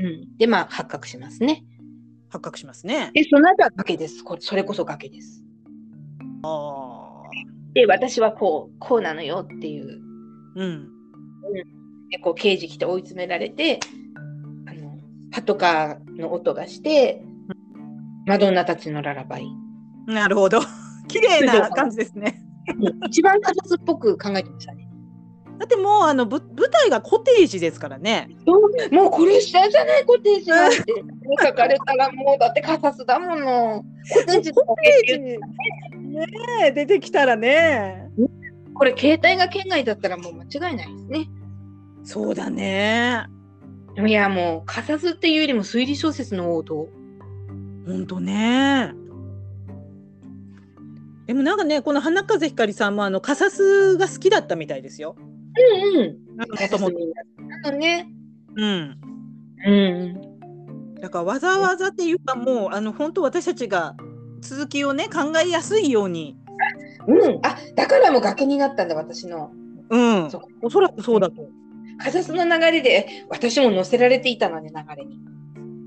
[SPEAKER 2] うんで、まあ発覚しますね。
[SPEAKER 1] 発覚しますね。
[SPEAKER 2] で、その後は崖です。これそれこそ崖です。
[SPEAKER 1] ああ。
[SPEAKER 2] で、私はこう、こうなのよっていう、
[SPEAKER 1] うん。
[SPEAKER 2] でこう刑事来て追い詰められて、あの、パトカーの音がして、マドンナたちのララバイ。
[SPEAKER 1] なるほど。 綺麗な感じですね。
[SPEAKER 2] 一番仮説っぽく考えてましたね。
[SPEAKER 1] だってもうあのぶ舞台がコテージですからね。
[SPEAKER 2] もうこれ下じゃないコテージなんて。書かれたらもうだってカサスだもの。コテージ
[SPEAKER 1] コテージにねえ出てきたらね。
[SPEAKER 2] これ携帯が圏外だったらもう間違いないですね。
[SPEAKER 1] そうだね。
[SPEAKER 2] いやもう仮説っていうよりも推理小説の王道。
[SPEAKER 1] ほんとね。でもなんかねこの花風ひかりさんもあのカサスが好きだったみたいですよ。
[SPEAKER 2] うんうん。
[SPEAKER 1] なんかもともと。
[SPEAKER 2] なのね。
[SPEAKER 1] うん。
[SPEAKER 2] うん。
[SPEAKER 1] だからわざわざっていうかもうあの本当私たちが続きをね考えやすいように。
[SPEAKER 2] うん。あだからもう崖になったんだ私の。
[SPEAKER 1] うん
[SPEAKER 2] そ。
[SPEAKER 1] おそらくそうだと。
[SPEAKER 2] 仮説の流れでえ私も乗せられていたのね流れに。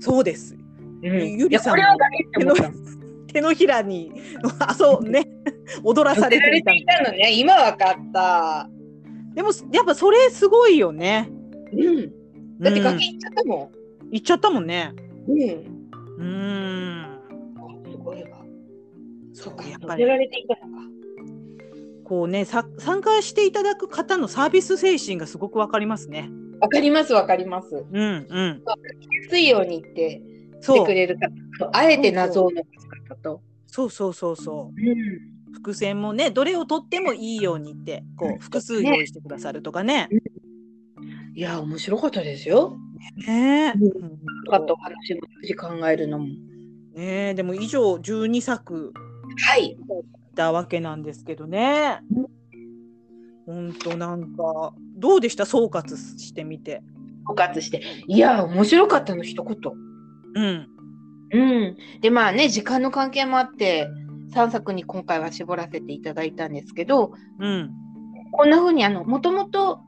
[SPEAKER 1] そうです。
[SPEAKER 2] うん。
[SPEAKER 1] ゆりさん
[SPEAKER 2] いやこれは崖って
[SPEAKER 1] 手
[SPEAKER 2] 思
[SPEAKER 1] の
[SPEAKER 2] ったの。
[SPEAKER 1] 手のひらに あそうね踊らさ
[SPEAKER 2] 乗せ
[SPEAKER 1] れ
[SPEAKER 2] ら
[SPEAKER 1] て
[SPEAKER 2] れ
[SPEAKER 1] いた
[SPEAKER 2] ていたのね。今わかった。
[SPEAKER 1] でもやっぱそれすごいよね。
[SPEAKER 2] うん。だって
[SPEAKER 1] うん
[SPEAKER 2] 崖行っちゃったも
[SPEAKER 1] 行っちゃったもんね。
[SPEAKER 2] ん。うん。
[SPEAKER 1] うーん。
[SPEAKER 2] あすごいわ。そ
[SPEAKER 1] そうう
[SPEAKER 2] か。
[SPEAKER 1] やっ
[SPEAKER 2] 乗
[SPEAKER 1] ぱ
[SPEAKER 2] せ
[SPEAKER 1] り
[SPEAKER 2] られていたのか。
[SPEAKER 1] こうねさ参加していただく方のサービス精神がすごくわかりますね。
[SPEAKER 2] わかりますわかります。
[SPEAKER 1] うんうん。
[SPEAKER 2] ついように言ってして
[SPEAKER 1] そう
[SPEAKER 2] くれる方とあえて謎を残す方と。
[SPEAKER 1] そうそうそうそうう。伏線もねどれを取ってもいいようにってこう複数用意してくださるとかね。
[SPEAKER 2] ん。いや面白かったですよ。
[SPEAKER 1] ねえ。
[SPEAKER 2] う
[SPEAKER 1] ほ
[SPEAKER 2] あ
[SPEAKER 1] ん
[SPEAKER 2] と
[SPEAKER 1] と
[SPEAKER 2] 話も少し考えるのも。
[SPEAKER 1] ねえでも以上12作
[SPEAKER 2] はい。
[SPEAKER 1] ったわけなんですけどね。本当なんかどうでした総括してみて。
[SPEAKER 2] 復活して。いや面白かったの一言。
[SPEAKER 1] うん。
[SPEAKER 2] うん、でまあね時間の関係もあって3作に今回は絞らせていただいたんですけど
[SPEAKER 1] うん。
[SPEAKER 2] こんな風にあのもともと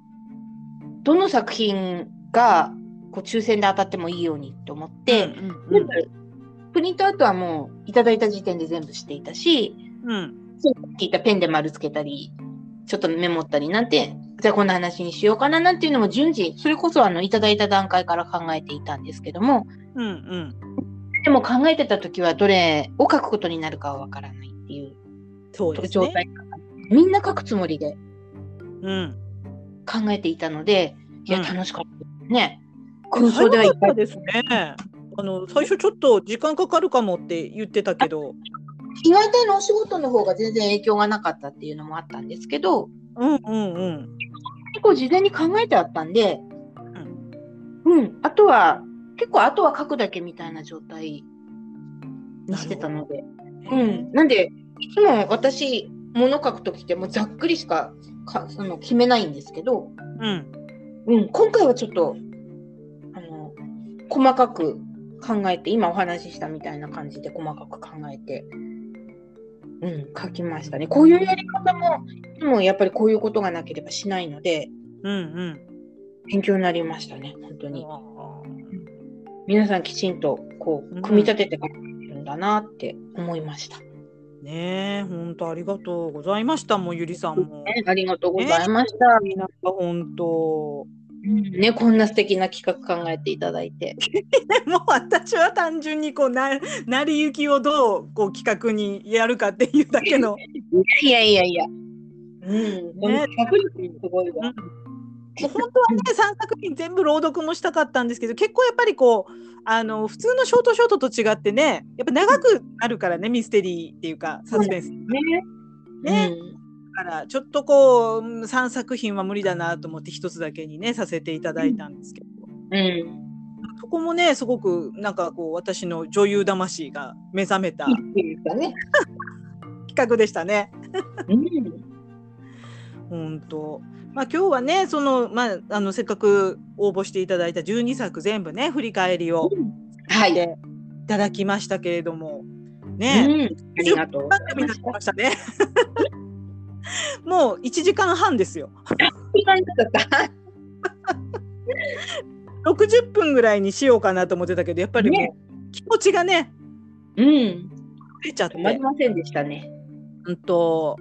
[SPEAKER 2] どの作品がこう抽選で当たってもいいようにと思って、
[SPEAKER 1] うんうん
[SPEAKER 2] プリントアウトはもういただいた時点で全部していたし
[SPEAKER 1] うん。
[SPEAKER 2] 聞いたペンで丸つけたりちょっとメモったりなんてじゃあこんな話にしようかななんていうのも順次それこそあのいただいた段階から考えていたんですけども
[SPEAKER 1] うん。うん。
[SPEAKER 2] でも考えてた時はどれを書くことになるかはわからないっていう
[SPEAKER 1] そうです
[SPEAKER 2] 状
[SPEAKER 1] ね。
[SPEAKER 2] 態かなみんな書くつもりで
[SPEAKER 1] うん。
[SPEAKER 2] 考えていたので、いや、
[SPEAKER 1] うん
[SPEAKER 2] 楽しかったですね。空
[SPEAKER 1] 早
[SPEAKER 2] 想ではいっ
[SPEAKER 1] かっ
[SPEAKER 2] ぱい
[SPEAKER 1] たですね。あの最初ちょっと時間かかるかもって言ってたけど。
[SPEAKER 2] 意外とあのお仕事の方が全然影響がなかったっていうのもあったんですけど、
[SPEAKER 1] うんうんうん。
[SPEAKER 2] 結構事前に考えてあったんで、うん、あとは、結構あとは書くだけみたいな状態にしてたので、う、
[SPEAKER 1] うん
[SPEAKER 2] なんで、いつも私、物書くときってもうざっくりしかかその決めないんですけど、
[SPEAKER 1] うん。
[SPEAKER 2] うん、今回はちょっとあの細かく考えて今お話ししたみたいな感じで細かく考えて、うん、書きましたねこういうやり方もいつもやっぱりこういうことがなければしないので
[SPEAKER 1] うんうん。
[SPEAKER 2] 勉強になりましたね本当に
[SPEAKER 1] う
[SPEAKER 2] 皆さんきちんとこう組み立てて考えてるんだなって思いました、
[SPEAKER 1] んねえ、本当ありがとうございました。もうゆりさんも。
[SPEAKER 2] ねありがとうございました、
[SPEAKER 1] なんか本当。
[SPEAKER 2] ねこんな素敵な企画考えていただいて
[SPEAKER 1] もう私は単純にこうな成り行きをどうこう企画にやるかっていうだけ の、
[SPEAKER 2] いやいやいやうん、この企画力すごいわ
[SPEAKER 1] うんもう本当はね3作品全部朗読もしたかったんですけど結構やっぱりこうあの普通のショートショートと違ってねやっぱ長くなるからねミステリーっていうかサスペンスだ
[SPEAKER 2] ね。
[SPEAKER 1] からちょっとこう3作品は無理だなと思って1つだけにねさせていただいたんですけど。
[SPEAKER 2] うん。
[SPEAKER 1] そこもねすごくなんかこう私の女優魂が目覚めた
[SPEAKER 2] いいっていうかね。
[SPEAKER 1] 企画でしたね。
[SPEAKER 2] うん。
[SPEAKER 1] 本当。まあ今日はねそのまああのせっかく応募していただいた12作全部ね振り返りを
[SPEAKER 2] はい。
[SPEAKER 1] でいただきましたけれどもね、
[SPEAKER 2] うん。ありがとうござ
[SPEAKER 1] 番
[SPEAKER 2] い
[SPEAKER 1] 組に
[SPEAKER 2] ま
[SPEAKER 1] なっ
[SPEAKER 2] してた。
[SPEAKER 1] ましたね。もう1時間半ですよ。
[SPEAKER 2] 時間かかった。
[SPEAKER 1] 60分ぐらいにしようかなと思ってたけどやっぱりもう、
[SPEAKER 2] ね
[SPEAKER 1] 気持ちがね
[SPEAKER 2] うん、
[SPEAKER 1] 出ちゃって
[SPEAKER 2] 止まりませんでしたね。
[SPEAKER 1] うんと、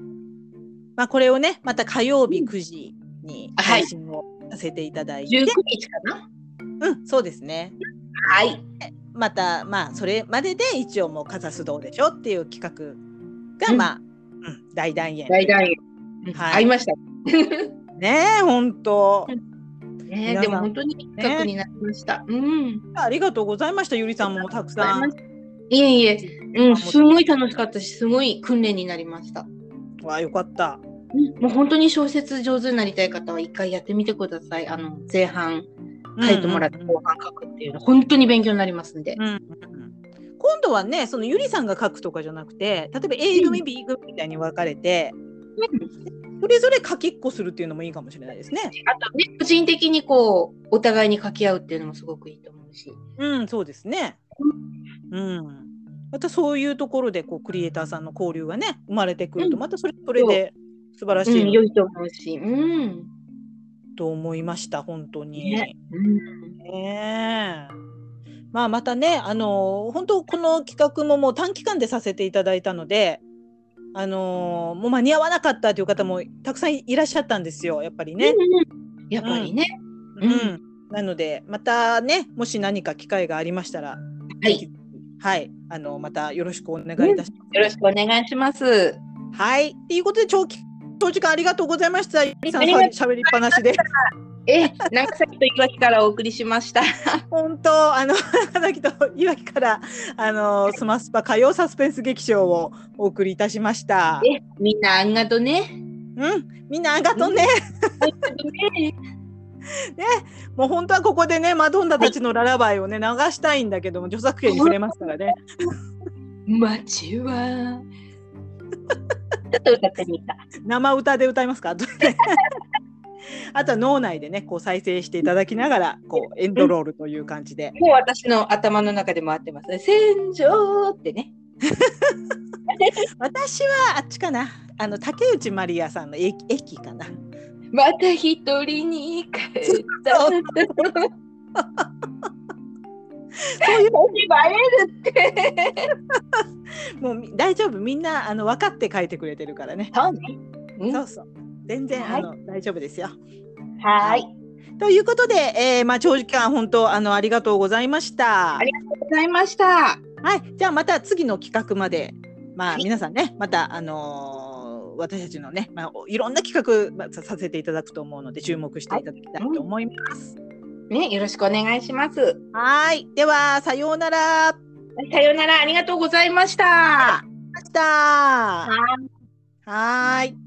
[SPEAKER 1] まあ、これをねまた火曜日9時に
[SPEAKER 2] あはい
[SPEAKER 1] 配信をさせていただいて、
[SPEAKER 2] 19日かな
[SPEAKER 1] うん、そうですね
[SPEAKER 2] はい。
[SPEAKER 1] またまあそれまでで一応もう「かざすどうでしょ」っていう企画が、
[SPEAKER 2] うん
[SPEAKER 1] まあ、うん、大団円
[SPEAKER 2] 大団円。うん
[SPEAKER 1] はい
[SPEAKER 2] 会いました。
[SPEAKER 1] ねえ本当
[SPEAKER 2] ね
[SPEAKER 1] 皆さん
[SPEAKER 2] でも本当にいい企画になりました。うん。
[SPEAKER 1] ありがとうございましたゆりさんもたくさん
[SPEAKER 2] いえいえ、うん、すごい楽しかったし、すごい訓練になりました。
[SPEAKER 1] わあよかった
[SPEAKER 2] もう本当に小説上手になりたい方は一回やってみてください。あの前半書いてもらって
[SPEAKER 1] うんうんうん
[SPEAKER 2] 後半書くっていうの、本当に勉強になりますんで。
[SPEAKER 1] うんうん今度はねそのゆりさんが書くとかじゃなくて例えば A 組 B 組みたいに分かれてそれぞれ書きっこするっていうのもいいかもしれないですね。
[SPEAKER 2] あとね、個人的にこうお互いに書き合うっていうのもすごくいいと思うし。
[SPEAKER 1] うんそうですね。うんまたそういうところでこうクリエイターさんの交流がね生まれてくると
[SPEAKER 2] うん
[SPEAKER 1] またそれそれで素晴らし
[SPEAKER 2] うん、
[SPEAKER 1] い
[SPEAKER 2] 良いと思うし。うん。
[SPEAKER 1] と思いました本当に。
[SPEAKER 2] ね
[SPEAKER 1] ね
[SPEAKER 2] うん
[SPEAKER 1] えまあまたねあの本当この企画ももう短期間でさせていただいたので。あのもう間に合わなかったという方もたくさんいらっしゃったんですよやっぱりね。
[SPEAKER 2] うんやっぱりね。
[SPEAKER 1] う
[SPEAKER 2] うん
[SPEAKER 1] ん、なのでまたねもし何か機会がありましたら、
[SPEAKER 2] は
[SPEAKER 1] ぜ
[SPEAKER 2] い。
[SPEAKER 1] ひはい、あのまたよろしくお願いいたします。
[SPEAKER 2] よろしくお願いします。
[SPEAKER 1] はい、ということで長期長時間ありがとうございました。ゆりさん
[SPEAKER 2] ありがとう
[SPEAKER 1] しゃべりっぱなしで
[SPEAKER 2] え、長崎と岩木からお送りしました。
[SPEAKER 1] 本当あの 花崎といわきからあのスマスパ火曜サスペンス劇場をお送りいたしました。
[SPEAKER 2] え、みんなあんがとね。
[SPEAKER 1] うん、みんなありがとうね。
[SPEAKER 2] ありがとね
[SPEAKER 1] もう本当はここでねマドンナたちのララバイをね流したいんだけども著作権に触れますからね。
[SPEAKER 2] 街 は。ちょっと歌ってみた。
[SPEAKER 1] 生歌で歌いますか後で あとは脳内でねこう再生していただきながらこうエンドロールという感じで
[SPEAKER 2] もう私の頭の中で回ってますね。戦場ってね。
[SPEAKER 1] 私はあっちかなあの竹内まりやさんの駅駅かな
[SPEAKER 2] また一人に帰った。
[SPEAKER 1] そ
[SPEAKER 2] そうういうバレるって。
[SPEAKER 1] もうみ大丈夫みんなあの分かって書いてくれてるからね
[SPEAKER 2] そうね。うん
[SPEAKER 1] そうそう全然、
[SPEAKER 2] はい
[SPEAKER 1] あの大丈夫ですよ
[SPEAKER 2] はーい。
[SPEAKER 1] ということで、えーまあ、長時間本当あのありがとうございました
[SPEAKER 2] ありありがとうございました。
[SPEAKER 1] はい、じゃあまた次の企画まで、まあ、
[SPEAKER 2] はい
[SPEAKER 1] 皆さんね、また、あのー私たちのね、まあ、おいろんな企画まあささせていただくと思うので、注目していただきたいと思います。
[SPEAKER 2] ね、よろしくお願いします。
[SPEAKER 1] はい、では、さようなら。
[SPEAKER 2] さようなら、ありがとうございまし
[SPEAKER 1] ま
[SPEAKER 2] た。
[SPEAKER 1] た。はーい。